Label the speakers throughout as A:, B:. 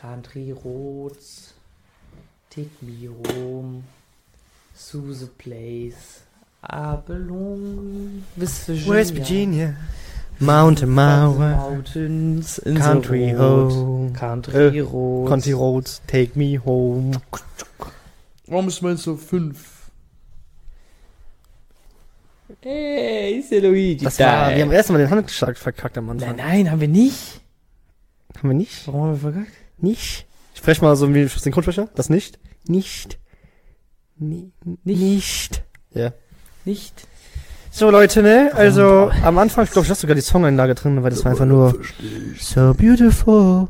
A: Country Roads, Take Me Home, Susie Place, Abelung, West Virginia,
B: West Virginia. Mountain Mower.
A: Mountains, Insel
B: Country
A: Road,
B: Home.
A: Country
B: Äh,
A: Roads.
B: Country Roads, take me home.
C: Warum ist mein so fünf?
A: Ey, ist der Luigi
B: Das
A: da.
B: war, wir haben erstmal den Handschlag verkackt am
A: nein,
B: Anfang.
A: nein, haben wir nicht.
B: Haben wir nicht?
A: Warum haben wir verkackt?
B: Nicht? Ich spreche mal so wie ein Synchronsprecher. Das nicht? Nicht. Ni- Nicht. Ja.
A: Nicht?
B: So Leute, ne? Also am Anfang, ich glaube, ich lasse sogar die Songeinlage drin, weil das war einfach nur So beautiful.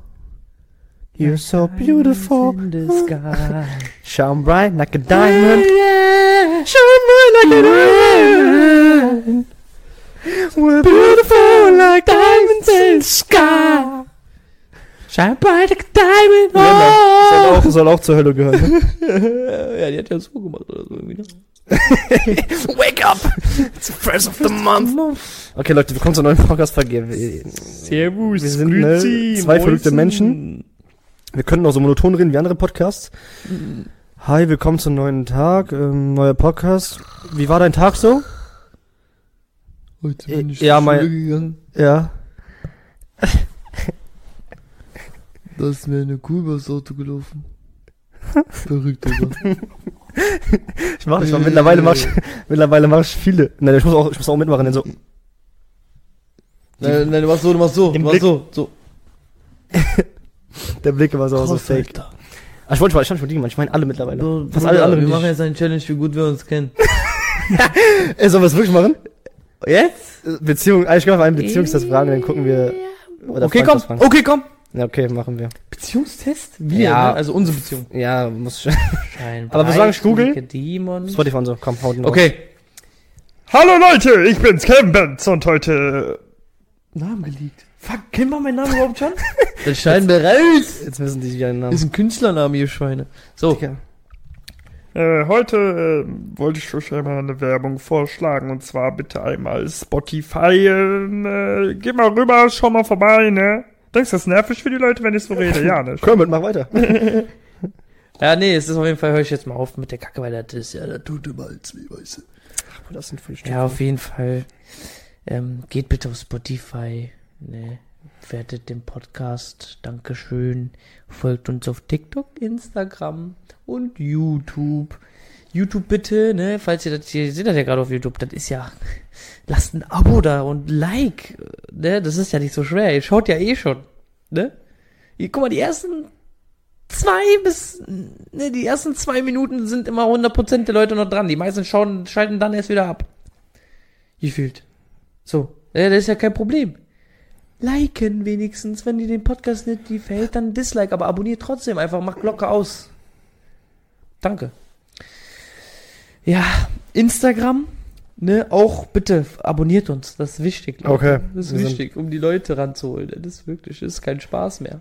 B: You're so beautiful.
A: In the sky.
B: Shine bright like a diamond. Shine bright like a diamond. We're beautiful like diamonds in the sky.
A: Shine bright like a diamond. Oh.
B: Soll auch, soll auch zur Hölle gehören. ne?
C: Ja, die hat ja so gemacht oder so irgendwie. Ne?
B: Wake up! It's the first of the month.
A: Hm.
B: Okay, Leute, willkommen zur neuen Podcast-Folge.
C: Servus,
B: Wir sind, grüezi, ne, zwei verrückte Mäusen. Wir können auch so monoton reden wie andere Podcasts. Hi, willkommen zum neuen Tag, ähm, neuer Podcast. Wie war dein Tag so?
C: Heute
B: bin
C: bin
B: ich
C: ich
B: Ja, zur mein- Schule
C: gegangen.
B: Ja.
C: Da ist mir eine Kuh übers Auto gelaufen. Verrückt, Alter.
B: Ich mache, ich mach, mittlerweile mach ich, mittlerweile mach ich viele. Nein, ich muss auch, ich muss auch mitmachen, also denn so.
C: nein, nein, du machst so, du machst so, du
B: Den
C: machst so, so.
B: Der Blick war so, so fake. Ah, ich wollte schon, ich wollte schon die, ich meine alle mittlerweile.
C: Was
B: Fast alle
C: alle
B: anderen
C: Wir
B: nicht.
C: machen jetzt eine Challenge, wie gut wir uns kennen.
B: Ey, sollen wir es wirklich machen?
C: Jetzt?
B: Äh, Beziehung, eigentlich können wir einen Beziehungstest fragen, dann gucken wir. Oder
C: okay,
B: Frank
C: komm,
B: das fragen.
C: okay, komm.
B: Ja, okay, machen wir.
C: Beziehungstest? Wir,
B: Ja.
C: ne? also unsere Beziehung.
B: Ja, muss ich.
A: Shine
B: Aber wir
A: bright
B: sagen, ich google.
A: like a Demon.
B: Spotify und so, komm, haut ihn drauf.
C: Okay.
D: Hallo Leute, ich bin's, Kevin Benz und heute...
C: Namen geleakt. Fuck, kennen wir meinen Namen überhaupt schon? Das scheint mir raus.
B: Jetzt wissen die wieder den Namen.
C: Ist ein Künstlername, ihr Schweine. So,
B: Digga.
D: Äh, heute äh, wollte ich euch einmal eine Werbung vorschlagen und zwar bitte einmal Spotify. Äh, äh, geh mal rüber, schau mal vorbei, ne? Denkst du, das ist nervig für die Leute, wenn ich so rede? Ja, ne?
B: Kermit, mach weiter.
A: Ja, nee, es ist auf jeden Fall, höre ich jetzt mal auf mit der Kacke, weil das ist ja, das tut immer als weh, weißt du.
B: Das sind fünf Stück.
A: Ja, auf jeden Fall. Ähm, geht bitte auf Spotify, ne? Wertet den Podcast, Dankeschön. Folgt uns auf TikTok, Instagram und YouTube. YouTube bitte, ne? Falls ihr das hier, ihr seht das ja gerade auf YouTube, das ist ja, lasst ein Abo da und Like, ne? Das ist ja nicht so schwer, ihr schaut ja eh schon, ne? Ihr, guck mal, die ersten zwei bis, ne, die ersten zwei Minuten sind immer 100% der Leute noch dran. Die meisten schauen, schalten dann erst wieder ab gefühlt. So, äh, das ist ja kein Problem. Liken wenigstens, wenn dir den Podcast nicht gefällt, dann Dislike, aber abonniert trotzdem einfach, mach Glocke aus. Danke. Ja, Instagram, ne, auch bitte abonniert uns, das ist wichtig. Leute.
B: Okay,
A: Das
B: wir
A: ist
B: sind-
A: wichtig, um die Leute ranzuholen, das ist wirklich, das ist kein Spaß mehr.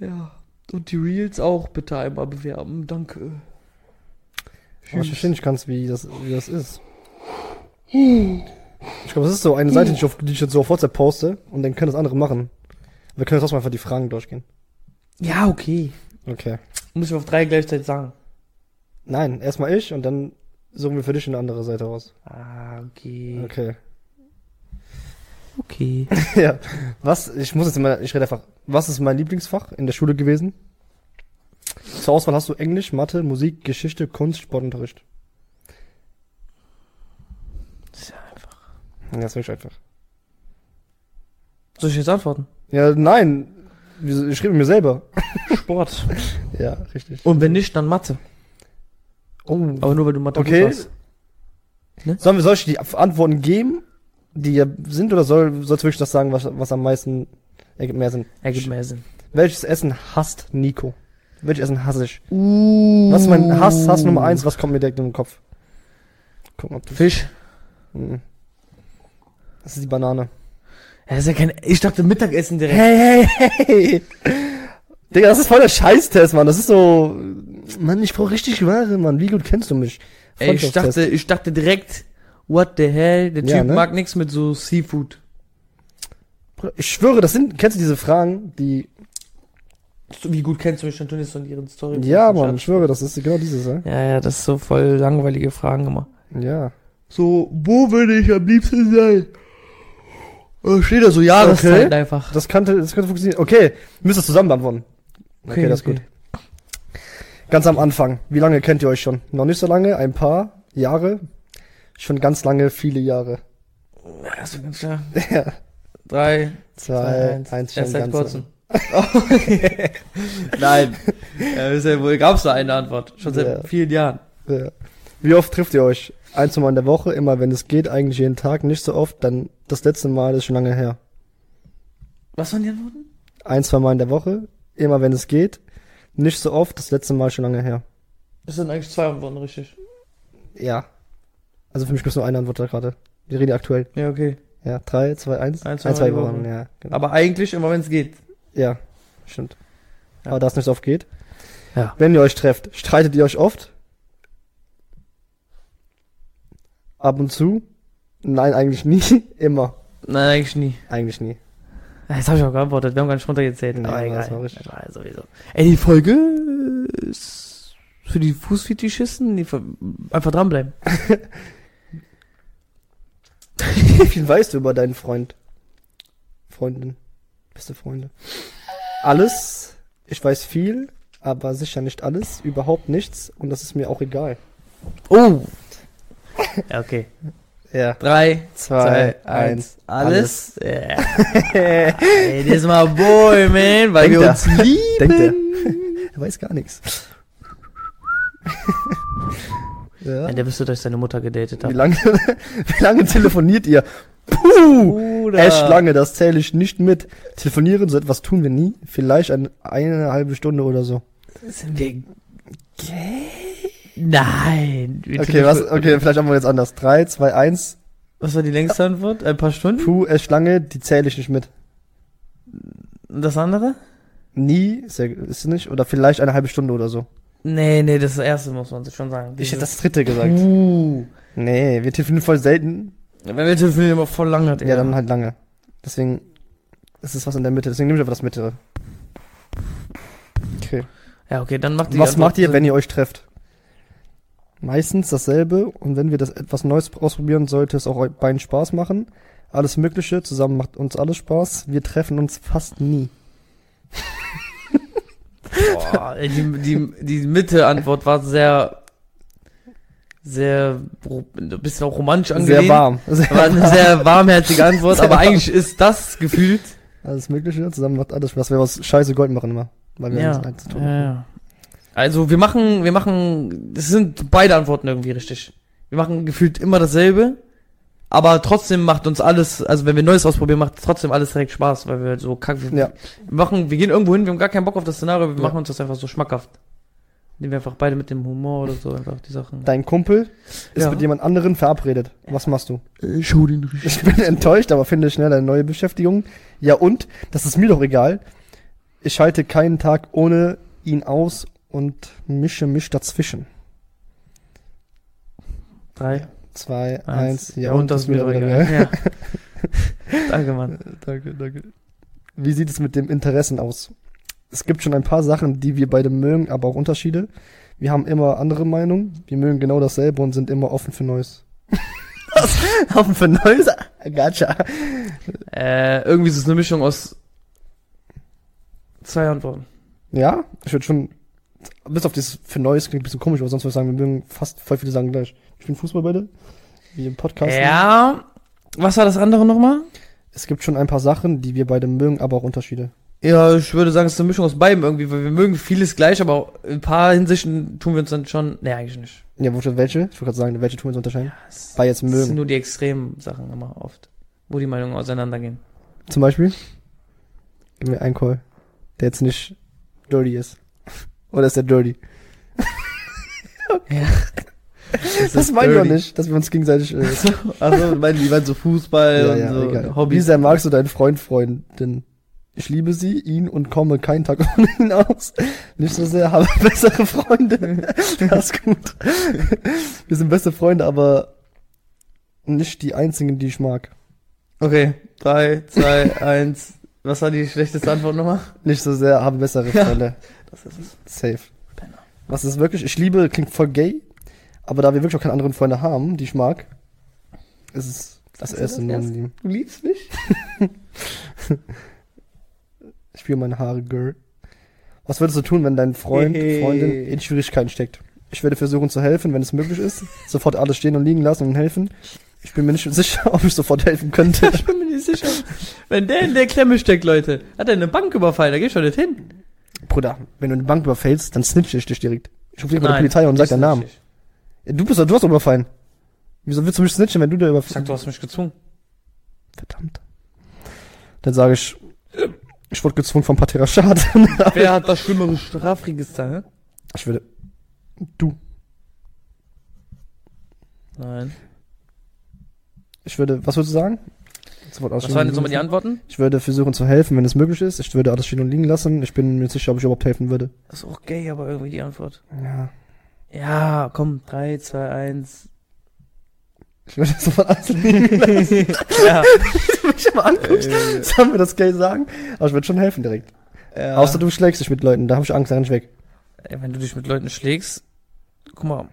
A: Ja, und die Reels auch bitte einmal bewerben, danke.
B: Oh, ich verstehe nicht ganz, wie das, wie das ist. Ich glaube, das ist so eine Seite, die ich, auf, die ich jetzt so auf WhatsApp poste und dann können das andere machen. Wir können jetzt trotzdem einfach die Fragen durchgehen.
A: Ja, okay.
B: Okay.
A: Muss ich auf drei gleichzeitig sagen.
B: Nein, erstmal ich und dann suchen wir für dich eine andere Seite raus.
A: Ah, okay.
B: Okay.
A: Okay.
B: ja. Was, ich muss jetzt immer, ich rede einfach, was ist mein Lieblingsfach in der Schule gewesen? Zur Auswahl hast du Englisch, Mathe, Musik, Geschichte, Kunst, Sportunterricht.
A: Das ist ja einfach.
B: Ja, das ist wirklich einfach.
A: Soll ich jetzt antworten?
B: Ja, nein. Wieso- Ich schrieb mir selber.
A: Sport.
B: Ja, richtig.
A: Und wenn nicht, dann Mathe.
B: Oh,
A: Aber nur weil du Mathe
B: Okay.
A: gut Ne? warst.
B: Sollen wir solche die Antworten geben, die ja sind, oder soll, sollst du wirklich das sagen, was, was am meisten ergibt mehr Sinn?
A: Ergibt mehr Sinn.
B: Welches Essen hasst Nico? Welches Essen hasse ich? Was ist mein Hass, Hass Nummer eins? Was kommt mir direkt in den Kopf? Gucken, ob du.
A: Fisch.
B: Mhm. Das ist die Banane.
A: Ja, ist ja kein. Ich dachte Mittagessen direkt.
B: Hey, hey, hey! Digga, das ist voll der Scheißtest, Mann. Das ist so. Mann, ich brauch richtig Ware, Mann. Wie gut kennst du mich?
A: Ey, ich
B: Freundschaftstest.
A: dachte, ich dachte direkt, what the hell? Der Typ
B: Ja, ne?
A: mag nichts mit so Seafood.
B: Ich schwöre, das sind. Kennst du diese Fragen, die.
A: Wie gut kennst du mich schon, Tunis und ihren Story?
B: Ja, Mann, ich schwöre, das ist genau dieses, ja?
A: Ja, ja, das ist so voll langweilige Fragen immer.
B: Ja.
C: So, wo würde ich am liebsten sein?
B: Oh,
C: Äh, steht da so
A: Ah,
C: Jahreszeit.
A: Jahreszeiten halt einfach.
B: Das halt- könnte, das könnte funktionieren. Okay, müsst ihr zusammen antworten. Okay,
A: Okay,
B: das ist
A: okay.
B: gut. Ganz am Anfang. Wie lange kennt ihr euch schon? Noch nicht so lange, ein paar Jahre. Schon ganz lange, viele Jahre.
A: Ja, das ist ganz klar.
B: Ja.
A: Drei, zwei,
B: Zwei, eins, schon
A: Erst seit
B: ganz
A: kurzem. Nein, äh, ist ja wohl gab's da eine Antwort. Schon seit
B: Ja.
A: vielen Jahren.
B: Ja. Wie oft trifft ihr euch? Ein, zwei Mal in der Woche, immer wenn es geht, eigentlich jeden Tag, nicht so oft, dann das letzte Mal ist schon lange her.
A: Was waren die Antworten?
B: Ein, zwei Mal in der Woche, immer wenn es geht, nicht so oft, das letzte Mal schon lange her.
A: Es sind eigentlich zwei Antworten, richtig.
B: Ja. Also für mich gibt's nur eine Antwort da gerade. Wir reden aktuell.
A: Ja, okay.
B: Ja, drei, zwei, eins.
A: Ein,
B: Ein,
A: zwei Mal
B: zwei,
A: die
B: Wochen.
A: Woche.
B: ja. Genau.
A: Aber eigentlich immer, wenn es geht.
B: Ja, stimmt.
A: Ja.
B: Aber da es nicht so oft geht.
A: Ja.
B: Wenn ihr euch trefft, streitet ihr euch oft? Ab und zu? Nein, eigentlich nie. Immer.
A: Nein, eigentlich nie.
B: Eigentlich nie.
A: Jetzt habe ich auch geantwortet. Wir haben gar nicht runtergezählt.
B: Nein,
A: aber egal.
B: das war richtig.
A: Das war ja sowieso. Ey, die Folge ist für die Fußfetischisten. Die ver- einfach dranbleiben.
B: Wie viel weißt du über deinen Freund? Freundin. Beste Freunde. Alles. Ich weiß viel, aber sicher nicht alles. Überhaupt nichts. Und das ist mir auch egal.
A: Oh! Ja, okay.
B: Ja.
A: Drei,
B: Zwei,
A: zwei,
B: eins.
A: eins. Alles? Ja. Ey, das war Boy, man. Weil
B: Denkt
A: wir
B: er.
A: uns lieben.
B: Denkt er. Er weiß gar nichts. ja.
A: Nein, der bist du, dass ich seine Mutter gedatet
B: Wie
A: hat.
B: lange, wie lange telefoniert ihr? Puh!
A: Bruder.
B: Äh, Echt lange, das zähle ich nicht mit. Telefonieren, so etwas tun wir nie. Vielleicht eine, eine halbe Stunde oder so.
A: Sind wir gay? Nein. Wir
B: Okay, was,
A: telefon-
B: okay, vielleicht haben wir jetzt anders. Drei, zwei, eins.
A: Was war die längste Antwort? Ein paar Stunden?
B: Puh, echt lange, die zähle ich nicht mit.
A: Und das andere?
B: Nie, ist ja- ist nicht. Oder vielleicht eine halbe Stunde oder so.
A: Nee, nee, das erste muss man sich schon sagen.
B: Ich hätte
A: Dieses-
B: das dritte gesagt.
A: Puh.
B: Nee, wir telefonieren voll selten.
A: Wenn wir telefonieren, immer voll lang hat,
B: Ja, dann halt lange. Deswegen ist es was in der Mitte. Deswegen nehme ich aber das mittlere. Okay.
A: Ja, okay, dann macht die
B: was
A: Antwort
B: macht ihr,
A: Sinn.
B: wenn ihr euch trefft? Meistens dasselbe und wenn wir das etwas Neues ausprobieren, sollte es auch euch beiden Spaß machen. Alles Mögliche, zusammen macht uns alles Spaß. Wir treffen uns fast nie.
A: Boah, ey, die, die, die Mitte-Antwort war sehr, sehr, ro- ein bisschen auch romantisch angelehnt.
B: Sehr warm. Also,
A: War
B: Sehr
A: eine sehr warmherzige Antwort,
B: Sehr
A: aber
B: warm.
A: eigentlich ist das gefühlt.
B: alles Mögliche, zusammen macht alles Spaß. Wir was scheiße Gold machen immer. Weil wir
A: Ja.
B: uns halt zu tun haben.
A: ja. Also wir machen, wir machen, es sind beide Antworten irgendwie richtig. Wir machen gefühlt immer dasselbe, aber trotzdem macht uns alles, also wenn wir Neues ausprobieren, macht trotzdem alles direkt Spaß, weil wir so kack, wir
B: Ja.
A: machen, wir gehen irgendwo hin, wir haben gar keinen Bock auf das Szenario, wir
B: Ja.
A: machen uns das einfach so schmackhaft. Nehmen wir einfach beide mit dem Humor oder so einfach die Sachen.
B: Dein Kumpel ist
A: Ja.
B: mit jemand anderen verabredet. Was machst du?
C: Äh, schau den richtig.
B: Ich bin enttäuscht, aber finde schnell eine neue Beschäftigung. Ja und? Das ist mir doch egal. Ich schalte keinen Tag ohne ihn aus und mische mich dazwischen.
A: Drei,
B: Zwei,
A: eins,
B: eins, ja und, das ne? ist mir doch egal.
A: egal. Ja. Danke, Mann.
B: Danke, danke. Wie sieht es mit den Interessen aus? Es gibt schon ein paar Sachen, die wir beide mögen, aber auch Unterschiede. Wir haben immer andere Meinungen. Wir mögen genau dasselbe und sind immer offen für Neues. Was? Offen für Neues? Gotcha.
A: Äh, irgendwie ist es eine Mischung aus zwei Antworten.
B: Ja, ich würde schon, bis auf dieses für Neues klingt ein bisschen komisch, aber sonst würde ich sagen, wir mögen fast voll viele Sachen gleich. Ich bin Fußball beide, wie im Podcast.
A: Ja. Was war das andere nochmal?
B: Es gibt schon ein paar Sachen, die wir beide mögen, aber auch Unterschiede.
A: Ja, ich würde sagen, es ist eine Mischung aus beidem irgendwie, weil wir mögen vieles gleich, aber auch in ein paar Hinsichten tun wir uns dann schon. Nee, eigentlich nicht.
B: Ja, wo- welche? Ich wollte gerade sagen, welche tun wir uns unterscheiden?
A: Es
B: Bei jetzt
A: es sind
B: mögen.
A: nur die extremen Sachen immer oft, wo die Meinungen auseinandergehen.
B: Zum Beispiel? Gib mir einen Call, der jetzt nicht dirty ist. Oder ist der dirty?
A: Das,
B: Das meinen wir nicht, dass wir uns gegenseitig... Äh,
C: Also, mein Lieber, so Fußball
B: ja,
C: und
B: ja,
C: so.
B: egal. Wie
A: Hobbys.
B: sehr magst du deinen Freund, Freundin? Ich liebe sie, ihn und komme keinen Tag ohne ihn aus. Nicht so sehr, habe bessere Freunde. Das ist gut. Wir sind beste Freunde, aber nicht die einzigen, die ich mag.
A: Okay, drei, zwei, eins. Was war die schlechteste Antwort nochmal?
B: Nicht so sehr, habe bessere
A: Ja.
B: Freunde.
A: Das ist es.
B: Safe.
A: Penner.
B: Was ist wirklich, ich liebe, klingt voll gay, aber da wir wirklich auch keine anderen Freunde haben, die ich mag, ist es das
A: Sagst du
B: erste
A: das ernst?
B: Nonlieben.
A: Du liebst mich?
B: Ich spüre meine Haare, Girl. Was würdest du tun, wenn dein Freund,
A: Hey.
B: Freundin in Schwierigkeiten steckt? Ich werde versuchen zu helfen, wenn es möglich ist. Sofort alles stehen und liegen lassen und helfen. Ich bin mir nicht sicher, ob ich sofort helfen könnte.
A: Ich bin mir nicht sicher. Wenn der in der Klemme steckt, Leute, hat er eine Bank überfallen, da geh schon nicht hin.
B: Bruder, wenn du eine Bank überfällst, dann snitche ich dich direkt. Ich rufe dich bei der Polizei und sag deinen Namen. Ja, Du bist doch, du hast überfallen. Wieso willst du mich snitchen, wenn du da
A: Ich sag,
B: überfällst?
A: du hast mich gezwungen.
B: Verdammt. Dann sage ich, ich wurde gezwungen vom Patera Schaden.
A: Wer hat das schlimmere Strafregister, hä?
B: ich würde,
A: Nein.
B: ich würde, was würdest du sagen? Das Wort
A: Was
B: ausschließen.
A: waren jetzt nochmal die Antworten?
B: Ich würde versuchen zu helfen, wenn es möglich ist. Ich würde alles stehen und liegen lassen. Ich bin mir nicht sicher, ob ich überhaupt helfen würde.
A: Das ist auch gay, aber irgendwie die Antwort.
B: Ja.
A: Ja, komm, 3, 2, 1.
B: Ich würde sofort alles liegen lassen.
A: Ja.
B: Wenn ich mal anguckst,
C: Äh.
B: sollen wir das Geld sagen? Aber ich würde schon helfen direkt.
A: ja.
B: Außer du schlägst dich mit Leuten, da habe ich Angst, da renn ich weg.
A: Ey, wenn du dich mit Leuten schlägst, guck mal.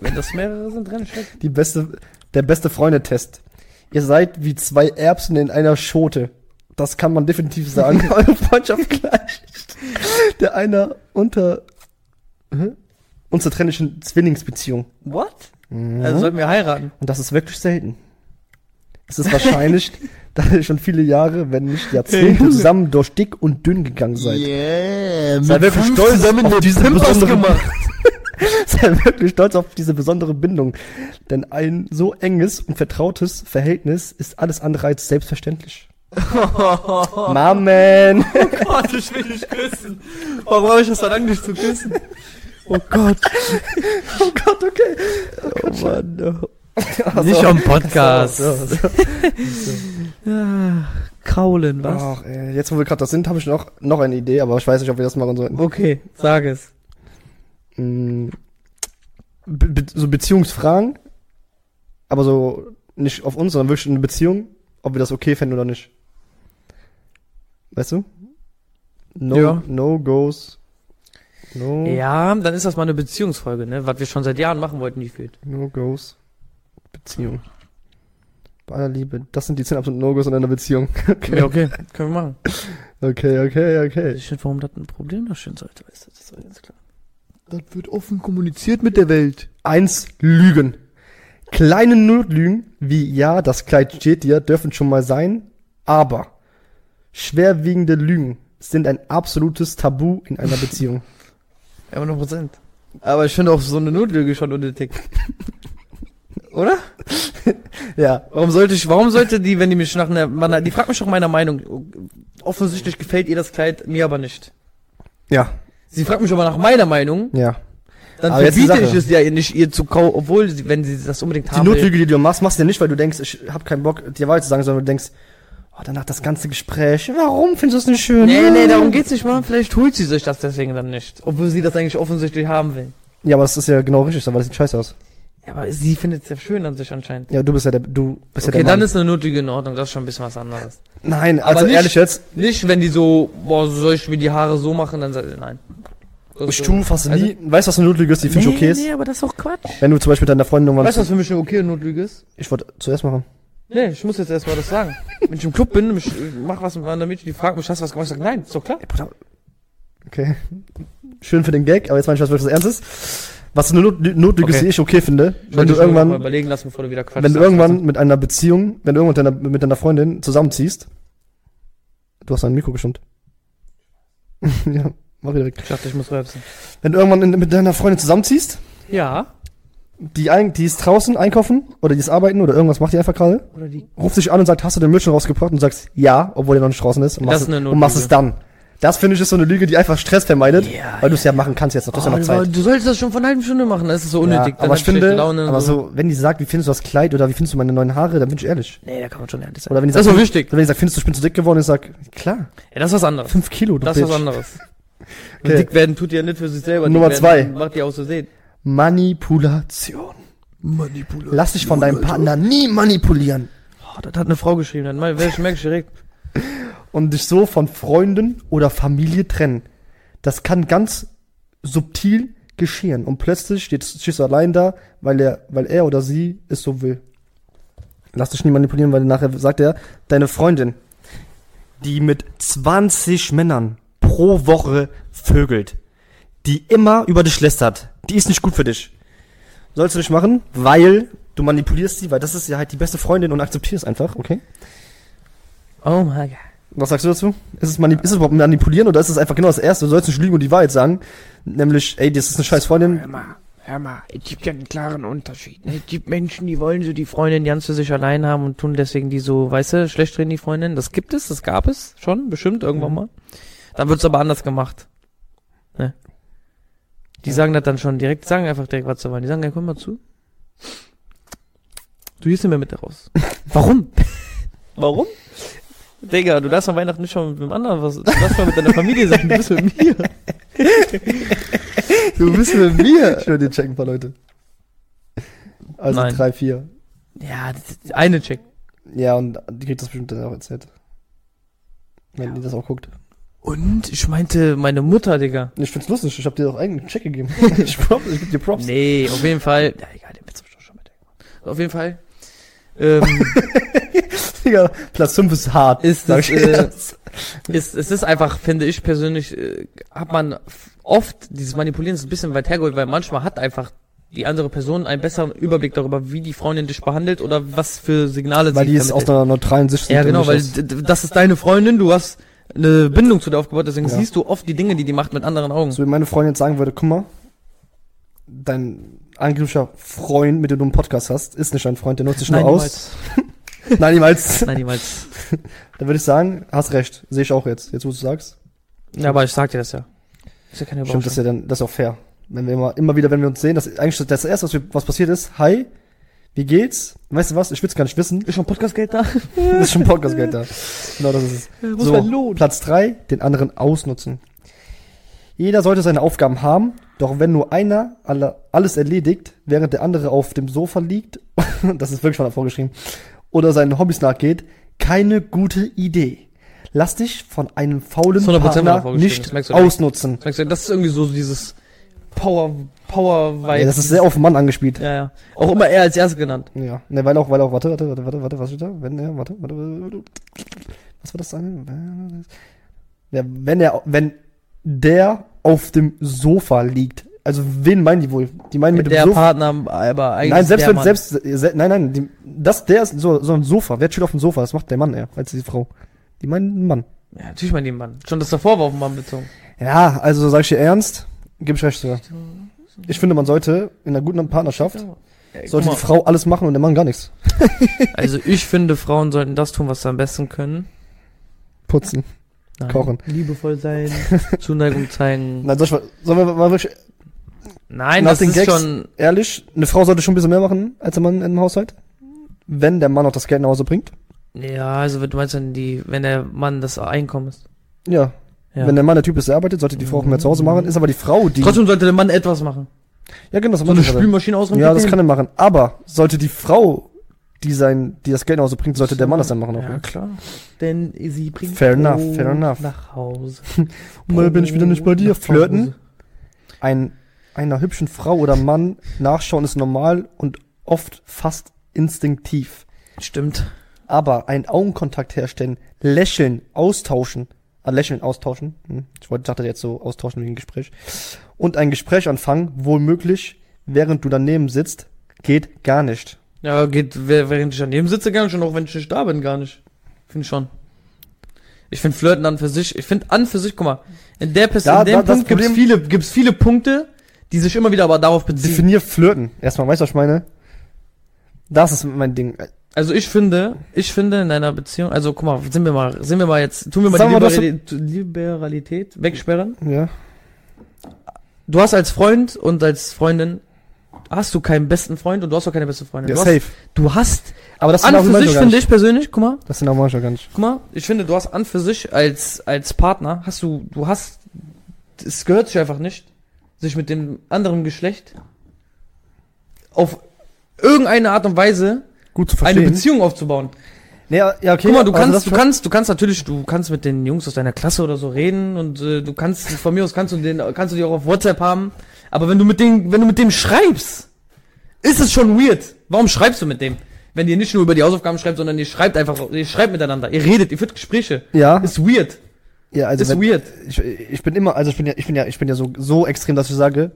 A: Wenn das mehrere sind, renn schnell.
B: Die beste, der beste Freundetest. Ihr seid wie zwei Erbsen in einer Schote. Das kann man definitiv sagen. Eure Freundschaft gleicht. Der einer unter Hä? unzertrennlichen Zwillingsbeziehung.
A: What? Also sollten wir heiraten.
B: Und das ist wirklich selten. Es ist wahrscheinlich, dass ihr schon viele Jahre, wenn nicht Jahrzehnte, zusammen durch dick und dünn gegangen seid.
C: Yeah,
B: Seid wirklich
C: fünf
B: stolz
C: zusammen
B: auf
C: eine
B: diese
C: Pimp
B: besondere-
C: ausgemacht.
B: Seid wirklich stolz auf diese besondere Bindung. Denn ein so enges und vertrautes Verhältnis ist alles andere als selbstverständlich. Mamen!
A: Gott, ich will dich küssen. Warum brauche ich das dann an, dich zu küssen? Oh Gott.
B: Oh Gott, okay. Oh Gott,
A: Nicht am Podcast.
B: So, so, so.
A: Ja, Kraulen, was?
B: Ach, ey, jetzt, wo wir gerade das sind, habe ich noch, noch eine Idee, aber ich weiß nicht, ob wir das machen sollten.
A: Okay, sag es.
B: Mm, Be Be so Beziehungsfragen, aber so nicht auf uns, sondern wirklich eine Beziehung, ob wir das okay fänden oder nicht. Weißt du? No,
A: Ja.
B: no goes. No,
A: Ja, dann ist das mal eine Beziehungsfolge, ne? Was wir schon seit Jahren machen wollten, die fehlt.
B: no goes. Beziehung. Bei aller Liebe, das sind die 10 absoluten No-Gos in einer Beziehung. Okay.
A: Ja, okay, können wir machen.
B: Okay, okay, okay.
A: Ich finde, warum das ein Problem darstellen sollte, weißt du, das ist doch ganz klar.
C: Das wird offen kommuniziert mit der Welt.
B: Eins, Lügen. Kleine Notlügen, wie ja, das Kleid steht dir, dürfen schon mal sein, aber schwerwiegende Lügen sind ein absolutes Tabu in einer Beziehung.
A: 100 Prozent. Aber ich finde auch so eine Notlüge schon unnötig. Oder?
B: ja,
A: Warum sollte ich, warum sollte die, wenn die mich nach einer, man, die fragt mich nach meiner Meinung. Offensichtlich gefällt ihr das Kleid, mir aber nicht.
B: ja,
A: Sie fragt mich aber nach meiner Meinung,
B: ja.
A: dann
B: Aber jetzt die
A: verbiete ich
B: Sache.
A: es ja ihr nicht, ihr zu kaufen, obwohl, sie, wenn sie das unbedingt
B: Die
A: haben will.
B: Notlüge, die du machst, machst du ja nicht, weil du denkst, ich hab keinen Bock, dir Wahrheit zu sagen, sondern du denkst, oh, danach das ganze Gespräch, warum findest du es nicht schön?
A: Nee, nee, darum geht's nicht mal. Vielleicht holt sie sich das deswegen dann nicht. Obwohl sie das eigentlich offensichtlich haben will.
B: Ja, aber das ist ja genau richtig, aber das sieht scheiße aus.
A: Ja, aber sie findet es ja schön an sich anscheinend.
B: Ja, du bist ja der, du bist
A: Okay,
B: ja der
A: dann
B: Mann.
A: ist eine Notlüge in Ordnung, das ist schon ein bisschen was anderes.
B: Nein,
A: Aber
B: also
A: nicht-
B: ehrlich jetzt,
A: Nicht, wenn die so, boah, soll ich mir die Haare so machen, dann sagt nein.
B: ich tu fast
A: Also-
B: nie, weißt du, was eine Notlüge ist, die finde ich okay ist?
A: Nee, aber das ist auch Quatsch.
B: Wenn du zum Beispiel mit deiner Freundin irgendwann
A: Weißt du, was für mich eine okay Notlüge ist?
B: Ich wollte zuerst machen.
A: Nee, ich muss jetzt erstmal das sagen. Wenn ich im Club bin, mich, mach was mit meiner Mädchen, die fragt mich, hast du was gemacht? Ich sag, nein, ist doch klar.
B: Okay. Schön für den Gag, aber jetzt meine ich was wirklich Ernstes. Was eine Not Notlüge ist,
A: Okay.
B: die ich okay finde,
A: Ich
B: wenn
A: wollte
B: du
A: dich nur mal
B: irgendwann,
A: überlegen lassen, bevor du wieder Quatsch
B: wenn du
A: sagst.
B: irgendwann mit einer Beziehung, wenn du irgendwann mit deiner, mit deiner Freundin zusammenziehst, du hast dein Mikro gestimmt. ja, mach wieder weg.
A: Ich dachte, ich muss rülpsen.
B: Wenn du irgendwann in, mit deiner Freundin zusammenziehst,
A: Ja.
B: die, ein, die ist draußen einkaufen oder die ist arbeiten oder irgendwas macht die einfach gerade,
A: Oder die.
B: ruft dich an und sagt, hast du den Müll schon rausgebracht? Und du sagst, ja, obwohl der noch nicht draußen ist und,
A: Das
B: machst,
A: ist eine
B: es- und machst es
A: Notlüge.
B: dann. Das finde ich ist so eine Lüge, die einfach Stress vermeidet,
A: Ja,
B: weil du es ja machen kannst jetzt noch, du hast ja noch Zeit.
A: du solltest das schon vor einer halben Stunde machen, das ist so unnötig.
B: Ja, aber ich finde, aber
A: so.
B: so, wenn die sagt, wie findest du das Kleid oder wie findest du meine neuen Haare, dann bin ich ehrlich.
A: Nee, da kann man schon ehrlich sein.
B: Oder wenn die
A: das
B: sagt,
A: ist so wichtig.
B: wenn die sagt, findest du, ich bin zu dick geworden, ich sag, klar,
A: Ja, das ist was anderes.
B: fünf Kilo, du
A: Das ist was anderes. Wenn Dick werden tut ihr ja nicht für sich selber. dick
B: Nummer
A: werden
B: zwei.
A: Macht ihr aus Versehen.
B: Manipulation.
C: Manipulation.
B: Lass dich von deinem Partner nie manipulieren.
A: Oh, das hat eine Frau geschrieben, dann mal, wär ich merke ich direkt.
B: und dich so von Freunden oder Familie trennen. Das kann ganz subtil geschehen und plötzlich steht, stehst du allein da, weil er, weil er oder sie es so will. Lass dich nicht manipulieren, weil nachher sagt er, deine Freundin, die mit 20 Männern pro Woche vögelt, die immer über dich lästert, die ist nicht gut für dich. Sollst du nicht machen, weil du manipulierst sie, weil das ist ja halt die beste Freundin und akzeptierst einfach, okay?
A: Oh mein Gott.
B: Was sagst du dazu? Ist es, manip ist es überhaupt manipulieren oder ist es einfach genau das Erste? Du sollst nicht lügen und die Wahrheit sagen. Nämlich, ey, das ist eine scheiß Freundin.
A: Hör mal, hör mal, es gibt ja einen klaren Unterschied. ne? Es gibt Menschen, die wollen so die Freundin ganz für sich allein haben und tun deswegen die so, weißt du, schlecht reden die Freundin. Das gibt es, das gab es schon, bestimmt
B: Mhm.
A: irgendwann mal. Dann wird's aber anders gemacht. Ne? Die sagen das dann schon direkt, sagen einfach direkt, was sie wollen. Die sagen, ja, komm mal zu. Du gehst nicht mehr mit raus. Warum? Warum? Digga, du darfst am Weihnachten nicht schon mit dem anderen was, du darfst mal mit deiner Familie sein, du bist mit mir.
B: Du bist mit mir. Ich will den checken, ein paar Leute. Also
A: Nein.
B: drei, vier.
A: Ja, das ist- eine check.
B: Ja, und die kriegt das bestimmt dann auch erzählt. Wenn die das auch guckt.
A: Und ich meinte meine Mutter, Digga.
B: Ich find's lustig, ich hab dir doch eigentlich einen Check gegeben. ich, prop, ich geb dir Props.
A: Nee, auf jeden Fall. Ja, egal, den Witz hab ich doch schon mit gemacht. Auf jeden Fall. Ähm,
B: Digga, Platz 5 ist hart.
A: Ist
B: sag
A: das,
B: ich
A: äh,
B: jetzt.
A: ist, es ist einfach, finde ich persönlich, äh, hat man f- oft, dieses Manipulieren ist ein bisschen weit hergeholt, weil manchmal hat einfach die andere Person einen besseren Überblick darüber, wie die Freundin dich behandelt oder was für Signale
B: Weil die ist aus
A: vermittelt.
B: einer neutralen Sicht.
A: Ja,
B: und
A: genau,
B: nicht
A: weil
B: aus-
A: d- d- das ist deine Freundin, du hast eine Bindung zu der aufgebaut, deswegen
B: Ja.
A: siehst du oft die Dinge, die die macht, mit anderen Augen.
B: So wie Also meine Freundin jetzt sagen würde, guck mal, dein angeblicher Freund, mit dem du einen Podcast hast, ist nicht dein Freund, der nutzt dich nur aus.
A: niemals.
B: Nein, niemals.
A: Nein, niemals.
B: Dann würde ich sagen, hast recht, sehe ich auch jetzt, jetzt wo du sagst.
A: Ja, aber ich sag dir das ja. Ist ja keine
B: Stimmt, das ist
A: Überraschung.
B: ja dann, das ist auch fair. Wenn wir immer, immer wieder, wenn wir uns sehen, das eigentlich das erste, was, wir, was passiert ist, hi, wie geht's? Weißt du was? Ich will's gar nicht wissen.
A: Ist schon Podcast-Geld da?
B: Das ist schon Podcast-Geld da. Genau, das ist es.
A: Muss
B: So,
A: man lohnen.
B: Platz drei, den anderen ausnutzen. Jeder sollte seine Aufgaben haben, doch wenn nur einer alle, alles erledigt, während der andere auf dem Sofa liegt, das ist wirklich mal vorgeschrieben, oder seinen Hobbys nachgeht, keine gute Idee. Lass dich von einem faulen
A: 100% mal
B: Partner
A: vorgeschrieben, das
B: nicht
A: merkst du nicht.
B: ausnutzen.
A: Merkst du, Das ist irgendwie so dieses Power, Power Vibe.
B: Ja, das ist sehr auf den Mann angespielt.
A: ja, ja. Auch immer er als erster genannt.
B: Ja, ne, weil auch, weil auch, warte, warte, warte, warte, warte, was steht da? Wenn er, warte, warte, warte, warte. was war das dann? Ja, wenn er, wenn der auf dem Sofa liegt, also wen meinen die wohl? Die meinen mit
A: der
B: dem Sofa.
A: Partner, aber eigentlich
B: Nein,
A: ist
B: selbst
A: der
B: wenn,
A: Mann.
B: selbst, se, nein, nein, die, das, der ist so, so ein Sofa. Wer chillt auf dem Sofa? Das macht der Mann eher, als die Frau. Die meinen einen Mann.
A: Ja, natürlich mein den Mann. Schon das davor war auf den Mann bezogen.
B: Ja, also sag ich dir ernst, gebe ich recht sogar. Ich finde, man sollte in einer guten Partnerschaft,
A: Ey, guck
B: sollte die
A: mal.
B: Frau alles machen und der Mann gar nichts.
A: Also ich finde, Frauen sollten das tun, was sie am besten können.
B: Putzen,
A: Nein.
B: kochen.
A: Liebevoll sein, Zuneigung zeigen.
B: Nein, soll ich mal, sollen wir mal wirklich
A: Nein,
B: Nach
A: das
B: den
A: ist
B: Gags-
A: schon...
B: ehrlich, eine Frau sollte schon ein bisschen mehr machen als der Mann im Haushalt. Wenn der Mann auch das Geld nach Hause bringt.
A: Ja, also wenn du meinst dann die, wenn der Mann das Einkommen ist.
B: Ja.
A: Ja.
B: Wenn der Mann der Typ ist, der arbeitet, sollte die Frau auch mehr zu Hause machen. Ist aber die Frau, die.
A: Trotzdem sollte der Mann etwas machen.
B: ja, genau, das
A: So eine
B: macht er.
A: Spülmaschine ausräumen.
B: Ja, das kann er machen. Aber sollte die Frau, die sein, die das Geld nach Hause bringt, sollte der Mann das dann machen. Auch,
A: Ja,
B: ja.
A: klar. Denn sie bringt Oh.
B: Fair enough, fair
A: Brot
B: enough.
A: nach Hause.
B: Mal bin ich wieder nicht bei dir.
A: Nach
B: Flirten.
A: Hause.
B: Ein, einer hübschen Frau oder Mann nachschauen ist normal und oft fast instinktiv.
A: Stimmt.
B: Aber einen Augenkontakt herstellen, lächeln, austauschen. Ah, lächeln, austauschen. Hm. Ich wollte, dachte jetzt so austauschen wie ein Gespräch. Und ein Gespräch anfangen, wohl möglich, während du daneben sitzt, geht gar nicht.
A: Ja, geht, wär- während ich daneben sitze, gar nicht. Und auch wenn ich nicht da bin, gar nicht. Finde ich schon. Ich finde Flirten an für sich, Also ich finde an für sich, guck mal, in der Person,
B: Da-
A: in dem
B: da- das
A: Punkt gibt's
B: Problem-
A: viele, gibt's viele Punkte, die sich immer wieder aber darauf beziehen.
B: Definier Flirten. Erstmal, weißt du, was ich meine? Das ist mein Ding. äh,
A: Also ich finde, ich finde in einer Beziehung, also guck mal, sind wir mal, sind wir mal jetzt, tun wir mal
B: Sagen wir,
A: die
B: dass du-
A: Liberalität, Liberalität wegsperren.
B: Ja.
A: Du hast als Freund und als Freundin, hast du keinen besten Freund und du hast auch keine beste Freundin.
B: ja
A: du,
B: safe.
A: hast, du hast
B: Aber das sind auch
A: An für
B: manche
A: sich
B: gar
A: finde
B: nicht.
A: ich persönlich, guck mal,
B: Das sind auch manche gar nicht.
A: guck mal, ich finde, du hast an für sich als, als Partner, hast du, du hast, es gehört sich einfach nicht, sich mit dem anderen Geschlecht auf irgendeine Art und Weise
B: Gut zu
A: eine Beziehung aufzubauen.
B: Nee, ja, ja, okay.
C: Guck mal,
B: also
C: du
B: das
C: kannst, du
B: schon-
C: kannst, du kannst natürlich, du kannst mit den Jungs aus deiner Klasse oder so reden und äh, du kannst, von mir aus kannst du den, kannst du die auch auf WhatsApp haben. Aber wenn du mit denen, wenn du mit dem schreibst, ist es schon weird. Warum schreibst du mit dem? Wenn ihr nicht nur über die Hausaufgaben schreibt, sondern ihr schreibt einfach, ihr schreibt miteinander, ihr redet, ihr führt Gespräche.
B: Ja,
C: Ist weird.
B: ja, also
C: ist
B: wenn,
C: weird.
B: ich, ich bin immer, also ich bin ja, ich bin ja, ich bin ja so, so extrem, dass ich sage,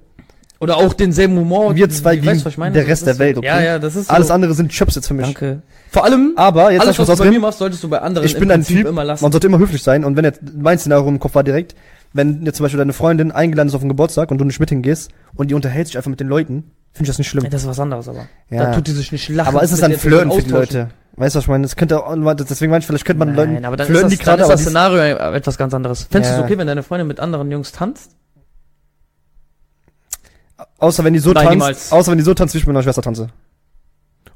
C: Oder auch denselben Humor.
B: Wir zwei
C: Ich weiß,
B: gegen
C: was ich meine.
B: der
C: Das
B: Rest
C: ist
B: der
C: so.
B: Welt, okay?
C: Ja, ja, das ist so.
B: alles andere sind Chips jetzt für mich.
C: Danke. Vor allem,
B: Aber jetzt
C: alles,
B: lass mich
C: was du bei mir
B: ausreden.
C: machst, solltest du bei anderen
B: Ich bin ein
C: Prinzip
B: Typ,
C: immer
B: man
C: lassen.
B: sollte immer höflich sein und wenn jetzt mein Szenario im Kopf war direkt, wenn jetzt zum Beispiel deine Freundin eingeladen ist auf einen Geburtstag und du nicht mit hingehst und die unterhält sich einfach mit den Leuten, finde ich das nicht schlimm.
C: Das ist was anderes, aber.
B: Ja.
C: Da tut die sich nicht lachen.
B: aber ist es
C: mit
B: dann
C: der Person
B: Flirten für die
C: austauschen.
B: Leute? Weißt du, was ich meine? Das könnte auch, deswegen meine ich, vielleicht könnte man
C: Nein,
B: Leuten
C: aber dann
B: flirten
C: ist
B: die
C: das, dann
B: gerade,
C: ist
B: aber
C: das
B: die-
C: Szenario äh, etwas ganz anderes. Fändest du
B: Ja.
C: es okay, wenn deine Freundin mit anderen Jungs tanzt?
B: außer wenn die so
C: Nein,
B: tanzt,
C: niemals.
B: außer wenn die so tanzt, wie ich mit meiner Schwester tanze.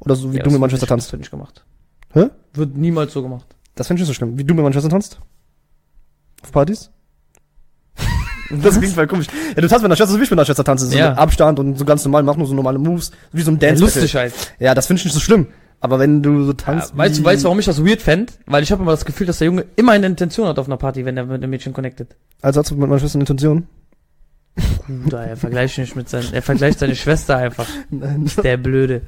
B: Oder so wie
C: Ja,
B: du
C: das
B: mit meiner
C: wird
B: Schwester
C: nicht-
B: tanzt.
C: Das wird nicht gemacht.
B: Hä?
C: Wird niemals so gemacht.
B: Das finde ich nicht so schlimm. Wie du mit meiner Schwester tanzt? Auf Partys? Das klingt voll komisch. Ja, du tanzt mit deiner Schwester, so wie ich mit meiner Schwester tanze. So
C: Ja.
B: mit Abstand und so ganz normal, mach nur so normale Moves. Wie so ein Dance.
C: lustig halt.
B: Ja, das finde ich nicht so schlimm. Aber wenn du so
C: Ja,
B: tanzt.
C: weißt du,
B: wie-
C: weißt, du, warum ich das weird fänd? Weil ich habe immer das Gefühl, dass der Junge immer eine Intention hat auf einer Party, wenn er mit einem Mädchen connectet.
B: Also hast du mit meiner Schwester eine Intention?
C: Bruder, er vergleicht nicht mit seinen, er vergleicht seine Schwester einfach.
B: Nein.
C: Der Blöde.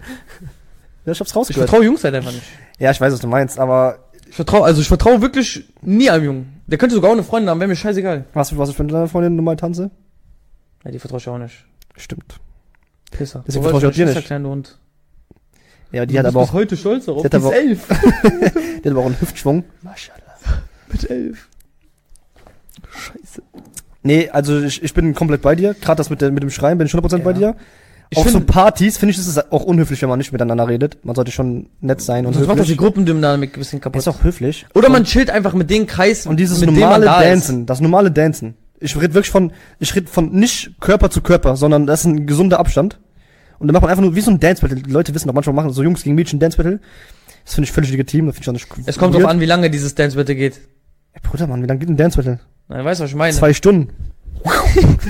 B: Ja, ich hab's
C: Ich
B: rausgehört.
C: vertraue Jungs halt einfach nicht.
B: Ja, ich weiß, was du meinst, aber
C: Ich vertraue, also ich vertraue wirklich nie einem Jungen. Der könnte sogar auch eine Freundin haben, wäre mir scheißegal.
B: was, was ich mit deiner Freundin normal tanze?
C: Ja, die vertraue ich auch nicht.
B: Stimmt.
C: Pisser.
B: Deswegen
C: Wo
B: vertraue ich auch dir
C: Schwester,
B: nicht.
C: kleiner Hund?
B: Ja, die
C: Du
B: hat
C: bist
B: aber
C: bis
B: auch,
C: heute stolz darauf.
B: die hat
C: Die ist
B: aber-
C: elf.
B: die hat aber auch einen Hüftschwung. Maschallah.
C: Mit elf.
B: Nee, also ich, ich bin komplett bei dir. Gerade das mit, der, mit dem Schreien bin ich 100% bei
C: Ja.
B: dir.
C: Ich
B: auf so
C: find-
B: Partys finde ich, ist es auch unhöflich, wenn man nicht miteinander redet. Man sollte schon nett sein und
C: Sonst macht das die
B: höflich.
C: Gruppendynamik ein bisschen kaputt.
B: ist auch höflich.
C: Oder man chillt einfach mit den Kreis,
B: Und dieses
C: mit
B: normale
C: da
B: Dancen, das normale Dancen. Ich rede wirklich von, ich rede von nicht Körper zu Körper, sondern das ist ein gesunder Abstand. Und dann macht man einfach nur wie so ein Dance Battle. Die Leute wissen doch manchmal machen so Jungs gegen Mädchen Dance Battle. Das finde ich völlig legitim, das finde ich auch nicht
C: Ist. Es kommt drauf an, wie lange dieses Dance bitte geht.
B: Ey, Bruder, Mann, wie lange geht ein Dance Battle?
C: Nein, weißt du, was ich meine?
B: Zwei Stunden.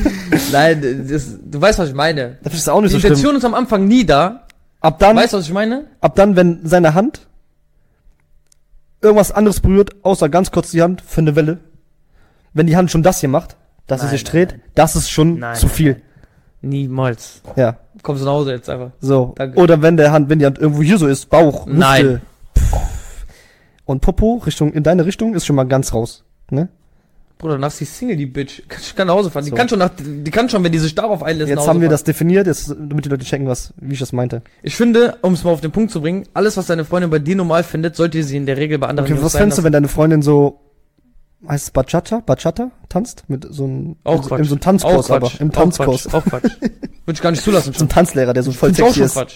C: Nein, das, du weißt, was ich meine.
B: Das ist auch nicht
C: Die
B: so schlimm.
C: Intention ist am Anfang nie da.
B: Ab dann,
C: Weißt du, was ich meine?
B: ab dann, wenn seine Hand irgendwas anderes berührt, außer ganz kurz die Hand für eine Welle. Wenn die Hand schon das hier macht, dass
C: Nein,
B: sie sich
C: nein,
B: dreht, das ist schon
C: Nein,
B: zu viel.
C: Niemals.
B: Ja,
C: Kommst du nach Hause jetzt einfach.
B: so.
C: Danke.
B: Oder wenn der Hand, wenn die Hand irgendwo hier so ist, Bauch, Hüfte,
C: Nein.
B: Pff. Und Popo Richtung in deine Richtung ist schon mal ganz raus, ne?
C: Bruder, danach ist die Single, die Bitch. Kann, kann nach Hause fahren.
B: So.
C: Die kann schon nach, die kann schon, wenn die sich darauf einlässt, nach
B: Jetzt
C: Hause
B: haben wir
C: fahren.
B: das definiert, jetzt, damit die Leute checken, was wie ich das meinte.
C: Ich finde, um es mal auf den Punkt zu bringen, alles, was deine Freundin bei dir normal findet, sollte sie in der Regel bei anderen
B: Okay,
C: Jungs
B: was
C: sein
B: fändest du,
C: lassen.
B: wenn deine Freundin so heißt es Bachata, Bachata tanzt mit so einem also
C: Auch
B: in, so-
C: Quatsch.
B: in so einem Tanzkurs,
C: Auch
B: aber
C: Quatsch.
B: im Tanzkurs,
C: Auch Quatsch. Auch Quatsch. Würde ich gar nicht zulassen.
B: so ein Tanzlehrer, der so voll
C: Find's auch
B: sexy
C: schon
B: ist.
C: Quatsch.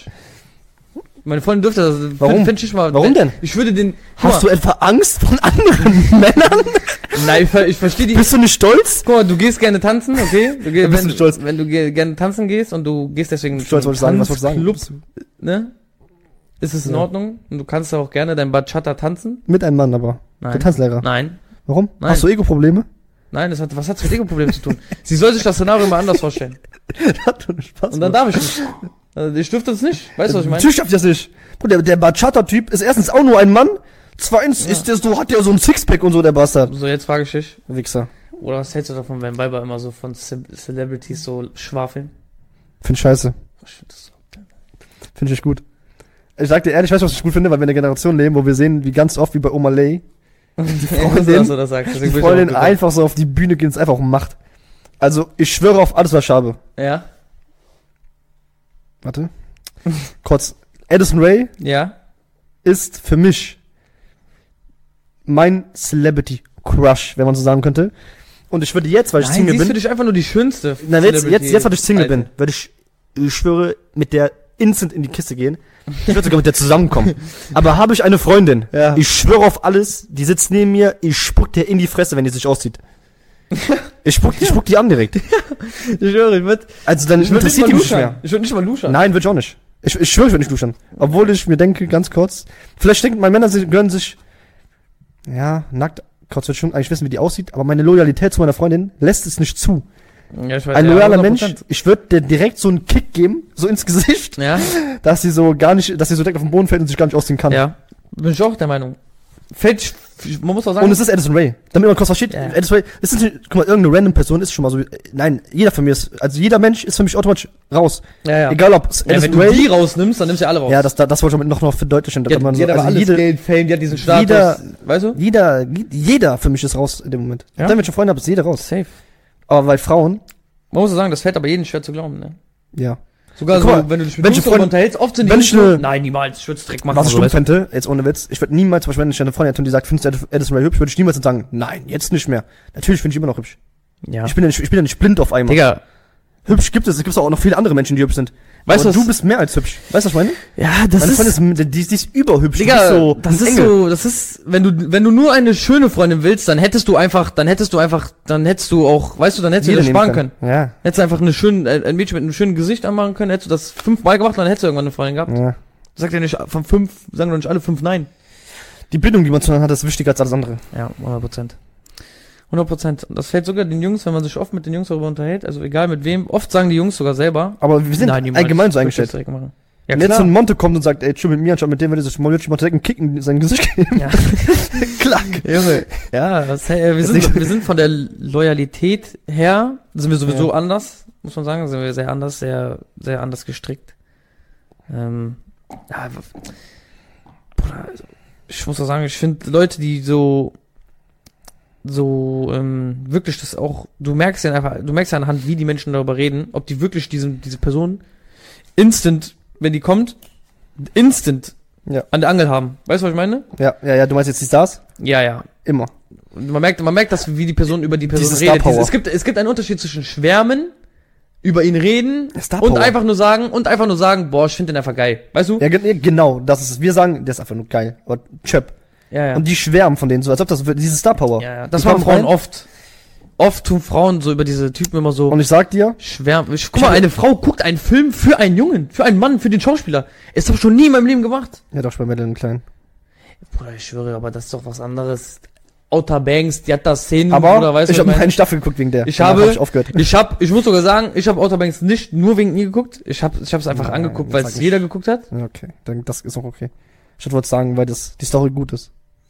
C: Meine Freundin dürfte das. find-
B: Warum?
C: Find ich mal,
B: Warum denn?
C: Ich würde den.
B: Hast du etwa Angst von anderen Männern?
C: du? Nein, ich, ver- ich verstehe die.
B: Bist du nicht stolz?
C: Guck mal, du gehst gerne tanzen, okay? Du geh,
B: Bist
C: wenn,
B: du stolz?
C: wenn du ge gerne tanzen gehst und du gehst deswegen
B: Stolz wollte ich sagen, was wollte ich sagen?
C: Clubs, ne? Ist es in
B: Ja.
C: Ordnung? Und du kannst auch gerne dein Bachata tanzen?
B: Mit einem Mann aber. Der
C: Nein.
B: Tanzlehrer.
C: Nein.
B: Warum?
C: Nein.
B: Hast du Ego-Probleme?
C: Nein, das hat, was hat's mit Ego-Problemen zu tun? Sie soll sich das Szenario mal anders vorstellen.
B: Hat doch Spaß.
C: Und dann darf ich nicht. Also, Ich dürfte es nicht. Weißt du, was ich meine?
B: Natürlich schafft das nicht. Bruder, der, der Bachata-Typ ist erstens auch nur ein Mann. Zweitens
C: Ja.
B: ist der so, hat der so ein Sixpack und so, der Bastard.
C: So, jetzt frage ich dich.
B: Wichser.
C: Oder was hältst du davon, wenn Weiber immer so von Ce Celebrities so schwafeln?
B: Find scheiße.
C: Ich find Oh, das so-
B: Find ich nicht gut. Ich sag dir ehrlich, weißt du, was ich gut finde, weil wir in der Generation leben, wo wir sehen, wie ganz oft, wie bei Oma Lay,
C: Ich wusste, dass du das sagst.
B: die
C: Deswegen bin ich auch
B: Freundin
C: gekommen.
B: einfach so auf die Bühne geht und es einfach um macht. Also, ich schwöre auf alles, was ich habe.
C: Ja,
B: Warte. Kurz. Addison Ray
C: ja.
B: ist für mich mein Celebrity Crush, wenn man so sagen könnte. Und ich würde jetzt, weil ich
C: Nein,
B: Single
C: sie ist
B: bin,
C: für dich einfach nur die schönste.
B: Na, jetzt,
C: Celebrity-
B: jetzt, jetzt, weil ich Single
C: Alter.
B: bin, würde ich, ich schwöre, mit der instant in die Kiste gehen. Ich würde sogar mit der zusammenkommen. Aber habe ich eine Freundin,
C: Ja.
B: ich schwöre auf alles, die sitzt neben mir, ich spuck der in die Fresse, wenn die sich auszieht. Ich spuck, ich spuck die an direkt.
C: Ich höre, ich würde
B: Also dann
C: ich würd nicht
B: interessiert
C: mal
B: die mich nicht
C: luschern.
B: mehr.
C: Ich würde nicht mal luschern.
B: Nein, würde ich auch nicht. Ich, ich schwöre, ich würde nicht duschen. Obwohl ich mir denke, ganz kurz, vielleicht denken meine Männer, sie gönnen sich, ja, nackt, kurz wird schon eigentlich wissen, wie die aussieht, aber meine Loyalität zu meiner Freundin lässt es nicht zu.
C: Ja, ich weiß,
B: Ein
C: ja,
B: loyaler
C: 100%.
B: Mensch, ich würde dir direkt so einen Kick geben, so ins Gesicht,
C: Ja,
B: dass sie so gar nicht, dass sie so direkt auf den Boden fällt und sich gar nicht ausziehen kann.
C: ja. Bin ich auch der Meinung.
A: Fällt, sch- man muss auch sagen,
B: Und es ist Edison Ray. Damit man kurz versteht,
C: Ja.
B: Edison Ray, das ist nicht, guck mal, irgendeine random Person ist schon mal so, äh, nein, jeder von mir ist, also jeder Mensch ist für mich automatisch raus.
C: Ja, ja.
B: Egal ob es
A: ja, wenn
B: Edison
A: du
B: Ray,
A: die rausnimmst, dann nimmst du ja alle raus.
B: ja, das, das wollte ich damit noch, noch verdeutlichen,
A: die
B: damit
A: hat,
B: man
A: die
B: so,
A: hat aber
B: also
A: alles
B: jede,
A: Geld, Fame, die hat diesen Status,
B: jeder-
A: weißt du?
B: jeder, jeder für mich ist raus in dem Moment.
A: Ja.
B: Wenn ich schon Freunde habe, ist jeder raus.
A: Safe.
B: Aber weil Frauen,
A: Man muss auch sagen, das fällt aber jedem schwer zu glauben, ne?
B: ja.
A: Sogar
B: Guck
A: so,
B: mal,
A: wenn du dich mit
B: wenn ich
A: Jungs
B: Freund-
A: darüber unterhältst, oft sind
B: wenn
A: Jungs
B: ich ne-
A: so, nein, niemals, ich würde Trick machen.
B: Was ich
A: oder
B: dumm
A: so, weißt
B: fände, jetzt ohne Witz, ich würde niemals, zum Beispiel, wenn ich eine Freundin hätte und die sagt, findest du Ed- Edison Ray hübsch, würde ich niemals sagen, nein, jetzt nicht mehr. Natürlich finde ich immer noch hübsch.
C: ja.
B: Ich bin ja nicht, ich bin ja nicht blind auf einmal.
C: Digga,
B: Hübsch gibt es, es gibt auch noch viele andere Menschen, die hübsch sind.
A: Weißt
B: Aber
A: du, was-
B: du bist mehr als hübsch. Weißt du, was ich meine?
A: ja, das
B: Meine Freundin ist, die, die ist überhübsch. die
A: Digga,
B: ist so
A: das
B: ein
A: ist
B: Engel.
A: so, das ist, wenn du, wenn du nur eine schöne Freundin willst, dann hättest du einfach, dann hättest du einfach, dann hättest du auch, weißt du, dann hättest du
B: Jeder
A: dir das
B: nehmen
A: sparen können.
B: Ja.
A: Hättest du einfach eine schöne, ein ein Mädchen mit einem schönen Gesicht anmachen können, hättest du das fünfmal gemacht, dann hättest du irgendwann eine Freundin gehabt.
B: ja.
A: Sag dir nicht, von fünf, sagen doch nicht alle fünf nein.
B: Die Bindung, die man zueinander hat, ist wichtiger als alles andere.
A: Ja, 100 Prozent. 100 Prozent. Das fällt sogar den Jungs, wenn man sich oft mit den Jungs darüber unterhält, also egal mit wem, oft sagen die Jungs sogar selber,
B: Aber wir sind
A: Nein, niemals.
B: allgemein so
A: Ich würd das
B: eingestellt.
A: direkt machen. Ja,
B: Wenn jetzt so
A: klar.
B: ein Monte kommt und sagt, ey, chill mit mir, anstatt mit dem würde sich mal wirklich mal direkt einen Kick in sein Gesicht geben.
A: Ja.
B: Klack.
A: Junge, ja, das, äh, wir,
B: Das
A: sind,
B: ist-
A: wir sind von der Loyalität her, sind wir sowieso anders, muss man sagen, sind wir sehr anders, sehr, sehr anders gestrickt. Ähm, ja, w- Bruder, also, ich muss auch sagen, ich finde Leute, die so, so, ähm, wirklich das auch, du merkst ja einfach, du merkst ja anhand, wie die Menschen darüber reden, ob die wirklich diesem, diese Person instant, wenn die kommt, instant
B: Ja.
A: an der Angel haben. Weißt du, was ich meine?
B: Ja, ja, ja, du meinst jetzt die Stars?
A: Ja, ja.
B: Immer.
A: Und man merkt, man merkt, dass wie die Person über die Person
B: Diese Star
A: redet. Diese,
B: Power.
A: es gibt, es gibt einen Unterschied zwischen Schwärmen, über ihn reden
B: Star
A: und
B: Power.
A: einfach nur sagen und einfach nur sagen, boah, ich finde den einfach geil, weißt du?
B: Ja, ge- ja, genau, das ist es. Wir sagen, der ist einfach nur geil. Aber chöp.
A: Ja, ja.
B: Und die schwärmen von denen so, als ob das diese Star Power.
A: ja, ja. Das
B: Die
A: machen
B: kommen
A: Frauen
B: rein.
A: oft. Oft tun Frauen so über diese Typen immer so
B: Und ich sag dir,
A: schwärmen. Ich- Guck mal, eine Frau guckt einen Film für einen Jungen, für einen Mann, für den Schauspieler. Es habe schon nie in meinem Leben gemacht.
B: ja doch, ich bin Madeleine Klein.
C: Bruder, ich schwöre, aber das ist doch was anderes.
A: Outer Banks, die hat da Szenen,
B: Aber
A: Bruder, Hm, weißt du,
B: ich
A: was
B: habe
A: meine?
B: eine Staffel geguckt wegen der.
A: Ich
B: Danach
A: habe-
B: hab ich aufgehört.
A: Ich hab, ich muss sogar sagen, ich habe Outer Banks nicht nur wegen ihr geguckt. Ich habe, ich habe es einfach
B: Nein,
A: angeguckt,
B: das
A: weil
B: sag
A: es
B: ich.
A: jeder geguckt hat.
B: Ja, okay, dann das ist auch okay. Ich wollte sagen, weil das die Story gut ist.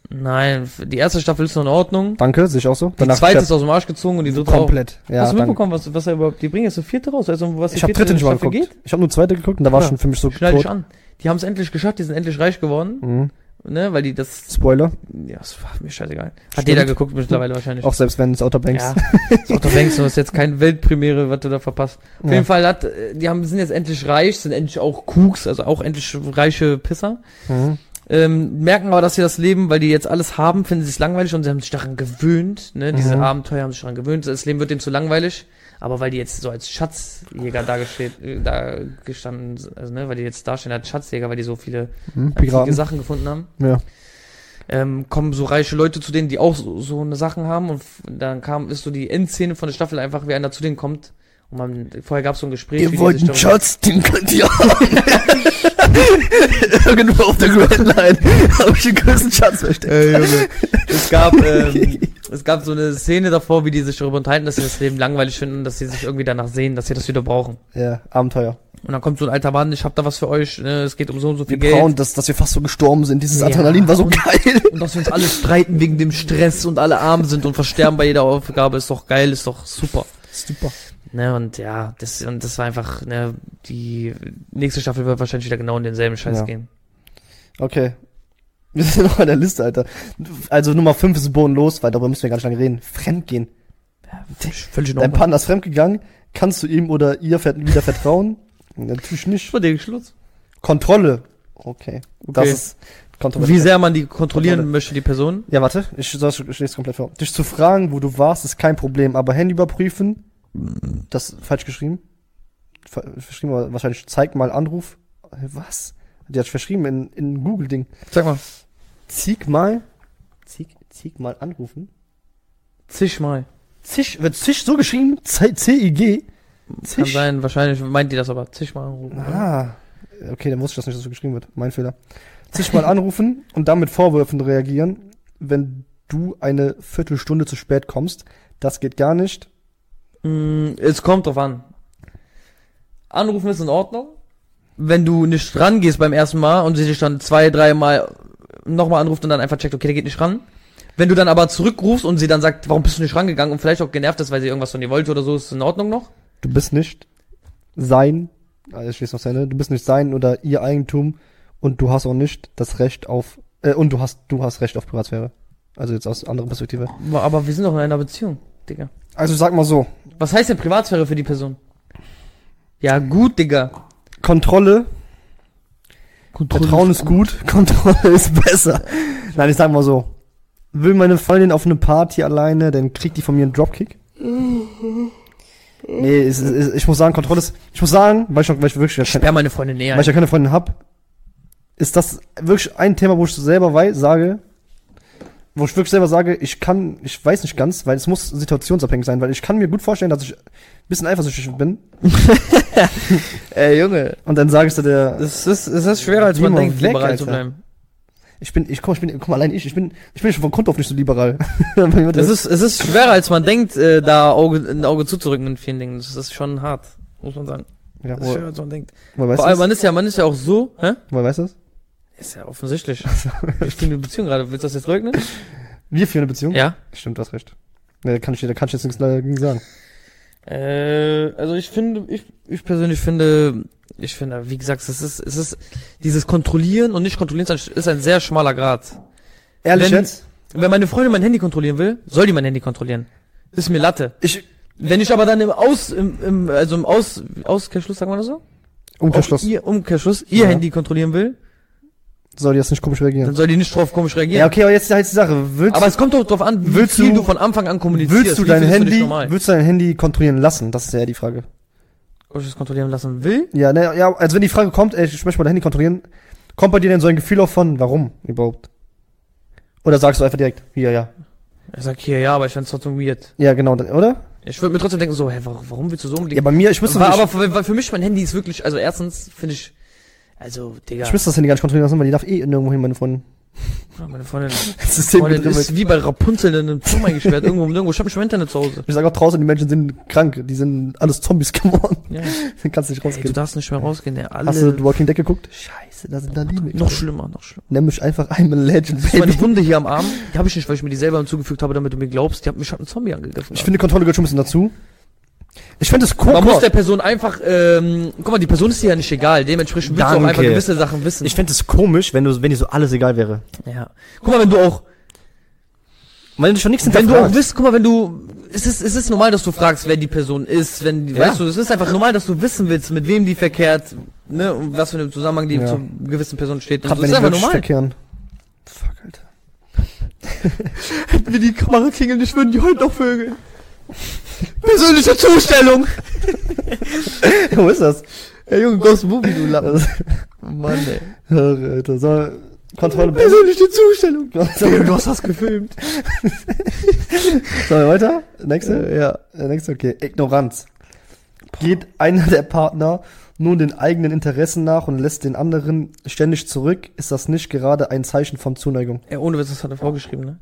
A: Nein, die erste Staffel ist noch in Ordnung.
B: Danke, sehe ich auch so.
A: Die zweite
B: Chef.
A: ist aus dem Arsch gezogen und die dritte auch.
B: komplett. Ja,
A: Hast du
B: danke.
A: mitbekommen, was, was er überhaupt, die bringen jetzt eine vierte raus, also um was die
B: Ich habe
A: vierte
B: dritte nicht mal
A: Staffel
B: geguckt. Ich habe nur zweite geguckt und da war
A: Ja.
B: schon für mich so
A: geht? Schneid dich
B: tot.
A: an. Die haben es endlich geschafft, die sind endlich reich geworden,
B: Mhm.
A: ne, weil die das,
B: Spoiler,
A: ja, das war mir scheißegal. Hat
B: Stimmt.
A: jeder geguckt mittlerweile wahrscheinlich.
B: auch selbst wenn es Outer Banks.
A: Ja. Das Outer Banks, das ist jetzt kein Weltpremiere, was du da verpasst. Auf
B: Ja.
A: jeden Fall hat, äh, die haben, sind jetzt endlich reich, sind endlich auch Kuks, also auch endlich reiche Pisser.
B: Mhm.
A: Ähm, merken aber, dass sie das Leben, weil die jetzt alles haben, finden sie es langweilig und sie haben sich daran gewöhnt. Ne? Diese
B: Mhm.
A: Abenteuer haben sich daran gewöhnt. Das Leben wird denen zu langweilig. Aber weil die jetzt so als Schatzjäger dargestellt, äh, da gestanden, also ne, weil die jetzt dastehen als Schatzjäger, weil die so viele
B: Mhm.
A: antike
B: Piraten.
A: Sachen gefunden haben,
B: Ja.
A: ähm, kommen so reiche Leute zu denen, die auch so, so eine Sachen haben. Und f- dann kam, ist so die Endszene von der Staffel einfach, wie einer zu denen kommt. Und man, vorher gab es so ein Gespräch. wie die sich darüber-
B: Schatz, den könnt ihr haben. Irgendwo auf der Grand Line habe ich den größten Schatz versteckt.
A: Ey, Junge. Es gab, ähm, es gab so eine Szene davor, wie die sich darüber unterhalten, dass sie das Leben langweilig finden, und dass sie sich irgendwie danach sehen, dass sie das wieder brauchen.
B: Ja, Abenteuer.
A: Und dann kommt so ein alter Mann, ich hab da was für euch, ne, es geht um so und so viel
B: Wir
A: Geld.
B: brauchen das, dass wir fast so gestorben sind. Dieses
A: Ja.
B: Adrenalin war so geil.
A: Und dass wir uns alle streiten wegen dem Stress und alle arm sind und versterben bei jeder Aufgabe, ist doch geil, ist doch super.
B: Super.
A: Ne, und ja, das, und das war einfach, ne, die nächste Staffel wird wahrscheinlich wieder genau in denselben Scheiß
B: Ja.
A: gehen.
B: Okay. Wir sind noch an der Liste, Alter. Also Nummer 5 ist bodenlos, weil darüber müssen wir gar nicht lange reden. Fremdgehen.
A: Völlig in
B: Dein
A: Ordnung.
B: Partner ist fremdgegangen. Kannst du ihm oder ihr ver- wieder vertrauen? Natürlich nicht.
A: Bei dir Schluss.
B: Kontrolle. Okay. Das ist kontrovers.
A: Wie sehr man die kontrollieren
B: Kontrolle.
A: möchte, die Person.
B: Ja, warte. Ich, soll- ich lese es komplett vor. Dich zu fragen, wo du warst, ist kein Problem. Aber Handy überprüfen. Das falsch geschrieben. Fa- Verschrieben war wahrscheinlich. Zeig mal Anruf. Was? Die hat verschrieben in, in Google-Ding.
A: Sag mal.
B: Zieg mal. Zieg, zieg mal anrufen.
A: Zisch mal.
B: Zisch, wird Zisch so geschrieben? Z- C-I-G?
A: Kann
B: Zisch?
A: sein, wahrscheinlich meint die das aber. Zisch mal anrufen. oder?
B: Ah. Okay, dann wusste ich das nicht, dass so geschrieben wird. Mein Fehler. Zisch mal anrufen und dann mit Vorwürfen reagieren, wenn du eine Viertelstunde zu spät kommst. Das geht gar nicht.
A: Mm, Es kommt drauf an. Anrufen ist in Ordnung. Wenn du nicht rangehst beim ersten Mal und sie dich dann zwei, dreimal nochmal anruft und dann einfach checkt, okay, der geht nicht ran. Wenn du dann aber zurückrufst und sie dann sagt, warum bist du nicht rangegangen und vielleicht auch genervt ist, weil sie irgendwas von dir wollte oder so, ist es in Ordnung noch?
B: Du bist nicht sein, also ich schließe noch zu Ende, du bist nicht sein oder ihr Eigentum und du hast auch nicht das Recht auf, äh, und du hast, du hast Recht auf Privatsphäre. Also jetzt aus anderer Perspektive.
A: Aber, aber wir sind doch in einer Beziehung, Digga.
B: Also sag mal so,
A: Was heißt denn Privatsphäre für die Person? Ja, gut, Digga.
B: Kontrolle, Vertrauen ist gut, Kontrolle ist besser. Nein, ich sag mal so, will meine Freundin auf eine Party alleine, dann kriegt die von mir einen Dropkick. Mhm. Nee, es, ist- es, ich muss sagen, Kontrolle ist, ich muss sagen, weil ich, noch- weil ich wirklich jetzt kein-
A: Sperr meine Freundin näher.
B: weil ich ja keine Freundin hab, ist das wirklich ein Thema, wo ich selber weiß, sage, wo ich wirklich selber sage, ich kann, ich weiß nicht ganz, weil es muss situationsabhängig sein, weil ich kann mir gut vorstellen, dass ich ein bisschen eifersüchtig bin
A: Ey, Junge.
B: und dann sage ich zu der,
A: Es ist, es ist schwerer, als
B: Geh
A: man
B: mal
A: denkt,
B: weg,
A: liberal zu
B: Alter.
A: bleiben.
B: ich bin, ich komm, ich bin, guck mal, allein ich, ich bin, ich bin schon von Grund auf nicht so liberal. Wenn jemand
A: Es ist,
B: das-
A: es ist schwerer, als man denkt, äh, da Auge, ein Auge zuzudrücken in vielen Dingen. Das ist schon hart, muss man sagen.
B: ja,
A: Das ist
B: woher
A: schwerer, als man denkt.
B: woher weißt
A: Vor allem,
B: du das?
A: man ist ja, man ist ja auch so, hä?
B: Woher weißt du das?
A: Ist ja offensichtlich. Wir stehen in Beziehung gerade. Willst du das jetzt leugnen?
B: Wir führen eine Beziehung?
A: Ja.
B: Stimmt, du hast recht. Ne, da kann ich, dir- da kann ich jetzt nichts dagegen sagen.
A: Äh, also ich finde, ich, ich persönlich finde, ich finde, wie gesagt, es ist, es ist, dieses Kontrollieren und nicht kontrollieren ist ein- ist ein sehr schmaler Grad.
B: Ehrlich
A: Wenn-
B: jetzt?
A: Wenn meine Freundin mein Handy kontrollieren will, soll die mein Handy kontrollieren. Ist mir Latte.
B: Ich,
A: Wenn ich aber dann im Aus, im, im also im Aus, Auskehrschluss, sagen wir das so?
B: Umkehrschluss.
A: Auf Ihr Umkehrschluss, ihr
B: Ja.
A: Handy kontrollieren will,
B: Soll die jetzt nicht komisch reagieren?
A: dann soll die nicht drauf komisch reagieren.
B: Ja, okay, aber jetzt ist halt die Sache. Willst
A: Aber es kommt doch drauf an, wie
B: Willst
A: viel
B: du-
A: du von Anfang an kommunizierst.
B: Willst du
A: Wie
B: dein
A: findest dich
B: Handy,
A: normal?
B: willst du dein Handy kontrollieren lassen? Das ist ja die Frage.
A: Ob ich das kontrollieren lassen will?
B: Ja, ne, ja, also wenn die Frage kommt, ey, ich möchte mein Handy kontrollieren, kommt bei dir denn so ein Gefühl auf von, warum überhaupt? Oder sagst du einfach direkt, hier, ja.
A: Ich sag hier, ja, aber ich find's trotzdem weird.
B: Ja, genau, dann- oder?
A: Ich würde mir trotzdem denken, so, hä, warum, warum willst du so
B: Ja,
A: umlegen?
B: bei mir, ich müsste,
A: aber,
B: ich,
A: aber für, weil für mich, mein Handy ist wirklich, also erstens finde ich, also, Digga,
B: ich müsste das Handy gar nicht kontrollieren lassen, weil die darf eh nirgendwo hin, meine Freundin.
A: meine Freundin,
B: Das ist
A: Freundin ist wie bei Rapunzel in einem Turm eingesperrt, irgendwo, irgendwo, ich hab nicht mal Internet zu Hause.
B: Ich sag auch draußen, die Menschen sind krank, die sind alles Zombies geworden.
A: Ja.
B: Dann kannst du nicht
A: Ey, du
B: rausgehen.
A: darfst nicht mehr rausgehen, der alle,
B: Hast du The Walking Dead geguckt? Scheiße, da sind da Liebe.
A: noch schlimmer, noch schlimmer.
B: Nenn mich einfach I'm a Legend,
A: Das ist meine
B: Baby.
A: Wunde hier am Arm, die habe ich nicht, weil ich mir die selber hinzugefügt habe, damit du mir glaubst, die hat mich hat ein Zombie angegriffen.
B: Ich finde, Kontrolle gehört schon ein bisschen dazu. Ich finde das cool.
A: Man
B: guck
A: muss
B: mal.
A: der Person einfach, ähm, guck mal, die Person ist dir ja nicht egal, dementsprechend willst du auch einfach
B: Danke.
A: gewisse Sachen wissen.
B: Ich fände es komisch, wenn, du, wenn dir so alles egal wäre.
A: ja. Guck mal, wenn du auch,
B: Weil du schon nichts
A: wenn du auch wisst, guck mal, wenn du, es ist, es ist normal, dass du fragst, wer die Person ist, wenn,
B: Ja.
A: weißt du, es ist einfach normal, dass du wissen willst, mit wem die verkehrt, ne, und was für einen Zusammenhang die
B: Ja.
A: zu gewissen Personen steht. Und
B: Gerade
A: so. Das
B: wenn
A: ist
B: die
A: einfach
B: wirklich
A: normal.
B: verkehren. Fuck, Alter.
A: Hätten wir die Kamera klingeln, ich würden die heute noch vögeln. Persönliche Zustellung!
B: Wo ist das?
E: Ey, Junge, Ghost Movie, du Lappen.
B: das
E: Mann, ey.
B: Alter, so, Kontrolle besser.
E: Persönliche Zustellung.
B: Sollen
E: Du hast das gefilmt.
B: wir weiter? Nächste?
E: Äh, ja.
B: Äh, nächste, okay. Ignoranz. Geht einer der Partner nun den eigenen Interessen nach und lässt den anderen ständig zurück, ist das nicht gerade ein Zeichen von Zuneigung.
A: Ey, ohne Witz, das hat eine Frau geschrieben, ne?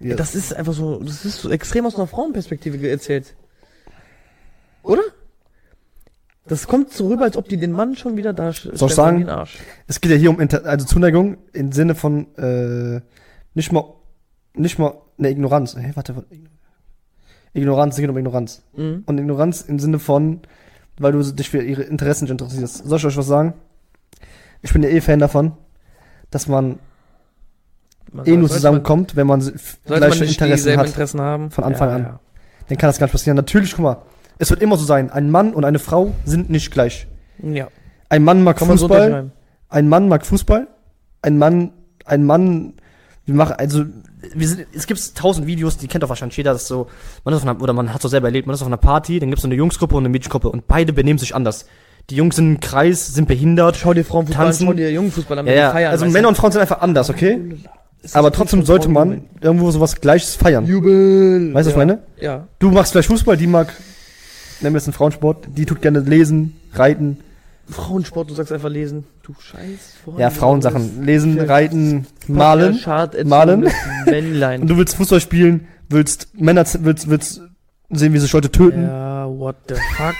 B: Ja.
A: Das ist einfach so, das ist so extrem aus einer Frauenperspektive ge- erzählt. Oder? Das kommt so rüber, als ob die den Mann schon wieder da sch-
B: Soll
A: stellen
B: ich
A: in
B: sagen?
A: den Arsch.
B: Es geht ja hier um Inter also Zuneigung im Sinne von äh, nicht mal nicht mal eine Ignoranz. Hey, warte, warte. Ignoranz, es geht um Ignoranz.
A: Mhm.
B: Und Ignoranz im Sinne von, weil du dich für ihre Interessen nicht interessierst. Soll ich euch was sagen? Ich bin ja eh Fan davon, dass man
A: Man soll-
B: eh nur
A: Also sollte
B: zusammenkommt, wenn man f-
A: Man, sollte man
B: gleiche
A: nicht
B: Interessen
A: dieselben
B: hat.
A: Interessen haben.
B: Von Anfang
A: ja,
B: an.
A: Ja.
B: Dann kann das gar nicht passieren. Natürlich, guck mal, es wird immer so sein, ein Mann und eine Frau sind nicht gleich.
A: ja.
B: Ein Mann mag
A: Kann man so
B: Fußball,
A: unterschreiben.
B: ein Mann mag Fußball, ein Mann, ein Mann, wir machen, also, wir sind, es gibt tausend Videos, die kennt doch wahrscheinlich jeder, das ist so, man ist auf einer, oder man hat so selber erlebt, man ist auf einer Party, dann gibt es so eine Jungsgruppe und eine Mädchengruppe und beide benehmen sich anders. Die Jungs sind im Kreis, sind behindert.
A: Schau dir Frauenfußball an,
B: Tanzen.
A: schau dir Jungenfußball an,
B: Ja,
A: die
B: ja,
A: feiern,
B: also
A: weißt
B: Männer
A: du.
B: und Frauen sind einfach anders, okay?
A: Es ist
B: Aber
A: nicht
B: traumen- trotzdem
A: von
B: sollte
A: Frauen-
B: man irgendwo sowas Gleiches feiern.
E: Jubel.
B: Weißt du, was ich
A: Ja.
B: meine?
A: Ja.
B: Du magst vielleicht Fußball, die mag, nennen wir es einen Frauensport, die tut gerne lesen, reiten.
A: Frauensport, du sagst einfach lesen. Du Scheiß. Frauen-
B: Ja, Frauensachen. Lesen, reiten,
A: Ja,
B: malen.
A: Schaderziehung
B: Malen.
A: des
B: Und
A: Männlein.
B: du willst Fußball spielen, willst Männer, z- willst, willst sehen, wie sich Leute töten.
A: ja, what the fuck?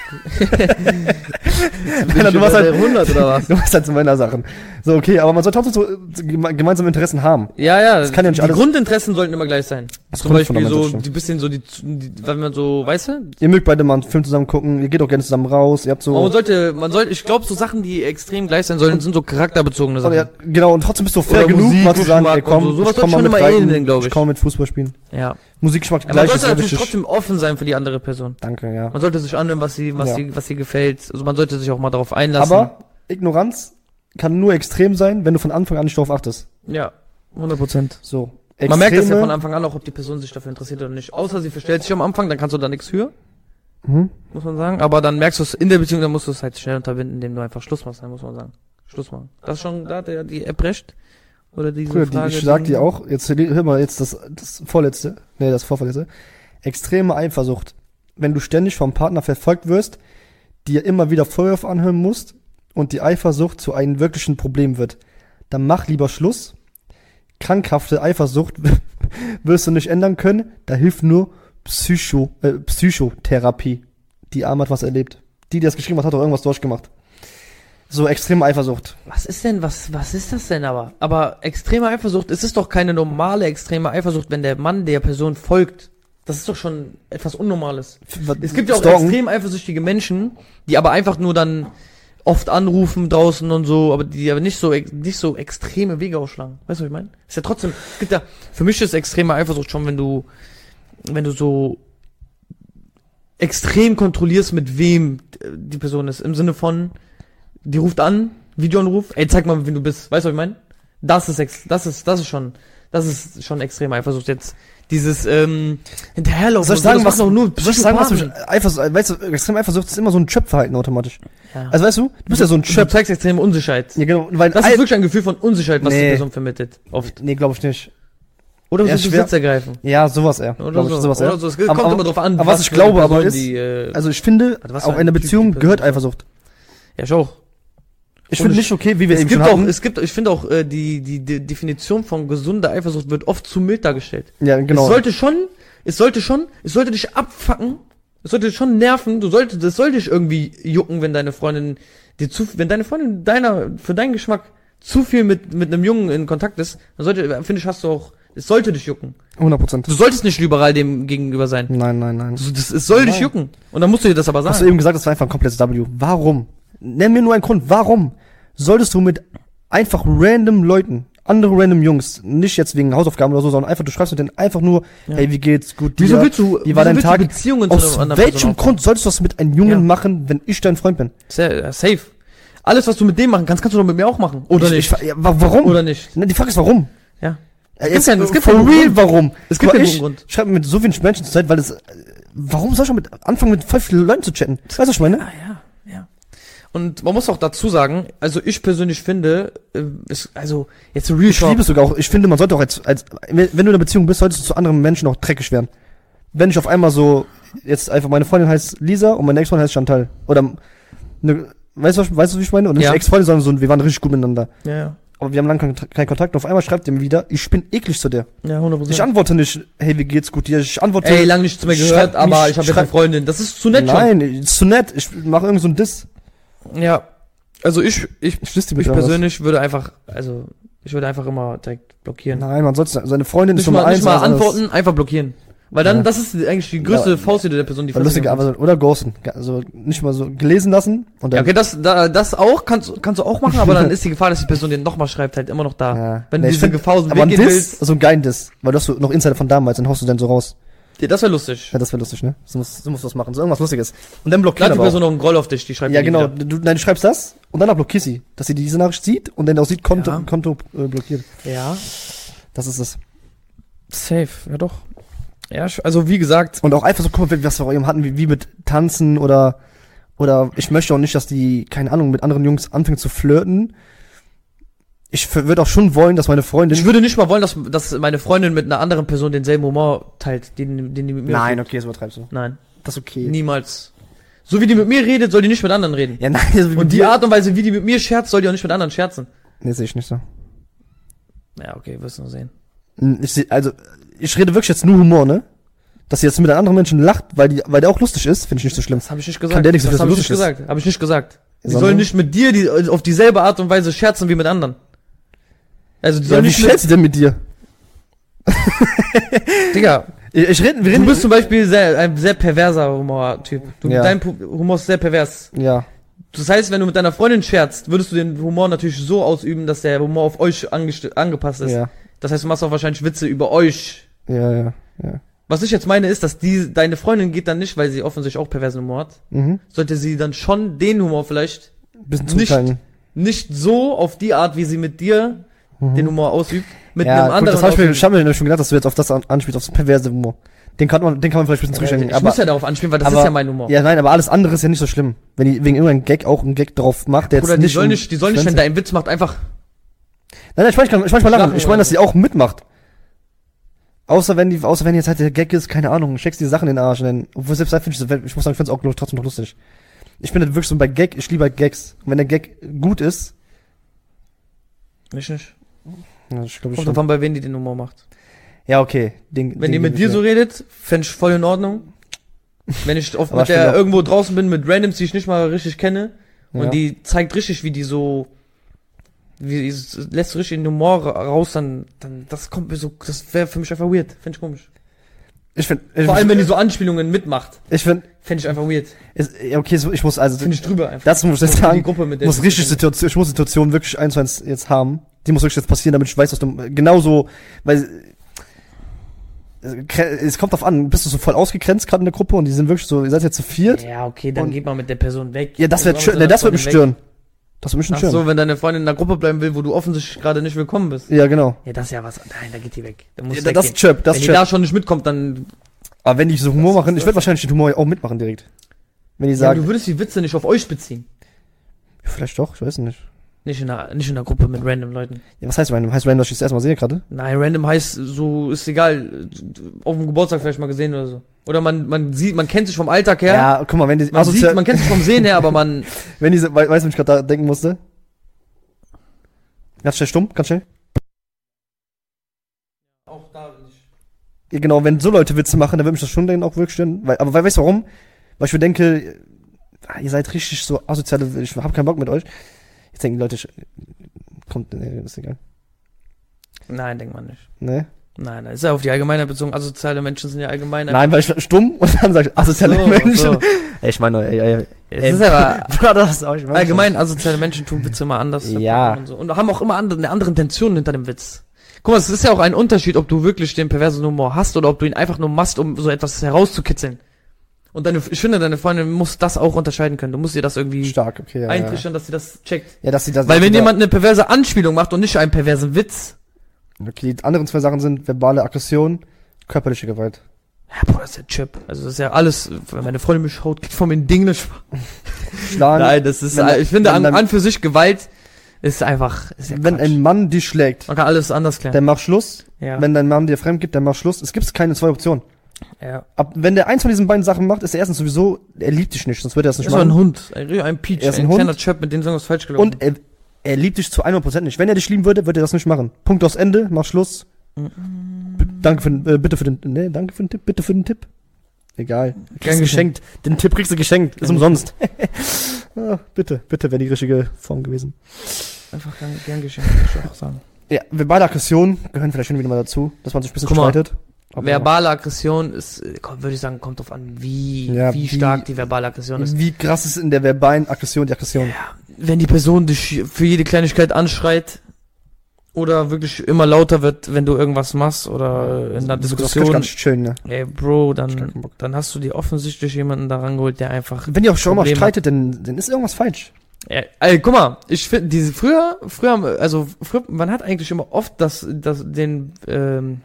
B: Männer, du machst halt,
A: 100 oder was?
B: du machst halt so halt Männersachen. So, okay, aber man sollte trotzdem so äh, geme- gemeinsame Interessen haben.
A: Ja, ja,
B: Das kann ja nicht
A: die
B: alles-
A: Grundinteressen sollten immer gleich sein.
B: Das
A: Zum Beispiel
B: Grundfundament, das
A: so,
B: stimmt.
A: die bisschen so die, die, wenn man so, weißt du?
B: Ihr mögt beide mal einen Film zusammen gucken, ihr geht auch gerne zusammen raus, ihr habt so.
A: Aber Man sollte, man sollte, ich glaube, so Sachen, die extrem gleich sein sollen, sind so charakterbezogene
B: Oder
A: Sachen.
B: ja, genau, und trotzdem bist du fair
A: Oder
B: genug,
A: Musik,
B: mal zu sagen,
A: Geschmack
B: ey, komm,
A: und so. Sowas
B: ich komm
A: sollte
B: mal
A: schon
B: mit
A: immer ähneln,
B: reiten,
A: glaub
B: ich
A: ich.
B: komm mit Fußball spielen.
A: ja.
B: Musikgeschmack
A: Aber man
B: gleich
A: sollte
B: ist ja
A: natürlich
B: wichtig.
A: trotzdem offen sein für die andere Person.
B: Danke, ja.
A: Man sollte sich anhören, was sie, was
B: Ja.
A: sie, was sie gefällt. Also man sollte sich auch mal darauf einlassen.
B: Aber Ignoranz kann nur extrem sein, wenn du von Anfang an nicht darauf achtest.
A: ja, 100 Prozent.
B: So.
A: Man merkt das ja
B: Extreme-
A: von Anfang an auch, ob die Person sich dafür interessiert oder nicht. Außer sie verstellt sich am Anfang, dann kannst du da nichts für,
B: Mhm.
A: muss man sagen. Aber dann merkst du es in der Beziehung, dann musst du es halt schnell unterbinden, indem du einfach Schluss machst, dann muss man sagen. Schluss machen. Das ist schon, da hat er die App recht. Oder diese
B: Bruder,
A: Frage.
B: die, ich sag
A: die-
B: dir auch, jetzt hör mal jetzt das, das vorletzte, nee, das vorvorletzte. Extreme Eifersucht. Wenn du ständig vom Partner verfolgt wirst, dir immer wieder Vorwürfe anhören musst und die Eifersucht zu einem wirklichen Problem wird, dann mach lieber Schluss. Krankhafte Eifersucht wirst du nicht ändern können, da hilft nur Psycho, äh, Psychotherapie. Die Arme hat was erlebt. Die, die das geschrieben hat, hat auch irgendwas durchgemacht. So extreme Eifersucht.
A: Was ist denn, was, was ist das denn aber? Aber extreme Eifersucht, es ist doch keine normale extreme Eifersucht, wenn der Mann der Person folgt. Das ist doch schon etwas Unnormales. Es gibt ja auch
B: Stalken.
A: extrem eifersüchtige Menschen, die aber einfach nur dann oft anrufen draußen und so, aber die aber nicht so, ex- nicht so extreme Wege ausschlagen. Weißt du, was ich meine? Ist ja trotzdem, es gibt ja, für mich ist extreme Eifersucht schon, wenn du, wenn du so extrem kontrollierst, mit wem äh, die Person ist. Im Sinne von, die ruft an, Videoanruf, ey, zeig mal, wen du bist. Weißt du, was ich meine? Das ist, ex das ist, das ist schon, das ist schon extrem Eifersucht jetzt. Dieses, ähm, hinterherlaufen.
B: Soll ich
A: und so, das
B: sagen, was-
A: machen doch nur
B: Soll ich sagen, was
A: Psychopathen.
B: mich Eifersucht, äh, weißt du, extrem Eifersucht ist immer so ein Trap-Verhalten automatisch.
A: Ja.
B: Also weißt du, du bist ja so ein
A: Du
B: Trap.
A: zeigst extreme Unsicherheit.
B: Ja, genau, weil
A: Das ist wirklich ein Gefühl von Unsicherheit, was die
B: Nee.
A: Person vermittelt. Oft.
B: nee, glaube ich nicht.
A: Oder
B: Ja,
A: ja,
B: schwer.
A: Besitz ergreifen.
B: Ja, sowas eher.
A: Oder
B: Glaub ich,
A: so.
B: sowas
A: oder
B: eher.
A: so. Es kommt
B: Aber- aber-
A: immer drauf an.
B: aber was ich
A: für eine
B: glaube aber
A: Person
B: ist,
A: die, äh,
B: Also ich finde,
A: Also was für
B: auch
A: ein
B: in der
A: Typ die
B: Beziehung
A: Person
B: gehört
A: ist.
B: Eifersucht.
A: ja, ich auch.
B: Ich
A: Und
B: finde
A: es-
B: nicht okay, wie wir
A: Es
B: eben
A: gibt
B: schon
A: auch,
B: hatten.
A: es gibt, ich finde auch, äh, die, die, die Definition von gesunder Eifersucht wird oft zu mild dargestellt.
B: Ja, genau.
A: Es sollte schon, es sollte schon, es sollte dich abfacken. Es sollte dich schon nerven. Du solltest, das sollte dich irgendwie jucken, wenn deine Freundin dir zu, wenn deine Freundin deiner, für deinen Geschmack zu viel mit, mit einem Jungen in Kontakt ist, dann sollte, finde ich, hast du auch, es sollte dich jucken.
B: 100 Prozent.
A: Du solltest nicht liberal dem gegenüber sein.
B: Nein, nein, nein.
A: Das, das, es soll dich
B: Nein.
A: jucken. Und dann musst du dir das aber
B: Hast du
A: sagen.
B: eben gesagt, das war einfach ein komplettes W. Warum? Nenn mir nur einen Grund. Warum solltest du mit einfach random Leuten, andere random Jungs, nicht jetzt wegen Hausaufgaben oder so, sondern einfach, du schreibst mit denen einfach nur,
A: Ja.
B: hey, wie geht's, gut, dir?
A: Wieso willst du,
B: wie war dein
A: wieso willst du
B: Tag?
A: Beziehungen
B: Aus
A: zu einer anderen
B: welchem
A: Person
B: Grund solltest du das mit einem Jungen
A: Ja.
B: machen, wenn ich dein Freund bin?
A: aufbauen? Sa- äh, Safe. Alles, was du mit dem machen kannst, kannst du doch mit mir auch machen. Oder
B: ich,
A: nicht?
B: Ich, ja, wa- warum?
A: Oder nicht?
B: Na, die Frage ist, warum?
A: Ja.
B: Es
A: gibt keinen- es gibt
B: for
A: keinen
B: real,
A: Grund.
B: warum?
A: Es gibt
B: Guck mal,
A: keinen
B: ich
A: Grund.
B: schreibe mit so vielen Menschen zur Zeit, weil es, äh, warum soll ich schon mit, anfangen mit voll vielen Leuten zu chatten? Weißt du, was ich meine?
A: Ah, ja, ja. Und man muss auch dazu sagen, also ich persönlich finde, äh, es, also jetzt Real
B: Ich liebe
A: Talk.
B: es sogar auch. Ich finde, man sollte auch als, als, wenn wenn du in einer Beziehung bist, solltest du zu anderen Menschen auch dreckig werden. Wenn ich auf einmal so, jetzt einfach meine Freundin heißt Lisa und meine Ex-Freundin heißt Chantal. Oder, ne, weißt du, was- weißt du, wie ich meine? Und nicht
A: Ja.
B: Ex-Freundin, sondern so, ein- wir waren richtig gut miteinander.
A: Ja, ja,
B: Aber wir haben lange keinen keinen Kontakt. Und auf einmal schreibt ihr mir wieder, ich bin eklig zu dir.
A: ja, 100%.
B: Ich antworte nicht, hey, wie geht's gut dir? Ich antworte,
A: Ey, lang nichts mehr
B: Schreib
A: gehört,
B: mich-
A: aber ich habe jetzt
B: schreib-
A: eine Freundin. Das ist zu nett
B: nein, ist zu nett. Ich mache irgend so ein Diss.
A: schon. Ja. Also ich, ich,
B: Ich wüsste
A: ich persönlich würde einfach, also ich würde einfach immer direkt blockieren.
B: Nein, man sollte seine Freundin ist
A: nicht
B: Nummer
A: mal,
B: eins. also
A: nicht mal
B: was anderes.
A: antworten, einfach blockieren. Weil dann,
B: Ja.
A: das ist eigentlich die
B: Ja,
A: größte
B: aber-
A: Faust, die du der Person, die
B: War lustig,
A: Faust-
B: aber oder ghosten. Also nicht mal so gelesen lassen und
A: Ja,
B: dann.
A: okay, das, da, das auch kannst, kannst du auch machen, aber dann ist die Gefahr, dass die Person dir nochmal schreibt, halt immer noch da.
B: Ja.
A: Wenn
B: Nee,
A: du
B: ich
A: diese
B: find-
A: Gefahr aus dem
B: Aber ein
A: Weg gehen
B: Diss,
A: willst,
B: so ein geilen Diss, weil du hast so noch Insider von damals, dann haust du dann so raus.
A: Ja, das wäre lustig.
B: Ja, das wäre lustig, ne? So musst, so musst du was machen, so irgendwas Lustiges. Und dann
A: Klar,
B: blockieren
A: hat die
B: aber auch.
A: Person noch einen Groll auf dich, die schreibt
B: Ja,
A: dir
B: genau.
A: wieder.
B: Du, nein, du schreibst das und danach blockierst sie, dass sie diese Nachricht sieht und dann auch sieht, Konto,
A: Ja.
B: Konto äh, blockiert.
A: Ja,
B: Das ist es.
A: safe, ja doch. Ja, sch- also wie gesagt,
B: Und auch einfach so, guck mal, was wir auch eben hatten, wie, wie mit Tanzen oder, oder ich möchte auch nicht, dass die, keine Ahnung, mit anderen Jungs anfängt zu flirten. Ich würde auch schon wollen, dass meine Freundin.
A: ich würde nicht mal wollen, dass, dass meine Freundin mit einer anderen Person denselben Humor teilt, den, den die mit mir
B: nein, okay, das übertreibst du.
A: Nein,
B: Das ist okay.
A: niemals. So wie die mit mir redet, soll die nicht mit anderen reden.
B: Ja, nein, also
A: Und die Art und Weise, wie die mit mir scherzt, soll die auch nicht mit anderen scherzen.
B: Nee, sehe ich nicht so.
A: Ja, okay, wirst du noch sehen.
B: Hm, Ich seh, also, ich rede wirklich jetzt nur Humor, ne? Dass sie jetzt mit einem anderen Menschen lacht, weil, die, weil der auch lustig ist, finde ich nicht so schlimm.
A: Das habe ich nicht gesagt.
B: der nichts
A: das
B: dafür,
A: habe ich
B: dass
A: nicht
B: du lustig
A: gesagt. Habe ich nicht gesagt. Die sollen nicht mit dir die, auf dieselbe Art und Weise scherzen wie mit anderen. Also die
B: Ja,
A: sollen
B: wie
A: nicht mit,
B: schätzt du denn mit dir?
A: Digga,
B: Ich, ich rede, wir
A: du
B: reden.
A: bist zum Beispiel sehr, ein sehr perverser Humor-Typ. Du-
B: Ja.
A: Dein Pu- Humor ist sehr pervers.
B: ja,
A: Das heißt, wenn du mit deiner Freundin scherzt, würdest du den Humor natürlich so ausüben, dass der Humor auf euch angest- angepasst ist.
B: ja,
A: Das heißt, du machst auch wahrscheinlich Witze über euch.
B: ja, ja, ja.
A: Was ich jetzt meine ist, dass die, deine Freundin geht dann nicht, weil sie offensichtlich auch perversen Humor hat.
B: Mhm.
A: Sollte sie dann schon den Humor vielleicht
B: Bisschen
A: Nicht-
B: zuteilen.
A: nicht so auf die Art, wie sie mit dir
B: Mhm.
A: den Humor ausübt, mit
B: ja,
A: einem anderen
B: Gut, das habe ich mir
A: ausübt.
B: ich hab mir nämlich schon gedacht, dass du jetzt auf das an- anspielst, auf das perverse Humor. Den kann man, den kann man vielleicht ein bisschen zuschenken.
A: Ich
B: aber,
A: muss ja darauf anspielen, weil das
B: aber-
A: ist ja mein Humor.
B: ja, nein, aber alles andere ist ja nicht so schlimm. Wenn die wegen irgendeinem Gag auch einen Gag drauf macht, der jetzt
A: Oder die
B: nicht.
A: soll
B: um
A: nicht, die soll nicht, wenn
B: Schwänze-
A: dein Witz macht, einfach.
B: Nein, nein, ich meine, ich meine, mal lachen.
A: Lachen
B: Ich
A: oder
B: meine, dass
A: so.
B: sie auch mitmacht. Außer wenn die, außer wenn jetzt halt der Gag ist, keine Ahnung, steckst die Sachen in den Arsch, und dann, obwohl selbst da finde ich, so- ich muss sagen, ich finde es auch glaub ich, trotzdem noch lustig. Ich bin halt wirklich so bei Gag, ich liebe halt Gags. Und wenn der Gag gut ist,
A: Nicht, nicht.
B: ja, ich glaube ich
A: Kommt
B: schon.
A: davon, bei wem die den Humor macht.
B: Ja, okay. Den,
A: Wenn
B: den
A: die mit dir
B: gebe ich
A: so redet, fänd ich voll in Ordnung. Wenn ich oft
B: Aber
A: mit
B: stimmt
A: der
B: auch.
A: irgendwo draußen bin, mit Randoms, die ich nicht mal richtig kenne,
B: Ja.
A: und die zeigt richtig, wie die so, wie, lässt richtig den Humor ra- raus, dann, dann, das kommt mir so, das wäre für mich einfach weird. Fänd ich komisch.
B: Ich finde,
A: Vor allem, wenn die so Anspielungen mitmacht,
B: ich finde,
A: fänd ich einfach weird.
B: okay, so, ich muss also,
A: Find ich drüber einfach.
B: das muss ich
A: Und Die
B: sagen,
A: Gruppe mit der
B: muss
A: ich-
B: richtig Situation, ich muss Situation wirklich eins zu eins jetzt haben. Die muss wirklich jetzt passieren, damit ich weiß, dass du genauso, weil äh, krä- es kommt drauf an, bist du so voll ausgegrenzt gerade in der Gruppe und die sind wirklich so, ihr seid jetzt zu viert.
A: Ja, okay, dann
B: Und-
A: geht man mit der Person weg.
B: Ja, das wird
A: Warum
B: schön,
A: soll
B: ne, das wird
A: von
B: mich
A: ihm weg?
B: stören. Das wird mich schon
A: Ach so,
B: stören.
A: wenn deine Freundin in einer Gruppe bleiben will, wo du offensichtlich gerade nicht willkommen bist.
B: Ja, genau.
A: Ja, das ist ja was. Nein, da geht die weg. Da muss
B: Ja,
A: die
B: das
A: weggehen.
B: chirp, das
A: wenn die
B: chirp.
A: da schon nicht mitkommt, dann.
B: Aber wenn die so Humor machen, ich würde wahrscheinlich den Humor auch mitmachen direkt. Wenn die
A: Ja, du
B: sagen,
A: würdest die Witze nicht auf euch beziehen.
B: vielleicht doch, ich weiß nicht.
A: Nicht in einer, nicht in einer Gruppe mit random Leuten.
B: Ja, was heißt random? Heißt random, dass ich das erstmal sehe gerade?
A: Nein, random heißt so, ist egal. Auf dem Geburtstag vielleicht mal gesehen oder so. Oder man, man sieht, man kennt sich vom Alltag her.
B: Ja, guck mal, wenn die,
A: Man,
B: assozi-
A: sieht, man kennt sich vom Sehen her, aber man.
B: Wenn diese, we weißt du, wenn ich gerade da denken musste? Ganz schnell stumm, ganz schnell.
A: Auch da bin ich.
B: Ja, genau, wenn so Leute Witze machen, dann würde mich das schon dann auch wirklich stören. Weil, aber weil, weißt du warum? Weil ich mir denke, ah, ihr seid richtig so asoziale, ich hab keinen Bock mit euch. Jetzt denken die Leute, ich- kommt, nee, ist egal.
A: Nein, denkt man nicht.
B: Ne?
A: Nein, das ist ja auf die Allgemeinheit bezogen. Asoziale Menschen sind ja allgemein.
B: Nein, weil ich stumm und dann sag ich asoziale
A: so,
B: Menschen.
A: so.
B: Ey, ich meine, ey, ey,
A: Es ist aber
B: Bruder, das ist auch, ich meine,
A: Allgemein, asoziale Menschen tun Witze immer anders.
B: Ja.
A: Und, so. und haben auch immer andere, eine andere Intention hinter dem Witz. Guck mal, es ist ja auch ein Unterschied, ob du wirklich den perversen Humor hast oder ob du ihn einfach nur machst, um so etwas herauszukitzeln. Und deine, ich finde, deine Freundin muss das auch unterscheiden können. Du musst ihr das irgendwie
B: stark, okay. Ja, ja.
A: eintrichtern, dass sie das checkt.
B: ja, dass sie das
A: Weil wenn
B: dass-
A: jemand eine perverse Anspielung macht und nicht einen perversen Witz,
B: Okay, die anderen zwei Sachen sind verbale Aggression, körperliche Gewalt.
A: ja, boah, das ist ja Chip. Also das ist ja alles, wenn meine Freundin mich haut, geht von mir ein Ding nicht.
B: Schlagen,
A: Nein, das ist,
B: wenn-
A: ich finde,
B: wenn
A: an,
B: dann-
A: an für sich Gewalt ist einfach, ist ja
B: wenn
A: Quatsch.
B: ein Mann dich schlägt,
A: Man kann alles anders klären.
B: dann mach Schluss.
A: ja.
B: Wenn dein Mann dir fremd gibt, dann mach Schluss. Es gibt keine zwei Optionen.
A: ja.
B: Ab, wenn der eins von diesen beiden Sachen macht, ist er erstens sowieso, er liebt dich nicht, sonst würde er das nicht
A: Er ist doch ein
B: machen.
A: Hund, ein, ein Peach,
B: Er
A: ein,
B: ist ein Hund.
A: kleiner Chöp, mit dem ist was falsch gelaufen.
B: Und er, er liebt dich zu 100% nicht. Wenn er dich lieben würde, würde er das nicht machen. Punkt aus Ende, mach Schluss. B danke für den, äh, bitte für den, nee, danke für den Tipp, bitte für den Tipp. Egal. Kriegst
A: Gern
B: du geschenkt. Den Tipp kriegst du geschenkt. Ist
A: Gern
B: umsonst. ah, bitte, bitte, wäre die richtige Form gewesen.
A: einfach gern, gern geschehen, würde ich auch sagen.
B: Ja, verbale Aggression gehören vielleicht schon wieder mal dazu, dass man sich ein bisschen
A: Guck mal,
B: streitet. Aber-
A: Verbale Aggression ist, äh, kommt, würde ich sagen, kommt drauf an, wie,
B: Ja,
A: wie
B: wie-
A: stark die verbale Aggression ist.
B: Wie krass ist in der verbalen Aggression die Aggression?
A: Wenn die Person dich für jede Kleinigkeit anschreit oder wirklich immer lauter wird, wenn du irgendwas machst oder äh, in einer
B: Das ist
A: Diskussion,
B: ganz schön, ne?
A: ey Bro,
B: Hab ich keinen
A: dann,
B: Bock.
A: dann hast du dir offensichtlich jemanden daran geholt, der einfach
B: Wenn ihr auch schon mal
A: Probleme.
B: streitet, dann, dann ist irgendwas falsch.
A: Ja, ey, guck mal, ich finde diese früher, früher, haben- also früher, man hat eigentlich immer oft das, das den, ähm,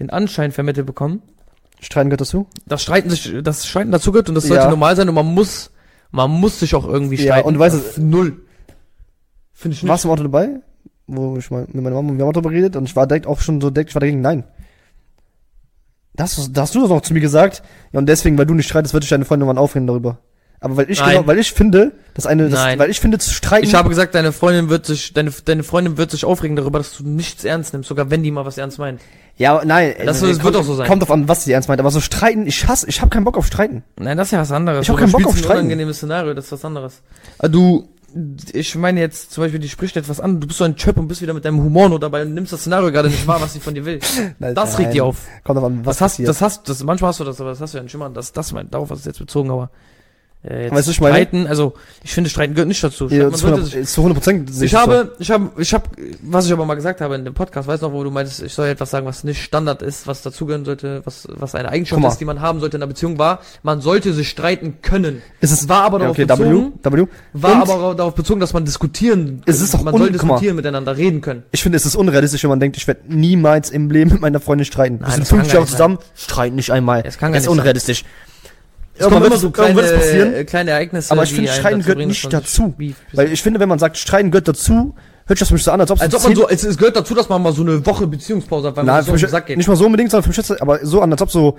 A: den Anschein vermittelt bekommen,
B: Streiten gehört dazu.
A: dass Streiten sich, dass Streiten dazugehört und das sollte
B: Ja.
A: normal sein und man muss, man muss sich auch irgendwie streiten.
B: Ja, und du weißt es,
A: null. Finde ich nicht.
B: warst du im Auto dabei? Wo ich mal mit meiner Mama und wir haben darüber geredet und ich war direkt auch schon so direkt, ich war dagegen, nein. Das, da hast du das noch zu mir gesagt. Ja, und deswegen, weil du nicht streitest, wird sich deine Freundin irgendwann aufregen darüber. Aber weil ich
A: Nein.
B: genau, weil ich finde, dass eine, das,
A: Nein.
B: weil ich finde, zu streiten.
A: Ich habe gesagt, deine Freundin wird sich, deine, deine Freundin wird sich aufregen darüber, dass du nichts ernst nimmst, sogar wenn die mal was ernst meint.
B: ja, aber nein.
A: Das,
B: äh,
A: das
B: kommt,
A: wird auch so sein.
B: kommt drauf an, was sie ernst meint. Aber so streiten, ich hasse, ich habe keinen Bock auf streiten.
A: Nein, das ist ja was anderes.
B: Ich hab
A: Du
B: keinen Bock
A: spielst
B: auf
A: ein
B: Streiten.
A: unangenehmes Szenario, das ist was anderes. Ah, Du, ich meine jetzt zum Beispiel, die spricht etwas an, du bist so ein Chöp und bist wieder mit deinem Humor nur dabei und nimmst das Szenario gerade nicht wahr, was sie von dir will.
B: Nein,
A: Das regt
B: nein.
A: die auf.
B: Kommt drauf an, was
A: das hast,
B: passiert.
A: das hast, das, manchmal hast du das, aber das hast du ja nicht immer. Das, das mein, darauf hast du jetzt bezogen, aber, äh, jetzt
B: Weißt du, ich meine-
A: streiten, also, ich finde, streiten gehört nicht dazu.
B: Ja,
A: Man
B: zu
A: sollte sich-
B: 100%, zu 100 Prozent
A: ich habe, ich habe, ich habe, was ich aber mal gesagt habe in dem Podcast, weißt du noch, wo du meintest, ich soll etwas sagen, was nicht Standard ist, was dazugehören sollte, was, was eine Eigenschaft
B: Guck mal.
A: ist, die man haben sollte in einer Beziehung, war, man sollte sich streiten können.
B: Ist es
A: war aber
B: ja,
A: darauf
B: okay, W,
A: bezogen,
B: W.
A: war
B: Und-
A: aber darauf bezogen, dass man diskutieren,
B: Es ist doch
A: man soll
B: un- guck mal.
A: diskutieren miteinander, reden können.
B: Ich finde, es ist unrealistisch, wenn man denkt, ich werde niemals im Leben mit meiner Freundin streiten.
A: Nein,
B: Wir sind
A: das kann
B: fünf
A: gar
B: Jahre
A: nicht
B: zusammen, streiten nicht einmal.
A: Es kann gar
B: ist
A: nicht sein.
B: unrealistisch.
A: Es kommen immer
B: wird's-
A: so
B: irgendwann
A: kleine,
B: wird's
A: äh, kleine Ereignisse,
B: Aber ich
A: die
B: finde,
A: einen
B: Streiten
A: dazu
B: gehört
A: bringen, dass
B: nicht
A: man sich
B: dazu.
A: beef-
B: Weil ich finde, wenn man sagt, streiten gehört dazu, hört sich das für mich so an, als ob es
A: als ob man so, es, es gehört dazu, dass man mal so eine Woche Beziehungspause hat, weil
B: na,
A: man so
B: für
A: auf
B: mich,
A: den Sack geht.
B: nicht mal so unbedingt, sondern für mich hört sich aber so an, als ob so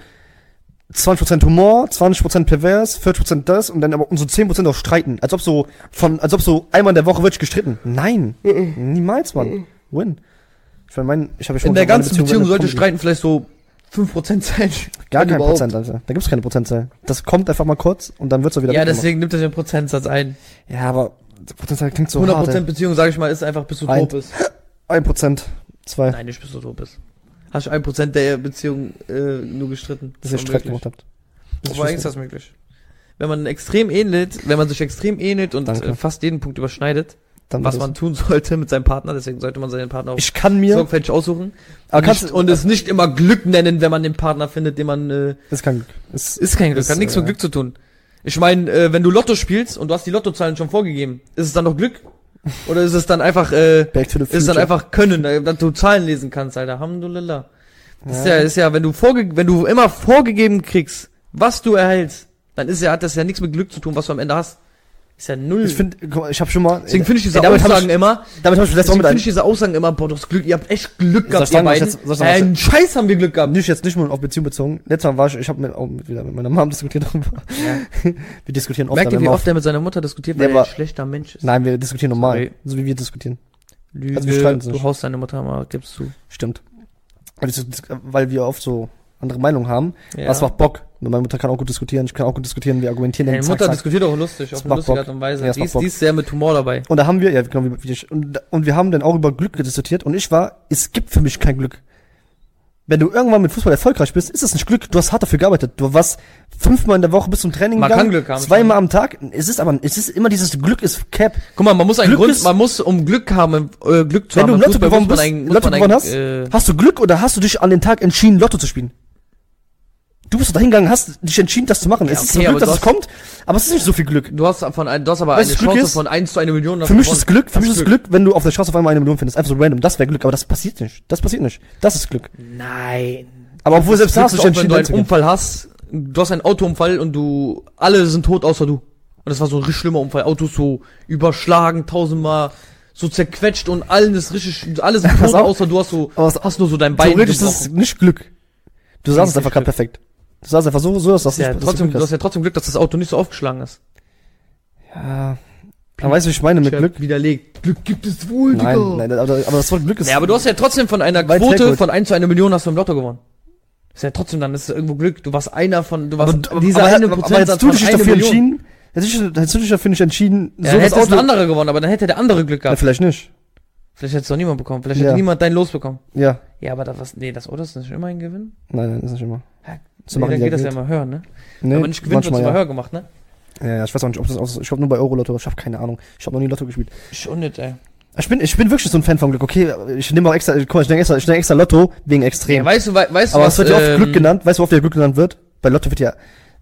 B: 20% Humor, 20% pervers, 40% das und dann aber und so 10% auf Streiten. Als ob so von, als ob so einmal in der Woche wird gestritten. Nein. niemals, Mann. Win. Ich meine, mein, ich habe ja schon
A: In der
B: meine
A: ganzen Beziehung
B: wenn eine
A: sollte
B: Kombi-
A: Streiten vielleicht so 5% sein.
B: Gar
A: wenn
B: kein
A: überhaupt.
B: Prozent, Alter. Da gibt's keine Prozentzahl. Das kommt einfach mal kurz und dann wird's auch wieder
A: Ja,
B: weggemacht.
A: deswegen nimmt er den Prozentsatz ein.
B: Ja, aber der Prozentzahl klingt so
A: 100%
B: hart. ey.
A: Beziehung, sage ich mal, ist einfach, bis du
B: Ein-
A: tot bist.
B: 1%, 2,
A: Nein, nicht bis du tot bist. Hast du 1% der Beziehung äh, nur gestritten.
B: dass ihr Streit gemacht habt. Das ist
A: Aber eigentlich ist
B: schwierig.
A: das möglich. Wenn man extrem ähnelt, wenn man sich extrem ähnelt und
B: Danke.
A: äh, fast jeden Punkt überschneidet,
B: Dann
A: was
B: wird
A: man tun sollte mit seinem Partner, deswegen sollte man seinen Partner auch
B: das- Ich kann mir...
A: sorgfältig aussuchen.
B: Aber
A: nicht,
B: kannst,
A: und es nicht immer Glück nennen, wenn man den Partner findet, den man äh,
B: ist kein Glück. Ist,
A: Ist kein Glück,
B: Ist,
A: hat nichts
B: äh,
A: mit Glück zu tun. Ich meine, äh, wenn du Lotto spielst und du hast die Lottozahlen schon vorgegeben, ist es dann noch Glück? Oder ist es dann einfach, äh,
B: Back to the
A: ist es dann
B: Future.
A: einfach Können, äh, dass du Zahlen lesen kannst, Alter. Alhamdulillah. Das ist ja,
B: Ja.
A: ist ja, wenn du vorge wenn du immer vorgegeben kriegst, was du erhältst, dann ist ja, hat das ja nichts mit Glück zu tun, was du am Ende hast. Ist ja null.
B: Ich finde, guck mal, ich habe schon mal...
A: deswegen finde ich diese
B: Ey, damit hab
A: Aussagen immer,
B: ich, damit hab ich letztes
A: deswegen
B: Mal mit
A: finde
B: einem...
A: ich diese Aussagen immer, boah, du hast Glück, ihr habt echt Glück
B: Soll
A: gehabt,
B: ich
A: ihr
B: sagen, was
A: beiden. Äh,
B: jetzt- soll ich sagen, was
A: Einen Scheiß haben wir Glück gehabt.
B: Nicht jetzt nicht mal auf Beziehung bezogen. Letztes Mal war ich, ich habe mit, auch mit, wieder mit meiner Mom diskutiert darüber. Wir diskutieren oft.
A: Merkt ihr,
B: aber
A: wie
B: immer
A: oft er mit seiner Mutter diskutiert,
B: Nee,
A: weil er ein
B: aber-
A: schlechter Mensch ist?
B: Nein, wir diskutieren normal.
A: Sorry.
B: So wie wir diskutieren.
A: Lüge,
B: Also wir streiten uns
A: du
B: nicht.
A: haust deine Mutter mal, gibst du.
B: Stimmt. Weil wir dis- Weil wir oft so andere Meinungen haben.
A: Ja.
B: Das macht Bock. Meine Mutter kann auch gut diskutieren, ich kann auch gut diskutieren, wir argumentieren
A: Deine
B: dann
A: Mutter diskutiert auch lustig, auf
B: Das
A: eine
B: macht
A: lustige
B: Bock.
A: Art und Weise.
B: Ja, das
A: die,
B: macht
A: ist,
B: Bock.
A: die ist sehr mit Humor dabei.
B: Und da haben wir, ja, genau, wie, wie, und, und wir haben dann auch über Glück diskutiert und ich war, es gibt für mich kein Glück. Wenn du irgendwann mit Fußball erfolgreich bist, ist es nicht Glück. Du hast hart dafür gearbeitet. Du warst fünfmal in der Woche bis zum Training
A: Man kann Glück haben,
B: zweimal am Tag. Es ist aber, es ist immer dieses Glück ist Cap.
A: Guck mal, man muss einen
B: Glück
A: Grund,
B: ist-
A: man muss, um Glück haben, äh, Glück zu
B: Wenn
A: haben.
B: du im
A: im
B: Lotto
A: Fußball
B: gewonnen
A: muss
B: bist,
A: man einen- muss
B: Lotto
A: man
B: gewonnen
A: einen,
B: hast,
A: äh,
B: hast du Glück oder hast du dich an den Tag entschieden, Lotto zu spielen? Du bist dahin gegangen, hast dich entschieden, das zu machen. es ist
A: okay,
B: zwar
A: aber
B: Glück, dass
A: du hast-
B: es kommt, aber es ist nicht so viel Glück.
A: Du hast von ein, du hast aber
B: Weißt
A: eine
B: du, Glück
A: Chance
B: ist-
A: von 1 zu 1 Million. dass
B: Für
A: du
B: mich ist
A: gewonnen
B: Glück, für
A: Das
B: mich ist Glück, wenn du auf der Straße auf einmal eine Million findest. Einfach so random, das wäre Glück, aber das passiert nicht. Das passiert nicht. Das ist Glück.
A: hast. Nein.
B: Aber obwohl selbst da
A: Das
B: hast du
A: ist
B: dich
A: auch, wenn
B: entschieden,
A: du einen
B: hinzugehen.
A: Unfall hast, du hast einen Autounfall und du, alle sind tot außer du. Und das war so ein richtig schlimmer Unfall. Autos so überschlagen, tausendmal so zerquetscht und allen ist richtig, alle sind
B: Pass
A: tot
B: auf.
A: außer du hast so,
B: Aber es-
A: hast nur so dein Bein
B: Theoretisch ist es nicht Glück. Du saßt es einfach gerade perfekt. Du saßt einfach so, so dass das
A: ja,
B: dass
A: trotzdem,
B: Glück
A: du hast
B: hast.
A: ja trotzdem Glück, dass das Auto nicht so aufgeschlagen ist. Ah.
B: Ja. Aber weißt du, wie ich meine mit
A: Chef
B: Glück?
A: widerlegt. Glück gibt es wohl,
B: Nein, nein, aber, aber das Wort Glück ist.
A: Ja, aber du hast ja trotzdem von einer
B: Weit
A: Quote
B: hergeholt.
A: von 1 zu 1 Million hast du im Lotto gewonnen. Ist ja trotzdem dann, ist ja irgendwo Glück. Du warst einer von, du warst
B: aber, aber, aber, aber, aber hättest du dich nicht dafür entschieden? Hättest du, hättest du dich dafür nicht entschieden,
A: Ja,
B: so
A: dann hätte es ein anderer gewonnen, aber dann hätte der andere Glück
B: Ja,
A: gehabt.
B: vielleicht nicht.
A: Vielleicht hätte es doch niemand bekommen. Vielleicht
B: Ja.
A: hätte niemand dein Los bekommen.
B: Ja.
A: Ja, aber da was, nee, das Auto ist nicht immer ein Gewinn.
B: Nein, nein, ist nicht immer.
A: Hä?
B: So
A: Nee,
B: machen
A: dann
B: die
A: geht das ja
B: Geld.
A: immer höher, ne?
B: Nee,
A: Wenn man nicht gewinnt, wird
B: manchmal,
A: es
B: ja.
A: immer höher gemacht, ne?
B: Ja, ja, ich weiß auch nicht, ob das auch Ich habe nur bei Euro-Lotto, ich habe keine Ahnung. Ich habe noch nie Lotto gespielt.
A: Schon nicht, ey.
B: Ich bin, ich bin wirklich so ein Fan von Glück. Okay, ich nehme auch extra, guck mal, ich nehme extra, ich nehme extra Lotto wegen
A: Ja,
B: extrem.
A: weißt du, wei- weißt du,
B: aber es wird ja oft genau,
A: ähm,
B: Glück genannt. Weißt du, oft der Glück genannt wird? Bei Lotto wird ja,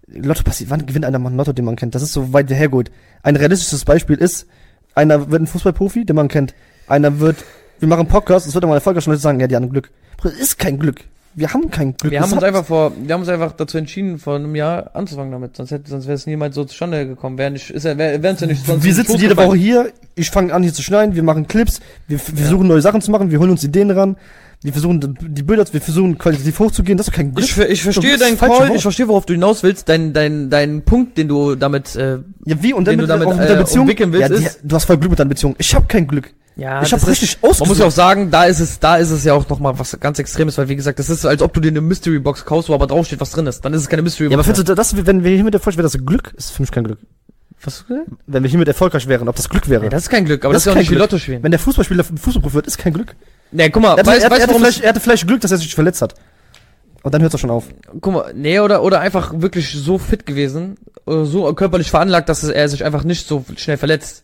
B: Lotto passiert, wann gewinnt einer mal ein Lotto, den man kennt? Das ist so weit hergeholt. Ein realistisches Beispiel ist, einer wird ein Fußballprofi, den man kennt. Einer wird, wir machen Podcast, es wird einmal erfolgreich und Leute sagen, ja, die haben Glück. Bruder, ist kein Glück. Wir haben kein Glück.
A: Wir
B: Das
A: haben uns
B: hat-
A: einfach vor, wir haben uns einfach dazu entschieden, vor einem Jahr anzufangen damit. Sonst hätte, sonst wäre es niemals so zustande gekommen. Wäre nicht, ist ja, wäre, wären es ja nicht sonst.
B: wir
A: auf den
B: sitzen
A: Schoß
B: jede
A: gefallen.
B: Woche hier, ich fange an hier zu schneiden, wir machen Clips, wir f- wir versuchen neue Sachen zu machen, wir holen uns Ideen ran. Wir versuchen die Bilder, wir versuchen qualitativ hochzugehen, das ist doch kein
A: Ich, ver- ich verstehe
B: Das ist
A: deinen
B: das falsche
A: Call,
B: Wort.
A: ich verstehe, worauf du hinaus willst, deinen dein, dein Punkt, den du damit. Äh,
B: Ja, wie? Und
A: Den
B: dann
A: du
B: mit,
A: damit,
B: auch mit
A: äh,
B: der Beziehung?
A: umwickeln willst,
B: ja, die,
A: ist-
B: du hast voll Glück mit deiner Beziehung. Ich habe kein Glück.
A: ja,
B: ich habe
A: das
B: richtig
A: Man muss
B: ausgesucht.
A: ja auch sagen, da ist es, da ist es ja auch nochmal was ganz Extremes, weil wie gesagt, das ist, als ob du dir eine Mystery Box kaufst, wo aber draufsteht, was drin ist. Dann ist es keine Mystery
B: ja, aber
A: Box.
B: findest du, das, wenn wir hier mit erfolgreich wären, das Glück? Ist für mich kein Glück.
A: was, nee,
B: Wenn wir hiermit erfolgreich wären, ob das Glück wäre.
A: das ist kein Glück, aber das, ist
B: Das
A: ja auch
B: ist
A: nicht
B: kein
A: wie Lotto spielen.
B: wenn der Fußballspieler Fußballprofi wird, ist kein Glück.
A: Nee, guck mal,
B: Er,
A: weißt,
B: hatte, er,
A: weißt,
B: er, hatte
A: warum
B: vielleicht, er hatte vielleicht Glück, dass er sich verletzt hat. Und dann hört es schon auf.
A: guck mal, nee, oder, oder einfach wirklich so fit gewesen, oder so körperlich veranlagt, dass er sich einfach nicht so schnell verletzt.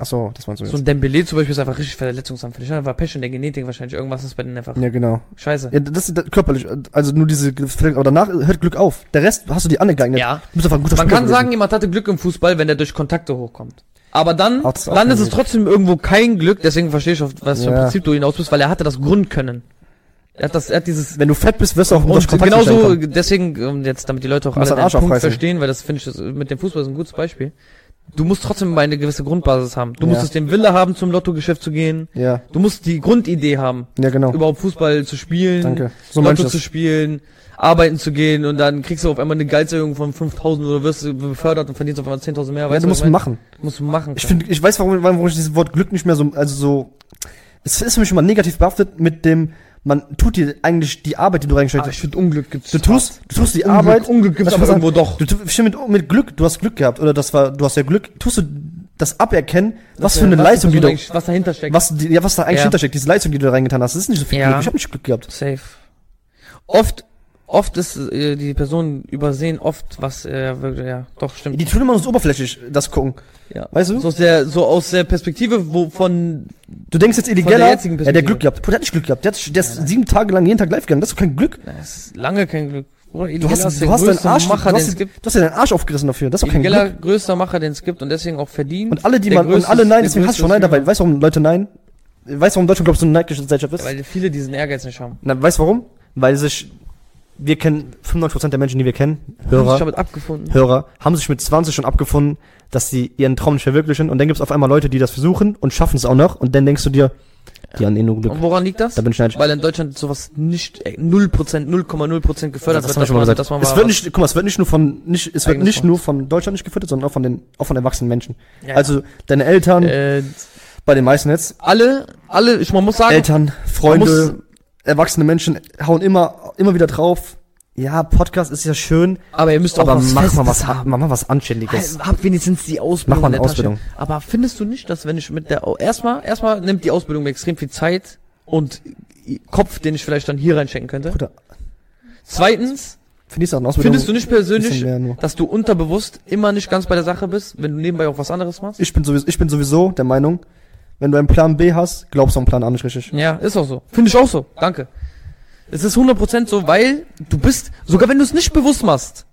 B: Ach so, das meinst du
A: So
B: jetzt.
A: ein Dembele zum Beispiel ist einfach richtig verletzungsanfällig. ne? Einfach Pech in der Genetik wahrscheinlich, irgendwas ist bei denen einfach
B: ja, genau.
A: scheiße.
B: Ja, das ist das- körperlich, also nur diese, aber danach hört Glück auf. Der Rest hast du dir angeeignet.
A: Ja.
B: Du bist einfach ein guter
A: Man
B: Spieler
A: kann
B: gewesen.
A: sagen, jemand hatte Glück im Fußball, wenn er durch Kontakte hochkommt. Aber dann,
B: Hat es auch
A: dann ist
B: kein
A: es
B: Glück.
A: trotzdem irgendwo kein Glück, deswegen verstehe ich, auf was für ein
B: Ja.
A: Prinzip du hinaus bist, weil er hatte das Grundkönnen. Er hat das, er hat dieses,
B: wenn du fett bist, wirst du auch
A: und
B: Kontaktmittel
A: genauso,
B: kommen.
A: deswegen, um jetzt, damit die Leute auch
B: Musst
A: alle
B: deinen
A: deinen
B: Arsch
A: Punkt
B: aufreißen.
A: verstehen, weil das finde ich, das, mit dem Fußball ist ein gutes Beispiel. Du musst trotzdem mal eine gewisse Grundbasis haben. Du
B: Ja.
A: musstest den Wille haben, zum Lottogeschäft zu gehen.
B: Ja,
A: Du musst die Grundidee haben,
B: ja, genau.
A: überhaupt Fußball zu spielen.
B: Danke. So meinst
A: Lotto
B: du
A: zu
B: das.
A: spielen, arbeiten zu gehen und dann kriegst du auf einmal eine Gehaltserhöhung von 5000 oder wirst du befördert und verdienst auf einmal 10.000 mehr.
B: Ja, du
A: was
B: musst
A: ich meine?
B: machen.
A: musst du machen.
B: Ich
A: können.
B: finde, ich weiß, warum, warum ich dieses Wort Glück nicht mehr so, also so, es ist für mich immer negativ behaftet mit dem, man tut dir eigentlich die Arbeit, die du reingesteckt
A: Aber
B: hast.
A: Ah, ich finde Unglück gibt's.
B: Du tust, du tust die
A: Unglück,
B: Arbeit.
A: Unglück gibt's
B: Lass
A: aber
B: mal sagen,
A: irgendwo doch.
B: Du, tu- stimmt, mit, mit Glück, du hast Glück gehabt, oder das war, du hast ja Glück, tust du das aberkennen, was für eine Leistung, die
A: du,
B: du,
A: was dahinter steckt.
B: was, die, ja, was da eigentlich
A: Ja.
B: hintersteckt, diese Leistung, die du da reingetan hast, das ist nicht so viel
A: Ja.
B: Glück, ich habe nicht Glück gehabt.
A: Safe. Oft, oft ist äh, die Personen übersehen oft was, äh, wirklich, ja, doch stimmt.
B: Die tun immer nur so oberflächlich, das gucken.
A: ja.
B: Weißt du?
A: So aus der, so aus der Perspektive, wo von
B: Du denkst jetzt
A: Von der
B: illegaler,
A: jetzigen
B: ja, der
A: Perspektive.
B: Glück gehabt. Puh, Der hat nicht Glück gehabt. Der, hat, der ist sieben Tage lang jeden Tag live gegangen. Das ist doch kein Glück.
A: na, es ist lange kein Glück. Oder
B: Du hast,
A: der
B: du hast deinen
A: größte
B: Arsch,
A: Macher,
B: du
A: den
B: hast,
A: es
B: dir-
A: gibt.
B: du hast dir deinen Arsch aufgerissen dafür. Das ist doch kein
A: Geller,
B: Glück.
A: größter Macher, den es gibt und deswegen auch verdient.
B: Und alle, die
A: der
B: man, und
A: größte-
B: alle nein,
A: der
B: deswegen hasse
A: größte
B: ich schon nein dabei.
A: Streamer.
B: Weißt du, warum Leute nein? Weißt du, warum Deutschland, glaubst du, eine Neidgesellschaft ist?
A: Weil viele diesen Ehrgeiz nicht haben.
B: Na, weißt du warum? Weil sich, wir kennen, 95% der Menschen, die wir kennen,
A: Haben sich
B: Hörer,
A: damit abgefunden.
B: Hörer, haben sich mit 20 schon abgefunden, dass sie ihren Traum nicht verwirklichen. Und dann gibt es auf einmal Leute, die das versuchen und schaffen es auch noch. Und dann denkst du dir, die haben eh nur Glück.
A: Und woran liegt das?
B: Da bin ich neidisch.
A: Weil in Deutschland sowas nicht äh, ey, 0%, 0,0% gefördert
B: das
A: wird.
B: haben wir schon
A: dass man-
B: mal gesagt.
A: dass man
B: es
A: mal
B: wird
A: was-
B: nicht, guck mal, es wird nicht nur von, nicht, es wird
A: Eigenes
B: nicht
A: machen.
B: nur von Deutschland nicht gefördert, sondern auch von den, auch von erwachsenen Menschen.
A: Ja.
B: Also deine Eltern,
A: äh,
B: bei den meisten jetzt,
A: alle, alle, ich man muss sagen,
B: Eltern, Freunde, erwachsene Menschen hauen immer, immer wieder drauf. Ja, Podcast ist ja schön,
A: aber ihr müsst auch
B: aber
A: was
B: mach
A: Festes
B: mal was,
A: haben.
B: mach mal was Anständiges.
A: Halt, Hab wenigstens die Ausbildung.
B: Mach mal
A: in
B: eine
A: der Tasche.
B: Ausbildung.
A: Aber findest du nicht, dass wenn ich mit der Au- erstmal erstmal nimmt die Ausbildung mir extrem viel Zeit und Kopf, den ich vielleicht dann hier reinschenken könnte.
B: Bruder,
A: Zweitens,
B: findest du auch eine Ausbildung?
A: findest du nicht
B: bisschen
A: persönlich,
B: mehr nur.
A: dass du unterbewusst immer nicht ganz bei der Sache bist, wenn du nebenbei auch was anderes machst?
B: Ich bin sowieso, ich bin sowieso der Meinung, wenn du einen Plan B hast, glaubst du am Plan A nicht richtig.
A: Ja, ist auch so. Finde ich auch so. Danke. Es ist 100% so, weil du bist, sogar wenn du es nicht bewusst machst,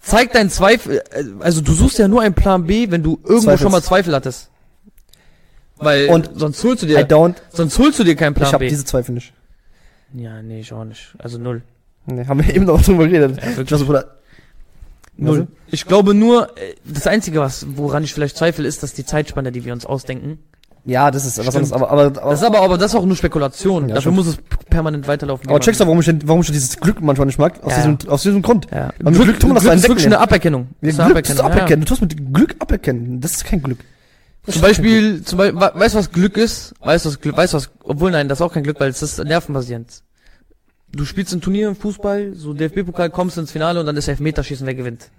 A: zeigt dein Zweifel, äh, also du suchst ja nur einen Plan B, wenn du irgendwo
B: Zweifelst.
A: schon mal Zweifel hattest. Weil
B: Und
A: sonst holst du
B: I
A: dir,
B: don't,
A: sonst holst du dir keinen Plan
B: ich habe
A: B.
B: diese Zweifel nicht.
A: Ja, nee, ich auch nicht. Also null.
B: Nee, haben wir eben noch drüber geredet.
A: Ja,
B: Ich war so, Bruder, Also,
A: Null. Also, Ich glaube nur, äh, das Einzige, was, woran ich vielleicht zweifle, ist, dass die Zeitspanne, die wir uns ausdenken.
B: ja, das ist was
A: Stimmt.
B: anderes, aber, aber, aber
A: Das ist aber, aber das ist auch nur Spekulation.
B: Ja,
A: Dafür
B: stimmt.
A: muss es permanent weiterlaufen. wie
B: Aber
A: man-
B: checkst du, warum ich, denn- warum ich dieses Glück manchmal nicht mag? Aus,
A: genau Ja,
B: diesem, aus diesem Grund.
A: ja.
B: Aber mit Glück tun wir
A: Glück ist
B: das entdecken
A: wirklich
B: jetzt.
A: eine Aberkennung.
B: Wir
A: Ist
B: Glück, das ist
A: ja.
B: aberkennen. Du tust mit Glück aberkennen. Das ist kein Glück. Das
A: Zum
B: ist kein Glück.
A: Beispiel, zum Beispiel, weißt du, was Glück ist? Weißt du, was Glück, weißt du, was, obwohl nein, das ist auch kein Glück, weil es ist nervenbasierend. Du spielst ein Turnier im Fußball, so DFB-Pokal, kommst ins Finale und dann ist Elfmeterschießen, wer gewinnt.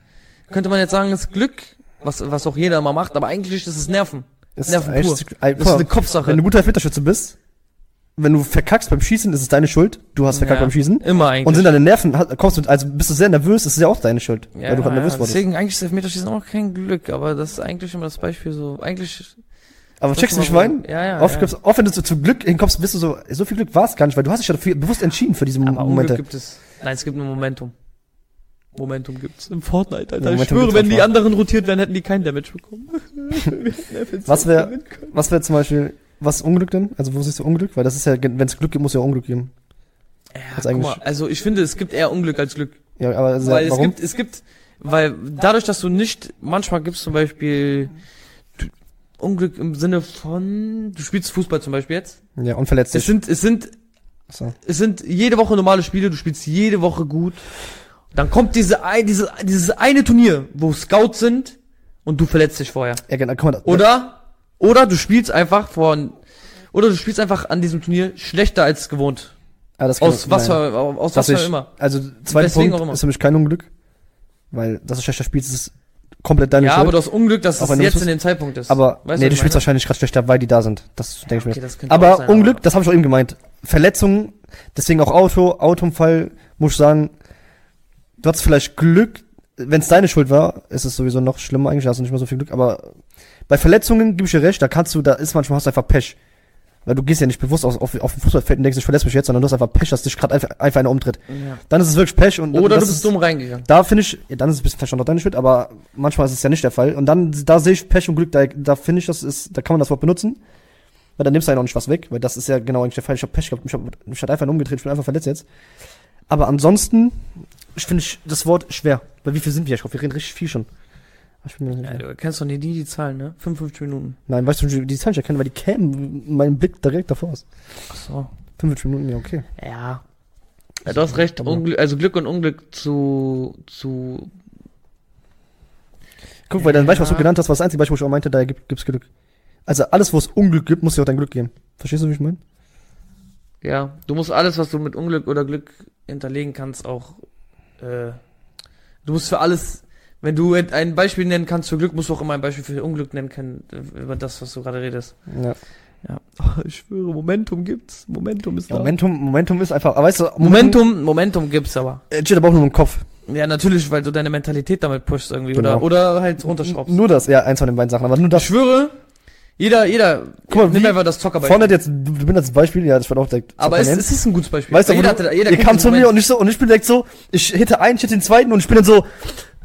A: Könnte man jetzt sagen, ist Glück, was, was auch jeder mal macht, aber eigentlich ist es Nerven.
B: Das ist
A: Nerven pur.
B: echt,
A: Das
B: ey,
A: ist eine
B: guck mal, wenn du
A: Kopfsache.
B: ein guter Filterschütze bist, wenn du verkackst beim Schießen, ist es deine Schuld. Du hast verkackt
A: Ja.
B: beim Schießen.
A: Immer
B: Und
A: eigentlich.
B: sind deine Nerven, hat- kommst du, also bist du sehr nervös, ist es ja auch deine Schuld, weil du gerade nervös wurdest.
A: deswegen eigentlich ist Elfmeterschießen auch kein Glück, aber das ist eigentlich immer das Beispiel so, eigentlich.
B: Aber checkst du
A: das
B: nicht
A: immer so-
B: rein?
A: Ja, ja.
B: Oft,
A: ja.
B: gibt's, oft, wenn du zu, zu Glück hinkommst, bist du so, so viel Glück war es gar nicht, weil du hast dich ja dafür bewusst entschieden für diese
A: Aber Unglück
B: Momente.
A: gibt es. Nein, es gibt nur Momentum. Momentum gibt's. Im Fortnite, Alter.
B: Ja,
A: ich
B: Momentum
A: schwöre,
B: gibt's
A: wenn die
B: einfach.
A: anderen rotiert wären, hätten die keinen Damage bekommen.
B: Was wäre, was wäre zum Beispiel, was ist Unglück denn? Also wo siehst du Unglück? Weil das ist ja, wenn es Glück gibt, muss ja auch Unglück geben.
A: Ja,
B: Ist
A: guck
B: eigentlich-
A: mal, also ich finde, es gibt eher Unglück als Glück.
B: Ja, aber also,
A: weil
B: warum?
A: es gibt, es gibt, weil dadurch, dass du nicht, manchmal gibt's zum Beispiel du- Unglück im Sinne von, du spielst Fußball zum Beispiel jetzt.
B: ja, unverletzt.
A: Es sind, es sind
B: So.
A: Es sind jede Woche normale Spiele, du spielst jede Woche gut. Dann kommt diese, ein- diese, dieses eine Turnier, wo Scouts sind und du verletzt dich vorher.
B: Ja, genau, guck mal, da-
A: Oder, oder du spielst einfach von, oder du spielst einfach an diesem Turnier schlechter als gewohnt.
B: Ah, das kann-
A: Aus was,
B: nein.
A: für, aus
B: Das
A: was für
B: ich-
A: immer.
B: Also, zweiter
A: Weswegen
B: Punkt
A: auch immer.
B: ist für mich kein Unglück, weil dass du schlechter spielst, ist komplett deine
A: Ja,
B: Schuld.
A: aber du hast Unglück, dass
B: Auch
A: es
B: wenn du
A: jetzt
B: musst-
A: in dem Zeitpunkt ist.
B: aber
A: Weißt
B: nee,
A: was
B: du
A: ich
B: spielst wahrscheinlich gerade schlechter, weil die da sind. Das denke ich mir.
A: meine? okay, das könnte auch
B: aber
A: sein,
B: Unglück, das habe ich auch eben gemeint. Verletzungen, deswegen auch Auto, Autounfall, muss ich sagen, du hattest vielleicht Glück, wenn es deine Schuld war, ist es sowieso noch schlimmer eigentlich, da hast du nicht mehr so viel Glück, aber bei Verletzungen gebe ich dir recht, da kannst du, da ist manchmal hast du einfach Pech. Weil du gehst ja nicht bewusst auf, auf, auf dem Fußballfeld und denkst, ich verletze mich jetzt, sondern du hast einfach Pech, dass dich gerade einfach, einfach einer umtritt.
A: Ja.
B: Dann ist es wirklich Pech und
A: Oder
B: das
A: du
B: ist,
A: bist dumm reingegangen.
B: Da finde ich, ja, dann ist es ein bisschen vielleicht auch noch deine Schuld, aber manchmal ist es ja nicht der Fall. Und dann, da sehe ich Pech und Glück, da, da finde ich, das ist, da kann man das Wort benutzen. Weil dann nimmst du ja auch nicht was weg, weil das ist ja genau eigentlich der Fall. Ich habe Pech gehabt, mich, hab, mich hat einfach nur umgedreht, ich bin einfach verletzt jetzt. Aber ansonsten, ich finde ich das Wort schwer. Weil wie viel sind wir? Ich glaube, wir reden richtig viel schon. Aber Ich bin mir nicht sicher.
A: Ja, du kennst doch nicht die, die Zahlen, ne? 55 Minuten.
B: Nein, weißt du, die die Zahlen erkennen, weil die kämen meinem Blick direkt davor aus.
A: Ach so.
B: 45 Minuten, ja, okay.
A: Ja. ja du hast recht, Unglück, also Glück und Unglück zu, zu,
B: Guck, weil dann weißt du, was du
A: Ja.
B: genannt hast, war das einzige Beispiel, wo ich auch meinte, da gibt, gibt's Glück. Also alles, wo es Unglück gibt, muss dir auch dein Glück geben. Verstehst du, wie ich meine?
A: ja, du musst alles, was du mit Unglück oder Glück hinterlegen kannst, auch, äh, du musst für alles, wenn du ein Beispiel nennen kannst für Glück, musst du auch immer ein Beispiel für Unglück nennen können, äh, über das, was du gerade redest.
B: Ja.
A: Ich schwöre, Momentum gibt's, Momentum ist
B: Ja, Momentum, Momentum ist einfach, aber weißt du,
A: Momentum, Momentum gibt's aber.
B: äh, steht aber auch nur im Kopf.
A: Ja, natürlich, weil du deine Mentalität damit pushst irgendwie,
B: Genau.
A: oder, oder halt runterschraubst.
B: Nur das, ja, eins von den beiden Sachen, aber nur
A: Ich
B: das.
A: schwöre, jeder, jeder,
B: Guck mal,
A: nimm
B: wie-
A: einfach das Zockerbeispiel.
B: Vorne hat jetzt, du, du bist als Beispiel, ja, das war auch direkt.
A: Aber
B: Zocker
A: es,
B: nennen.
A: es ist ein gutes Beispiel.
B: weißt du,
A: jeder
B: jeder,
A: hatte,
B: du,
A: jeder
B: ihr
A: kennt
B: kam
A: diesen
B: zu mir
A: Moment.
B: und äh, ich so, und ich bin direkt so, ich hätte einen, ich hätte den zweiten und ich bin dann so,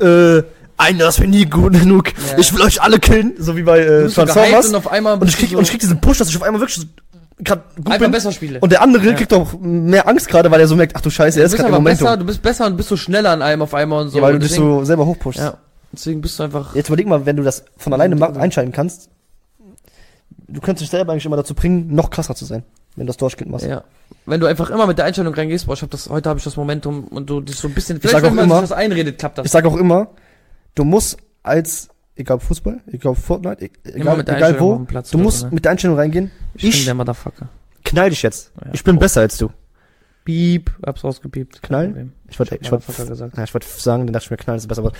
B: äh, einer ist mir nie gut genug,
A: Ja.
B: ich will euch alle killen, so wie bei
A: Du
B: äh,
A: bist so gehypt
B: Transformers.
A: und auf einmal
B: Und ich
A: bist du
B: krieg, und ich krieg diesen Push, dass ich auf einmal wirklich so grad gut
A: einfach
B: bin.
A: besser spiele.
B: Und der andere
A: Ja.
B: kriegt auch mehr Angst gerade, weil er so merkt, ach du Scheiße, er
A: du
B: ist
A: bist
B: gerade im
A: aber
B: Momentum.
A: besser, du bist besser und bist so schneller an einem auf einmal und so.
B: ja, weil du
A: Und
B: dich
A: deswegen,
B: so selber hochpushst.
A: ja, deswegen bist du einfach.
B: Jetzt überleg mal, wenn du das von alleine
A: Also-
B: ma- einschalten kannst, du könntest dich selber eigentlich immer dazu bringen, noch krasser zu sein, wenn du das durchgehend machst.
A: Ja. Wenn du einfach immer mit der Einstellung reingehst, boah, ich hab das, heute habe ich das Momentum und du dich so ein bisschen.
B: sag auch
A: wenn man
B: immer-
A: sich das einredet, klappt das.
B: Ich sage auch immer, du musst als, egal Fußball, egal Fortnite, e- egal, egal
A: Einstellung auf
B: wo,
A: dem Platz
B: du
A: oder
B: musst
A: so, ne?
B: mit der Einstellung reingehen,
A: Ich, bin
B: ich-
A: der Motherfucker.
B: knall dich jetzt.
A: Ja.
B: Ich bin besser als du.
A: Piep, hab's rausgepiept. kein
B: Knall?
A: Problem.
B: Ich wollte ich
A: Ich
B: wollt,
A: hab Motherfucker gesagt.
B: ja, ich wollt sagen, dann dachte ich mir, knallen ist besser. Aber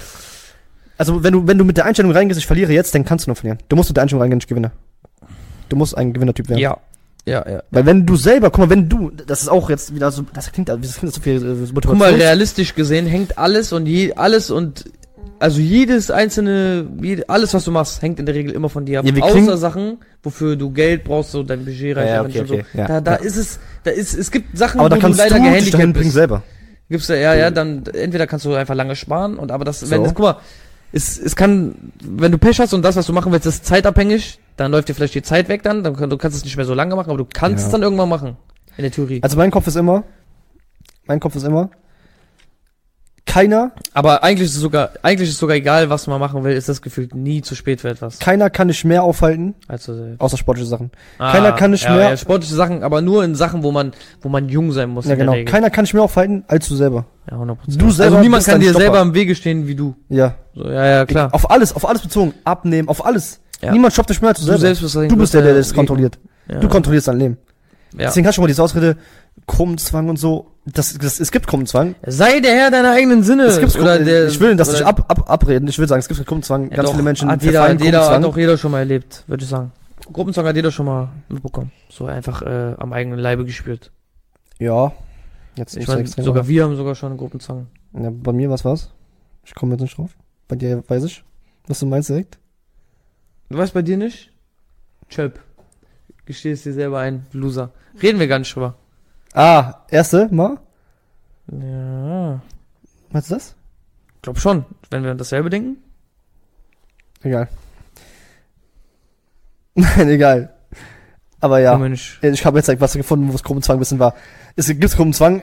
B: also wenn du, wenn du mit der Einstellung reingehst, ich verliere jetzt, dann kannst du nur verlieren. Du musst mit der Einstellung reingehen, ich gewinne. Du musst ein Gewinnertyp werden.
A: Ja. Ja, ja.
B: Weil wenn du selber, guck mal, wenn du, das ist auch jetzt wieder so, das klingt, das klingt so viel äh,
A: Guck mal,
B: Motivation.
A: realistisch gesehen hängt alles und je, alles und also jedes einzelne, jede, alles was du machst, hängt in der Regel immer von dir ab.
B: Ja, wir
A: Außer
B: kriegen-
A: Sachen, wofür du Geld brauchst, so dein Budget
B: Ja, ja,
A: reinstecken
B: okay,
A: und so.
B: okay, ja,
A: da da
B: ja.
A: ist es, da ist es gibt Sachen,
B: aber da kannst du dich dahin bringen
A: bist.
B: selber.
A: Gibt's da, ja, ja, dann entweder kannst du einfach lange sparen und aber das, wenn
B: So.
A: es, guck mal, es, es kann, wenn du Pech hast und das, was du machen willst, ist zeitabhängig, dann läuft dir vielleicht die Zeit weg dann, dann kann, du kannst es nicht mehr so lange machen, aber du kannst
B: Ja.
A: es dann irgendwann machen. In der Theorie.
B: Also mein Kopf ist immer, mein Kopf ist immer, keiner,
A: Aber eigentlich ist es sogar, eigentlich ist sogar egal, was man machen will, ist das gefühlt nie zu spät für etwas.
B: keiner kann dich mehr aufhalten,
A: Also,
B: außer sportliche Sachen.
A: ah,
B: Keiner kann nicht
A: ja,
B: mehr-
A: Ja, sportliche Sachen, aber nur in Sachen, wo man, wo man jung sein muss.
B: Ja,
A: in der
B: genau.
A: Regel.
B: Keiner kann dich mehr aufhalten, als du selber.
A: ja, 100%.
B: Du selber
A: also niemand
B: bist
A: kann
B: dein
A: dir
B: Stopper.
A: selber im Wege stehen wie du.
B: Ja.
A: So, ja, ja, klar.
B: Auf alles, auf alles bezogen. Abnehmen, auf alles.
A: Ja.
B: Niemand stoppt dich mehr als du, selber.
A: bist
B: Du bist der, der das kontrolliert.
A: Ja.
B: Du kontrollierst dein Leben.
A: ja.
B: Deswegen hast du schon mal diese Ausrede, Krummzwang und so. Das, das, es gibt Krummzwang.
A: Sei der Herr deiner eigenen Sinne.
B: Es gibt
A: oder der,
B: ich will das
A: oder-
B: nicht ab, ab, abreden. Ich will sagen, es gibt Krummzwang.
A: Ja,
B: Ganz
A: doch, Ah,
B: viele Menschen
A: hat jeder,
B: verfallen
A: hat jeder, hat
B: Gruppenzwang.
A: auch jeder schon mal erlebt, würde ich sagen. Gruppenzwang hat jeder schon mal mitbekommen. So einfach äh, am eigenen Leibe gespürt.
B: Ja. Jetzt
A: Ich
B: nicht
A: meine,
B: so extrem,
A: sogar wir haben sogar schon einen Gruppenzwang.
B: Ja, bei mir, was war's? Ich komme jetzt nicht drauf. Bei dir weiß ich, was du meinst direkt.
A: Du weißt bei dir nicht? Chöp. Gesteh es dir selber ein, Loser. Reden wir gar nicht drüber.
B: Ah, erste Mal?
A: Ja.
B: Meinst du das?
A: Glaub schon, wenn wir an dasselbe denken.
B: Egal. Nein, egal. Aber ja,
A: Mensch.
B: Äh, ich habe jetzt was gefunden, wo es Gruppenzwang ein bisschen war. Es gibt Gruppenzwang,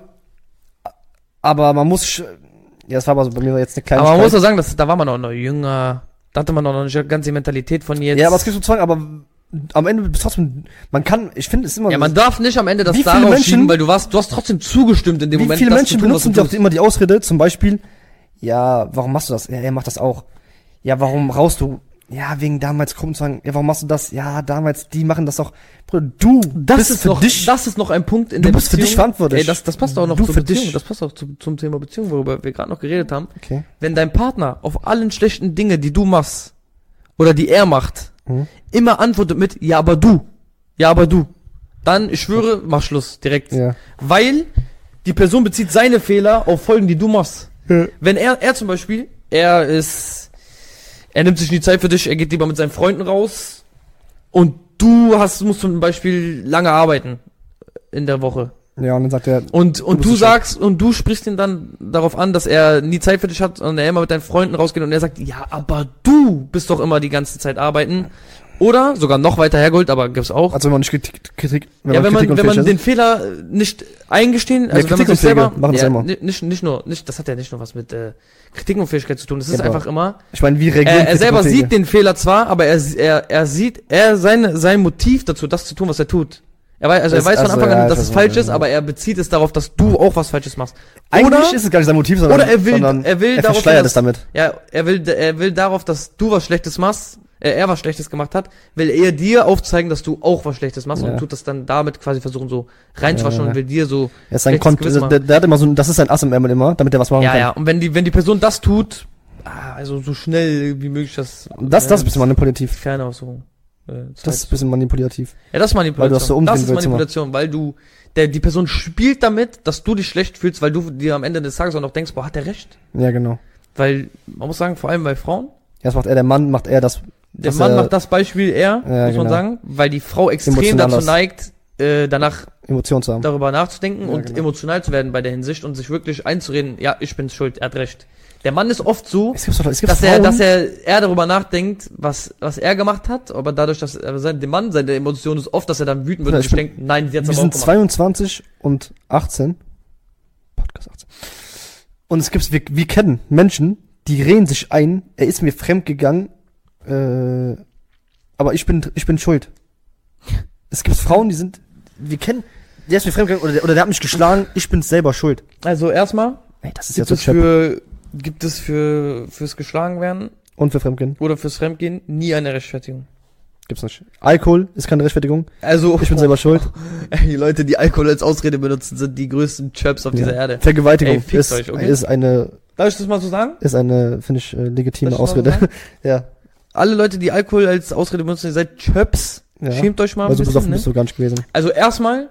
B: aber man muss... sch- Ja, das war aber so bei mir jetzt eine kleine
A: Aber man muss auch sagen, dass, da war man auch noch jünger. Da hatte man auch noch nicht ganz die Mentalität von jetzt.
B: Ja, aber es gibt so Zwang, aber am Ende bist du trotzdem, man kann, ich finde es immer,
A: Ja, man darf nicht am Ende das
B: Wie viele
A: darauf
B: Menschen-
A: schieben, weil du warst, du hast trotzdem zugestimmt in dem
B: wie
A: Moment.
B: viele
A: das
B: Menschen
A: zu tun, was
B: benutzen
A: du
B: doch
A: tust.
B: immer die Ausrede, zum Beispiel, ja, warum machst du das? Ja, er macht das auch. Ja, warum raust du? Ja, wegen damals kommen und sagen, ja, warum machst du das? Ja, damals, die machen das auch. Bruder, du
A: das ist
B: für
A: noch,
B: dich.
A: das ist noch ein Punkt in
B: Du
A: der
B: bist für dich verantwortlich.
A: Ey, das, das passt auch noch
B: Du
A: zur
B: für
A: Beziehung.
B: dich.
A: Das passt auch zu, zum Thema Beziehung, worüber wir gerade noch geredet haben.
B: okay.
A: Wenn dein Partner auf allen schlechten Dinge, die du machst, oder die er macht,
B: Mhm.
A: immer antwortet mit, ja, aber du, ja, aber du, dann, ich schwöre, mach Schluss, direkt.
B: Ja.
A: Weil die Person bezieht seine Fehler auf Folgen, die du machst.
D: Ja.
A: Wenn er, er zum Beispiel, er ist, er nimmt sich nie Zeit für dich, er geht lieber mit seinen Freunden raus und du hast, musst zum Beispiel lange arbeiten in der Woche.
B: Ja, und dann sagt er,
A: Und, und
B: bist
A: du,
B: ein Chef.
A: sagst, und du sprichst ihn dann darauf an, dass er nie Zeit für dich hat und er immer mit deinen Freunden rausgeht und er sagt, ja, aber du bist doch immer die ganze Zeit arbeiten. Oder sogar noch weiter hergeholt, aber gibt's auch.
B: also wenn man nicht Kritik, Kritik wenn
A: ja, wenn man, wenn
B: kritikunfähig
A: man
B: ist.
A: den Fehler äh, nicht eingestehen, also wenn man sich
B: Kritikunfähige
A: selber,
B: machen das
A: ja,
B: immer.
A: ni- Nicht, nicht nur, nicht, das hat ja nicht nur was mit äh, Kritikunfähigkeit zu tun. Das ist
B: Genau.
A: einfach immer.
B: ich meine, wie reagieren
A: Äh, Er, er selber
B: Kritikunfähige?
A: sieht den Fehler zwar, aber er, er, er sieht, er seine, sein Motiv dazu, das zu tun, was er tut. Er weiß, also
B: Das-
A: er weiß von
B: also,
A: Anfang
B: ja,
A: an,
B: ich
A: dass
B: weiß,
A: es
B: was
A: falsch
B: du
A: ist,
B: meinst.
A: aber er bezieht es darauf, dass du auch was Falsches machst.
B: Eigentlich
A: oder-
B: ist es gar nicht sein Motiv, sondern,
A: oder er will-
B: sondern
A: er will
B: er
A: darauf
B: verschleiert
A: hinaus-
B: es damit.
A: Ja, er will, er will darauf, dass du was Schlechtes machst, äh, er was Schlechtes gemacht hat, will er dir aufzeigen, dass du auch was Schlechtes machst
B: Ja.
A: und tut das dann damit quasi versuchen, so reinzuwaschen
B: Ja.
A: und will dir so
B: Er ist sein
A: Schlechtes
B: Kont
A: Gewissen machen.
B: der, der hat immer so ein, das ist sein Ass im Ärmel immer, damit er was machen
A: Ja,
B: kann.
A: ja, und wenn die, wenn die Person das tut, ah, also so schnell wie möglich das.
B: Das,
A: ja,
B: das ist ein bisschen manipulativ.
A: Fernaussuchung. Äh,
B: Das
A: Zeit.
B: ist ein bisschen manipulativ.
A: ja, das ist Manipulation.
B: weil du das so
A: das
B: umdrehen
A: ist
B: willst immer.
A: Manipulation, weil du, der, die Person spielt damit, dass du dich schlecht fühlst, weil du dir am Ende des Tages auch noch denkst, boah, hat der recht?
B: Ja, genau.
A: Weil, man muss sagen, vor allem bei Frauen,
B: Erst macht er der Mann, macht er das.
A: der
B: Dass
A: Mann
B: er-
A: macht das Beispiel eher,
B: Ja,
A: muss man
B: genau.
A: sagen, weil die Frau extrem
B: Emotional
A: dazu
B: ist.
A: neigt, äh, danach
B: Emotionen zu haben.
A: darüber nachzudenken
B: Ja,
A: und
B: genau.
A: emotional zu werden bei der Hinsicht und sich wirklich einzureden, ja, ich bin's schuld, er hat recht. Der Mann ist oft so,
B: Es gibt doch, es gibt
A: dass er, dass er, er darüber nachdenkt, was, was er gemacht hat, aber dadurch, dass er sein, der Mann seine Emotionen ist oft, dass er dann wütend wird
B: Ja,
A: und
B: ich
A: sich denkt, nein, sie hat's
B: wir
A: aber auch
B: sind
A: gemacht.
B: 22 und 18. Podcast 18. Und es gibt, wir, wir kennen Menschen, die reden sich ein, er ist mir fremd gegangen, äh, aber ich bin, ich bin schuld. Es gibt Frauen, die sind, wir kennen, der ist mir fremd gegangen oder der, oder der hat mich geschlagen, ich bin selber schuld.
A: Also erstmal
B: Ey, das ist ja
A: gibt
B: so
A: es
B: Chap.
A: für, gibt es für, fürs Geschlagenwerden
B: Und für Fremdgehen
A: oder fürs Fremdgehen nie eine Rechtfertigung.
B: gibt's nicht. Alkohol ist keine Rechtfertigung,
A: Also,
B: ich bin selber schuld.
A: die Leute, die Alkohol als Ausrede benutzen, sind die größten Chaps auf dieser
B: Ja.
A: Erde. Ey,
B: Vergewaltigung
A: fickt
B: ist,
A: euch, okay?
B: ist eine,
A: Darf ich das mal so sagen?
B: ist eine, finde ich, äh, legitime
A: Darf ich das mal so
B: Ausrede.
A: sagen?
B: ja.
A: Alle Leute, die Alkohol als Ausrede benutzen, ihr seid Chaps.
B: ja.
A: Schämt euch mal ein
B: Weil so
A: bisschen.
B: besoffen
A: Ne?
B: bist du gar nicht gewesen.
A: Also erstmal,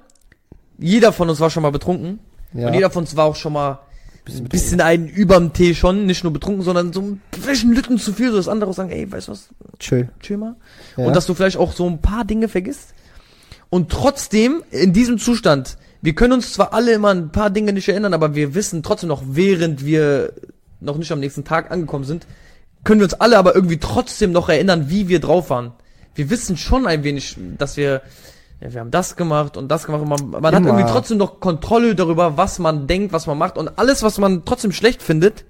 A: jeder von uns war schon mal betrunken.
B: Ja.
A: Und jeder von uns war auch schon mal ein bisschen einen überm Tee schon, nicht nur betrunken, sondern so ein bisschen Lücken zu viel, so dass andere auch sagen, ey, weißt du was,
B: Chill.
A: chill mal.
B: Ja.
A: Und dass du vielleicht auch so ein paar Dinge vergisst. Und trotzdem, in diesem Zustand, wir können uns zwar alle immer ein paar Dinge nicht erinnern, aber wir wissen trotzdem noch, während wir noch nicht am nächsten Tag angekommen sind, können wir uns alle aber irgendwie trotzdem noch erinnern, wie wir drauf waren. Wir wissen schon ein wenig, dass wir, ja, wir haben das gemacht und das gemacht. Und man man hat
B: Immer.
A: irgendwie trotzdem noch Kontrolle darüber, was man denkt, was man macht. Und alles, was man trotzdem schlecht findet,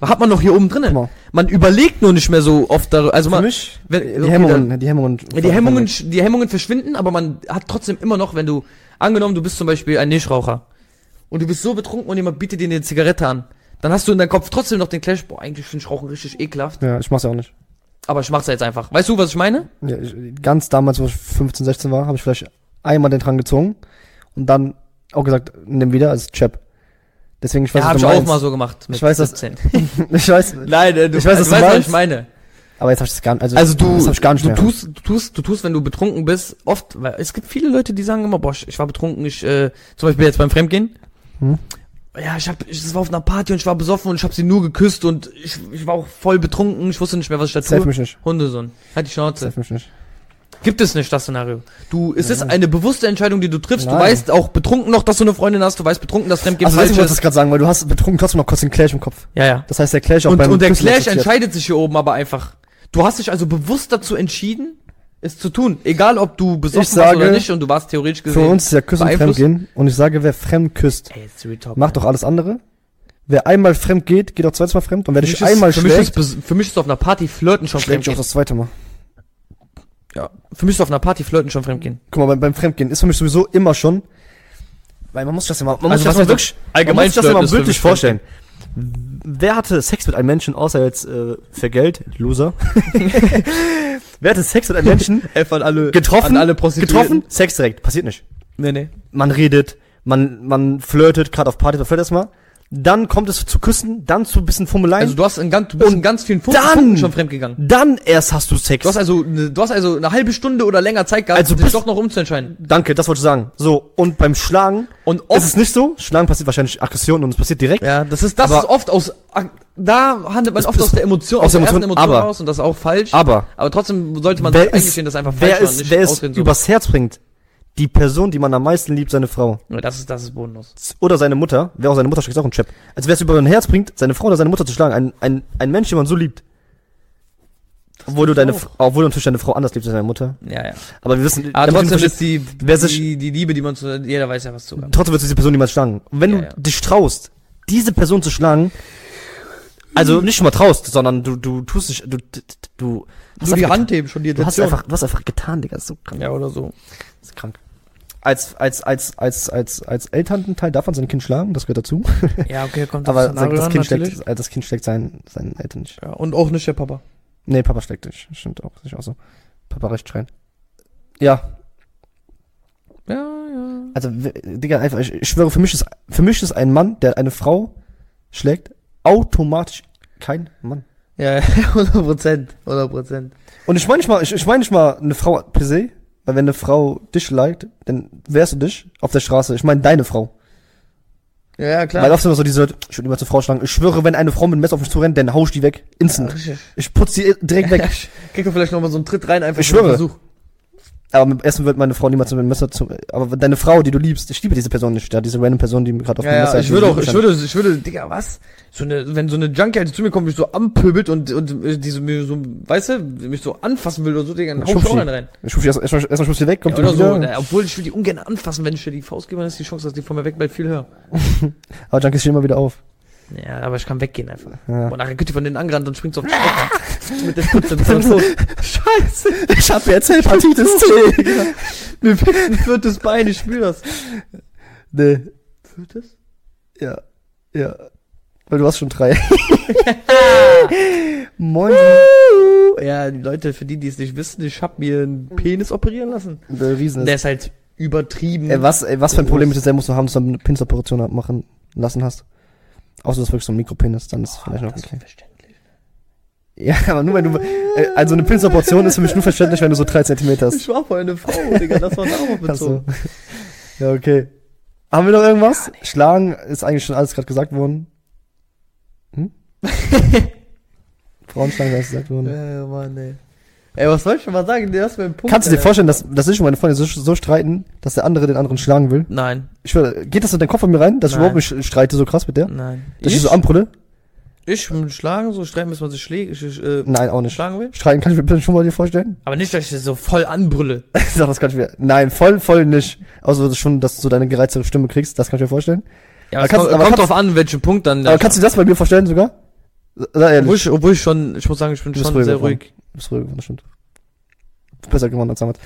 A: hat man noch hier oben
B: Guck
A: drinnen.
B: mal.
A: Man überlegt nur nicht mehr so oft darüber. Also
B: Für
A: man,
B: mich,
A: wenn-
B: die
A: okay,
B: Hemmungen, die Hemmungen.
A: ja, die Hemmungen, sch- die Hemmungen verschwinden, aber man hat trotzdem immer noch, wenn du, angenommen, du bist zum Beispiel ein Nischraucher und du bist so betrunken und jemand bietet dir eine Zigarette an, dann hast du in deinem Kopf trotzdem noch den Clash, boah, eigentlich finde ich Rauchen richtig ekelhaft,
B: Ja, ich mach's ja auch nicht.
A: aber ich mach's ja jetzt einfach. Weißt du, was ich meine?
B: Ja, ich, ganz damals, wo ich 15, 16 war, habe ich vielleicht einmal den dran gezogen und dann auch gesagt, nimm wieder als Chap. Deswegen, ich weiß,
A: ja, hab
B: was
A: ich
B: du
A: auch
B: meinst.
A: mal so gemacht. mit
B: Ich weiß, dass-
A: 17.
B: Ich weiß,
A: Nein, äh, du,
B: Ich weiß, was
A: du weißt,
B: du
A: was
B: meinst.
A: ich meine.
B: aber jetzt habe ich das gar nicht, also,
A: Also du,
B: das hab ich gar nicht
A: du
B: mehr.
A: tust, du tust, du tust, wenn du betrunken bist, oft, weil es gibt viele Leute, die sagen immer, boah, ich ich war betrunken, ich, äh, zum Beispiel jetzt beim Fremdgehen.
B: Hm.
A: Ja, ich hab, ich das war auf einer Party und ich war besoffen und ich hab sie nur geküsst und ich, ich war auch voll betrunken, ich wusste nicht mehr, was ich da
B: Safe
A: tue.
B: mich nicht.
A: Hundesohn. Halt die Schnauze.
B: Safe mich nicht.
A: Gibt es nicht das Szenario. Du, es ist eine bewusste Entscheidung, die du triffst.
B: Nein.
A: Du weißt auch betrunken noch, dass du eine Freundin hast, du weißt betrunken, dass Fremdgehen
B: Also, weißt du,
A: falsch
B: was das
A: ist.
B: gerade sagen, weil du hast betrunken trotzdem noch kurz den Clash im Kopf.
A: Ja, ja.
B: Das heißt, der Clash auch
A: Und,
B: beim
A: und der
B: Küssen
A: Clash
B: existiert.
A: entscheidet sich hier oben aber einfach. Du hast dich also bewusst dazu entschieden, es zu tun. Egal, ob du besoffen
B: Ich sage,
A: warst oder nicht und du warst theoretisch
B: Für
A: gesehen.
B: uns ist ja Küssen
A: beeinflusst.
B: fremdgehen und ich sage, wer fremd küsst,
A: Ey, jetzt Retalk,
B: macht doch alles andere. Wer einmal fremd geht, geht auch zweites Mal fremd und wer
A: Für mich
B: dich
A: ist-
B: einmal
A: für mich,
B: schlägt,
A: ist, bes- für mich ist auf einer Party Flirten schon
B: schlägt dich auch
A: fremdgehen.
B: das zweite Mal.
A: ja, für mich ist auf einer Party flirten schon fremdgehen.
B: Guck mal, beim, beim Fremdgehen ist für mich sowieso immer schon. Weil man muss das ja mal,
A: Also
B: man muss
A: was
B: das mal
A: heißt
B: wirklich, man
A: allgemein
B: muss sich das ja
A: flirten
B: mal
A: ist für
B: wirklich
A: mich
B: vorstellen. Wer hatte Sex mit einem Menschen, außer jetzt äh, für Geld, Loser? Wer hatte Sex mit einem Menschen,
A: F an alle. An
B: getroffen,
A: alle Prostituierten.
B: getroffen, Sex direkt, passiert nicht.
A: Nee, nee.
B: Man redet, man, man flirtet, gerade auf Partys, man flirtet erstmal. Dann kommt es zu Küssen, dann zu ein bisschen Fummeleien.
A: Also du hast in ganz, du bist
B: Und
A: in ganz vielen Funk-
B: dann-
A: Punkten schon fremdgegangen.
B: dann erst hast du Sex.
A: Du hast also, ne- du hast also eine halbe Stunde oder länger Zeit gehabt,
B: Also
A: dich
B: bist-
A: doch noch umzuentscheiden.
B: Danke, das wollte ich sagen. So, und beim Schlagen
A: Und
B: ist es nicht so. Schlagen passiert wahrscheinlich Aggression und es passiert direkt.
A: Oh. ja, das ist, das
B: Aber-
A: ist oft aus, da handelt man
B: Es
A: oft
B: ist
A: aus der Emotion,
B: aus der
A: ersten
B: Emotion, aber-
A: raus und das ist auch falsch.
B: Aber
A: Aber trotzdem sollte man
B: Wer
A: sich
B: ist-
A: eingestehen, dass einfach
B: wer
A: falsch war und
B: ist,
A: nicht
B: wer es
A: ausreden so.
B: übers Herz bringt, die Person, die man am meisten liebt, seine Frau.
A: Ja, Das ist, das ist bodenlos.
B: Oder seine Mutter, wer auch seine Mutter schlägt, ist auch ein Chap. Also wer es über sein Herz bringt, seine Frau oder seine Mutter zu schlagen, ein, ein, ein Mensch, den man so liebt. Obwohl du, deine, F- obwohl du natürlich deine Frau anders liebst als deine Mutter.
A: Ja, ja.
B: Aber wir wissen,
A: Aber
B: damit
A: trotzdem
B: du
A: ist die,
B: wer sich-
A: die, die Liebe, die man zu, jeder weiß ja, was zu
B: verstehst, trotzdem wird diese Person niemals schlagen. Und wenn
A: Ja,
B: du
A: ja.
B: dich traust, diese Person zu schlagen, also nicht mal traust, sondern du, du tust dich, du, du, du hast,
A: Nur die
B: einfach,
A: Hand heben, schon die
B: du hast
A: Intention.
B: einfach, du hast einfach getan, Digga, so krank.
A: Ja, oder so.
B: Das ist krank. Als, als, als, als, als, als Elternteil darf man sein Kind schlagen, das gehört dazu.
A: Ja, okay, kommt
B: Aber
A: Szenario
B: das
A: an,
B: kind,
A: natürlich.
B: schlägt, das kind schlägt seinen, seinen Eltern nicht.
A: Ja, und auch nicht der Papa.
B: Nee, Papa schlägt dich. Stimmt auch. Ist auch so. Papa recht schreien. Ja,
A: Ja, ja.
B: also, w- Digga, einfach, ich, ich schwöre, für mich, ist, für mich ist ein Mann, der eine Frau schlägt, automatisch kein Mann.
C: Ja, 100 Prozent, 100 Prozent.
B: Und ich meine nicht mal, ich, ich meine nicht mal eine Frau per se, weil wenn eine Frau dich liked, dann wärst du dich auf der Straße. Ich meine deine Frau.
C: Ja, ja, klar.
B: Weil oft sind immer so diese Leute, ich würde immer zur Frau schlagen. Ich schwöre, wenn eine Frau mit einem Messer auf mich zurennt, dann hau ich die weg. Instant.
C: richtig.
B: Ich putze die direkt weg.
C: Kriegt man vielleicht nochmal so einen Tritt rein, einfach
B: Ich
C: für den
B: schwöre.
C: Versuch.
B: Aber mit Essen wird meine Frau niemals mit einem Messer zu. Aber deine Frau, die du liebst, ich liebe diese Person nicht. Ja, diese random Person, die mir gerade auf
C: Ja,
B: dem
C: ja,
B: Messer
C: ich würde auch, ich
B: stand.
C: würde, ich würde, Digga, was?
A: So eine, wenn so eine Junkie halt zu mir kommt, mich so anpöbelt und, und äh, die so, mir so, weißt du, mich so anfassen will oder so, Digga, dann hau ich
B: Schubsi.
A: auch einen rein.
B: Ich rufe erstmal erst erst erstmal schubst die weg, kommt
A: Ja,
B: die
A: oder so.
B: wieder.
A: Na, obwohl ich will die ungern anfassen, wenn ich dir die Faust gebe, dann ist die Chance, dass die von mir wegbleibt, viel höher.
B: Aber Junkies stehen immer wieder auf.
A: Ja, aber ich kann weggehen einfach.
B: Ja.
A: Und nachher könnt ihr von denen angerannt und springt so auf den Schreck. mit der Spitze bis zum Fuß.
B: Ich hab jetzt Hepatitis C.
A: Mir wächst ein viertes Bein, ich spür das. Ne.
B: nee,
A: Viertes?
B: ja. Ja. Weil du hast schon drei. Moin.
A: Ja, die Leute, für die, die es nicht wissen, ich hab mir einen Penis operieren lassen.
B: Der Riesen
A: Der
B: ist.
A: ist halt übertrieben.
B: Ey, was, ey, was für ein Problem mit dir musst du haben, dass du eine Pinsoperation machen lassen hast? Außer das ist wirklich so ein Mikropenis, dann ist es vielleicht noch okay.
A: Verständlich.
B: Ja, aber nur wenn du. äh, Also eine Pinsoperation ist für mich nur verständlich, wenn du so drei Zentimeter hast.
A: Ich war vorhin eine Frau, Digga, das war darauf bezogen.
B: Also, ja, okay. Haben wir noch irgendwas? Schlagen ist eigentlich schon alles gerade gesagt worden. Hm? Frauenschlagen ist alles gesagt worden.
C: Ja, Mann, ey. Ey, was soll ich schon mal sagen? Du hast mir einen Punkt.
B: Kannst du dir
C: Alter.
B: vorstellen, dass, dass ich und meine Freunde so, so streiten, dass der andere den anderen schlagen will?
A: Nein,
B: Ich schwöre, geht das in den Kopf von mir rein, dass
A: Nein.
B: ich überhaupt nicht streite so krass mit der?
A: nein.
B: Dass ich, so anbrülle?
A: ich mit Schlagen, so streiten, bis man sich schlägt, ich, ich, äh,
B: Nein, auch nicht.
A: schlagen will.
B: Streiten kann ich mir bitte schon mal dir vorstellen?
A: Aber nicht, dass ich so voll anbrülle.
B: Sag, das kann ich mir. Nein, voll, voll nicht. Also schon, dass du deine gereizte Stimme kriegst, das kann ich mir vorstellen.
A: Ja, aber
B: Aber
A: es
B: kannst-
A: kommt,
B: aber
A: kommt
B: kannst-
A: drauf an, welchen Punkt dann.
B: Aber kannst du dir das bei mir vorstellen sogar? Sei ehrlich.
A: obwohl, ich, obwohl ich schon, ich muss sagen, ich bin
B: Du bist
A: schon
B: ruhig
A: sehr
B: geworden.
A: ruhig.
B: Bist ruhig geworden, das stimmt. Besser geworden als damals.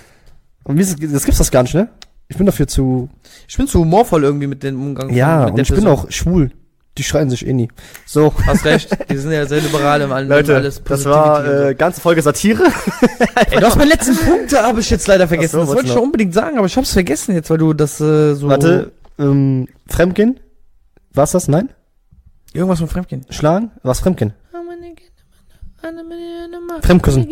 B: Und wie ist, das gibt's das gar nicht, ne? Ich bin dafür zu.
A: Ich bin zu humorvoll irgendwie mit dem Umgang. von-
B: Ja,
A: mit
B: und ich bin auch schwul. Die schreien sich eh nie. So,
A: Hast recht, wir sind ja sehr liberal im allem. alles Positivity und
B: äh, ganze Folge Satire.
A: so. Ey, du hast meinen letzten Punkt, da habe ich jetzt leider vergessen.
B: Ach so,
A: das wollte
B: wolltest
A: ich
B: du
A: doch unbedingt sagen, aber ich hab's vergessen jetzt, weil du das äh, so.
B: Warte, ähm, Fremdgehen? War's das? Nein?
A: Irgendwas mit Fremdgehen.
B: Schlagen? War's Fremdgehen? Fremdküssen.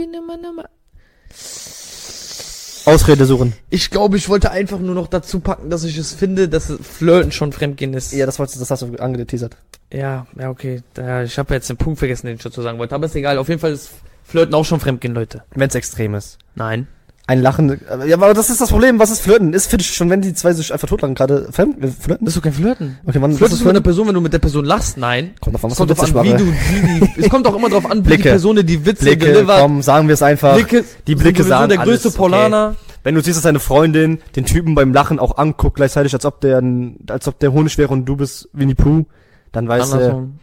B: Ausrede suchen.
A: Ich glaube, ich wollte einfach nur noch dazu packen, dass ich es finde, dass Flirten schon Fremdgehen ist.
B: Ja, das wolltest du, das hast du angeteasert.
A: Ja, ja, okay. Da, ich habe jetzt den Punkt vergessen, den ich dazu sagen wollte. Aber ist egal. Auf jeden Fall ist Flirten auch schon Fremdgehen, Leute.
B: Wenn's extrem ist.
A: Nein.
B: Ein Lachen. äh, Ja, aber das ist das Problem. Was ist Flirten? Ist für dich schon, wenn die zwei sich einfach totlachen gerade. Fremd, äh, Flirten?
A: Das ist doch kein Flirten.
B: Okay, wann
A: Flirtest du mit einer Person, wenn du mit der Person lachst? Nein.
B: Kommt davon,
A: Es kommt drauf an, wie du, wie die, es kommt auch immer drauf an, wie die
B: Blicke.
A: Person die Witze
B: Blicke,
A: delivert.
B: komm, sagen wir es einfach.
A: Blicke,
B: die Blicke
A: sowieso
B: sagen
A: der größte
B: alles,
A: Polaner.
B: Wenn du siehst, dass deine Freundin den Typen beim Lachen auch anguckt, gleichzeitig, als ob der, ein- als ob der Honig wäre und du bist Winnie Pooh, dann äh, weißt du,
A: Andersrum.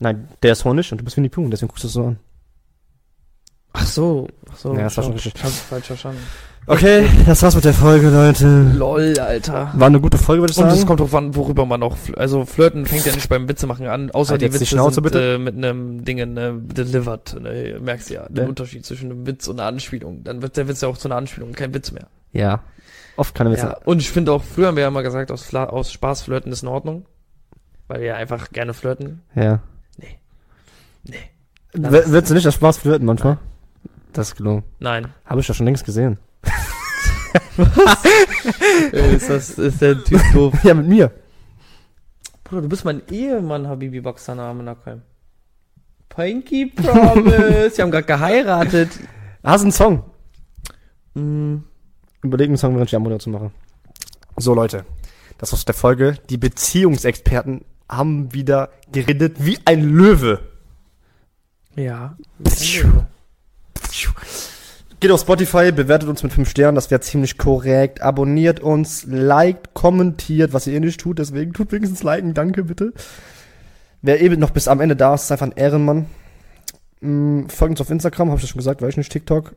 B: nein, der ist Honig und du bist Winnie Pooh und deswegen guckst du es so an.
A: Ach so, ach so.
B: Ja, das war
A: Oh, schau,
B: schon richtig.
A: Ich hab's falsch verstanden.
B: Okay, das war's mit der Folge, Leute.
A: Lol, Alter.
B: War eine gute Folge, würde ich
A: Und es
B: sagen.
A: kommt drauf an, worüber man auch, fl also Flirten fängt ja nicht beim Witzemachen an, außer
B: Halt
A: die
B: jetzt die
A: Witze
B: Schnauze,
A: sind
B: bitte.
A: Äh, mit einem Ding ne, delivered. Ne, merkst ja den
B: Ja.
A: Unterschied zwischen einem Witz und einer Anspielung. Dann wird der Witz ja auch zu einer Anspielung, kein Witz mehr.
B: Ja. Oft keine Witze.
A: Ja. Und ich finde auch, früher haben wir ja mal gesagt, aus, Fla aus Spaß flirten ist in Ordnung, weil wir ja einfach gerne flirten.
B: Ja.
A: Nee.
B: Nee.
A: Nee.
B: Willst du nicht das Spaß flirten manchmal? Das ist gelungen.
A: Nein.
B: Habe ich ja schon längst gesehen.
A: ist, das, ist der Typ doof.
B: Ja, mit mir.
A: Bruder, du bist mein Ehemann, Habibi Baksana Amenakheim. Pinky Promise. Wir haben gerade geheiratet.
B: Hast du einen Song?
A: Mm.
B: Überleg mir einen Song, während ich die Anmoderation zu mache. So, Leute. Das war's mit der Folge. Die Beziehungsexperten haben wieder geredet wie ein Löwe.
A: Ja.
B: Geht auf Spotify, bewertet uns mit 5 Sternen, das wäre ziemlich korrekt. Abonniert uns, liked, kommentiert, was ihr eh nicht tut, deswegen tut wenigstens liken, danke bitte. Wer eben noch bis am Ende da ist, ist einfach ein Ehrenmann. Mm, folgt uns auf Instagram, habe ich das schon gesagt, weiß ich nicht, TikTok.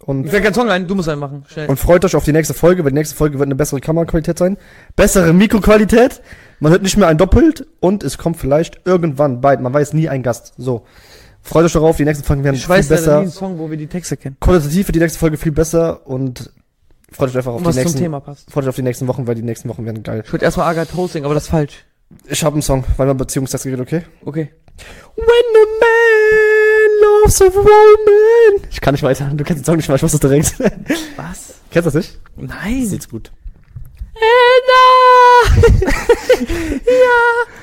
A: Mir
B: Und,
A: fällt kein Song ein, du musst einen machen. Schnell.
B: und freut euch auf die nächste Folge, weil die nächste Folge wird eine bessere Kameraqualität sein, bessere Mikroqualität, man hört nicht mehr ein Doppelt und es kommt vielleicht irgendwann bald, man weiß nie ein Gast. So, freut euch darauf, die nächsten Folgen werden
A: ich weiß
B: viel
A: leider nie
B: besser
A: einen Song, wo wir die Texte kennen.
B: qualitativ wird die nächste Folge viel besser und freut euch einfach auf
A: Und Um
B: die
A: was zum
B: nächsten.
A: Thema passt.
B: Freut euch auf die nächsten Wochen, weil die nächsten Wochen werden geil.
A: Ich würde erstmal Agatha Hosting, aber das ist falsch.
B: Ich habe einen Song, weil man Beziehungstest geht, okay?
A: Okay.
B: When a man loves a woman. Ich kann nicht weiter. Du kennst den Song nicht mal, ich wusste es direkt.
A: Was?
B: kennst du das nicht? Hm.
A: Nein.
B: Sieht's gut.
A: Anna! ja.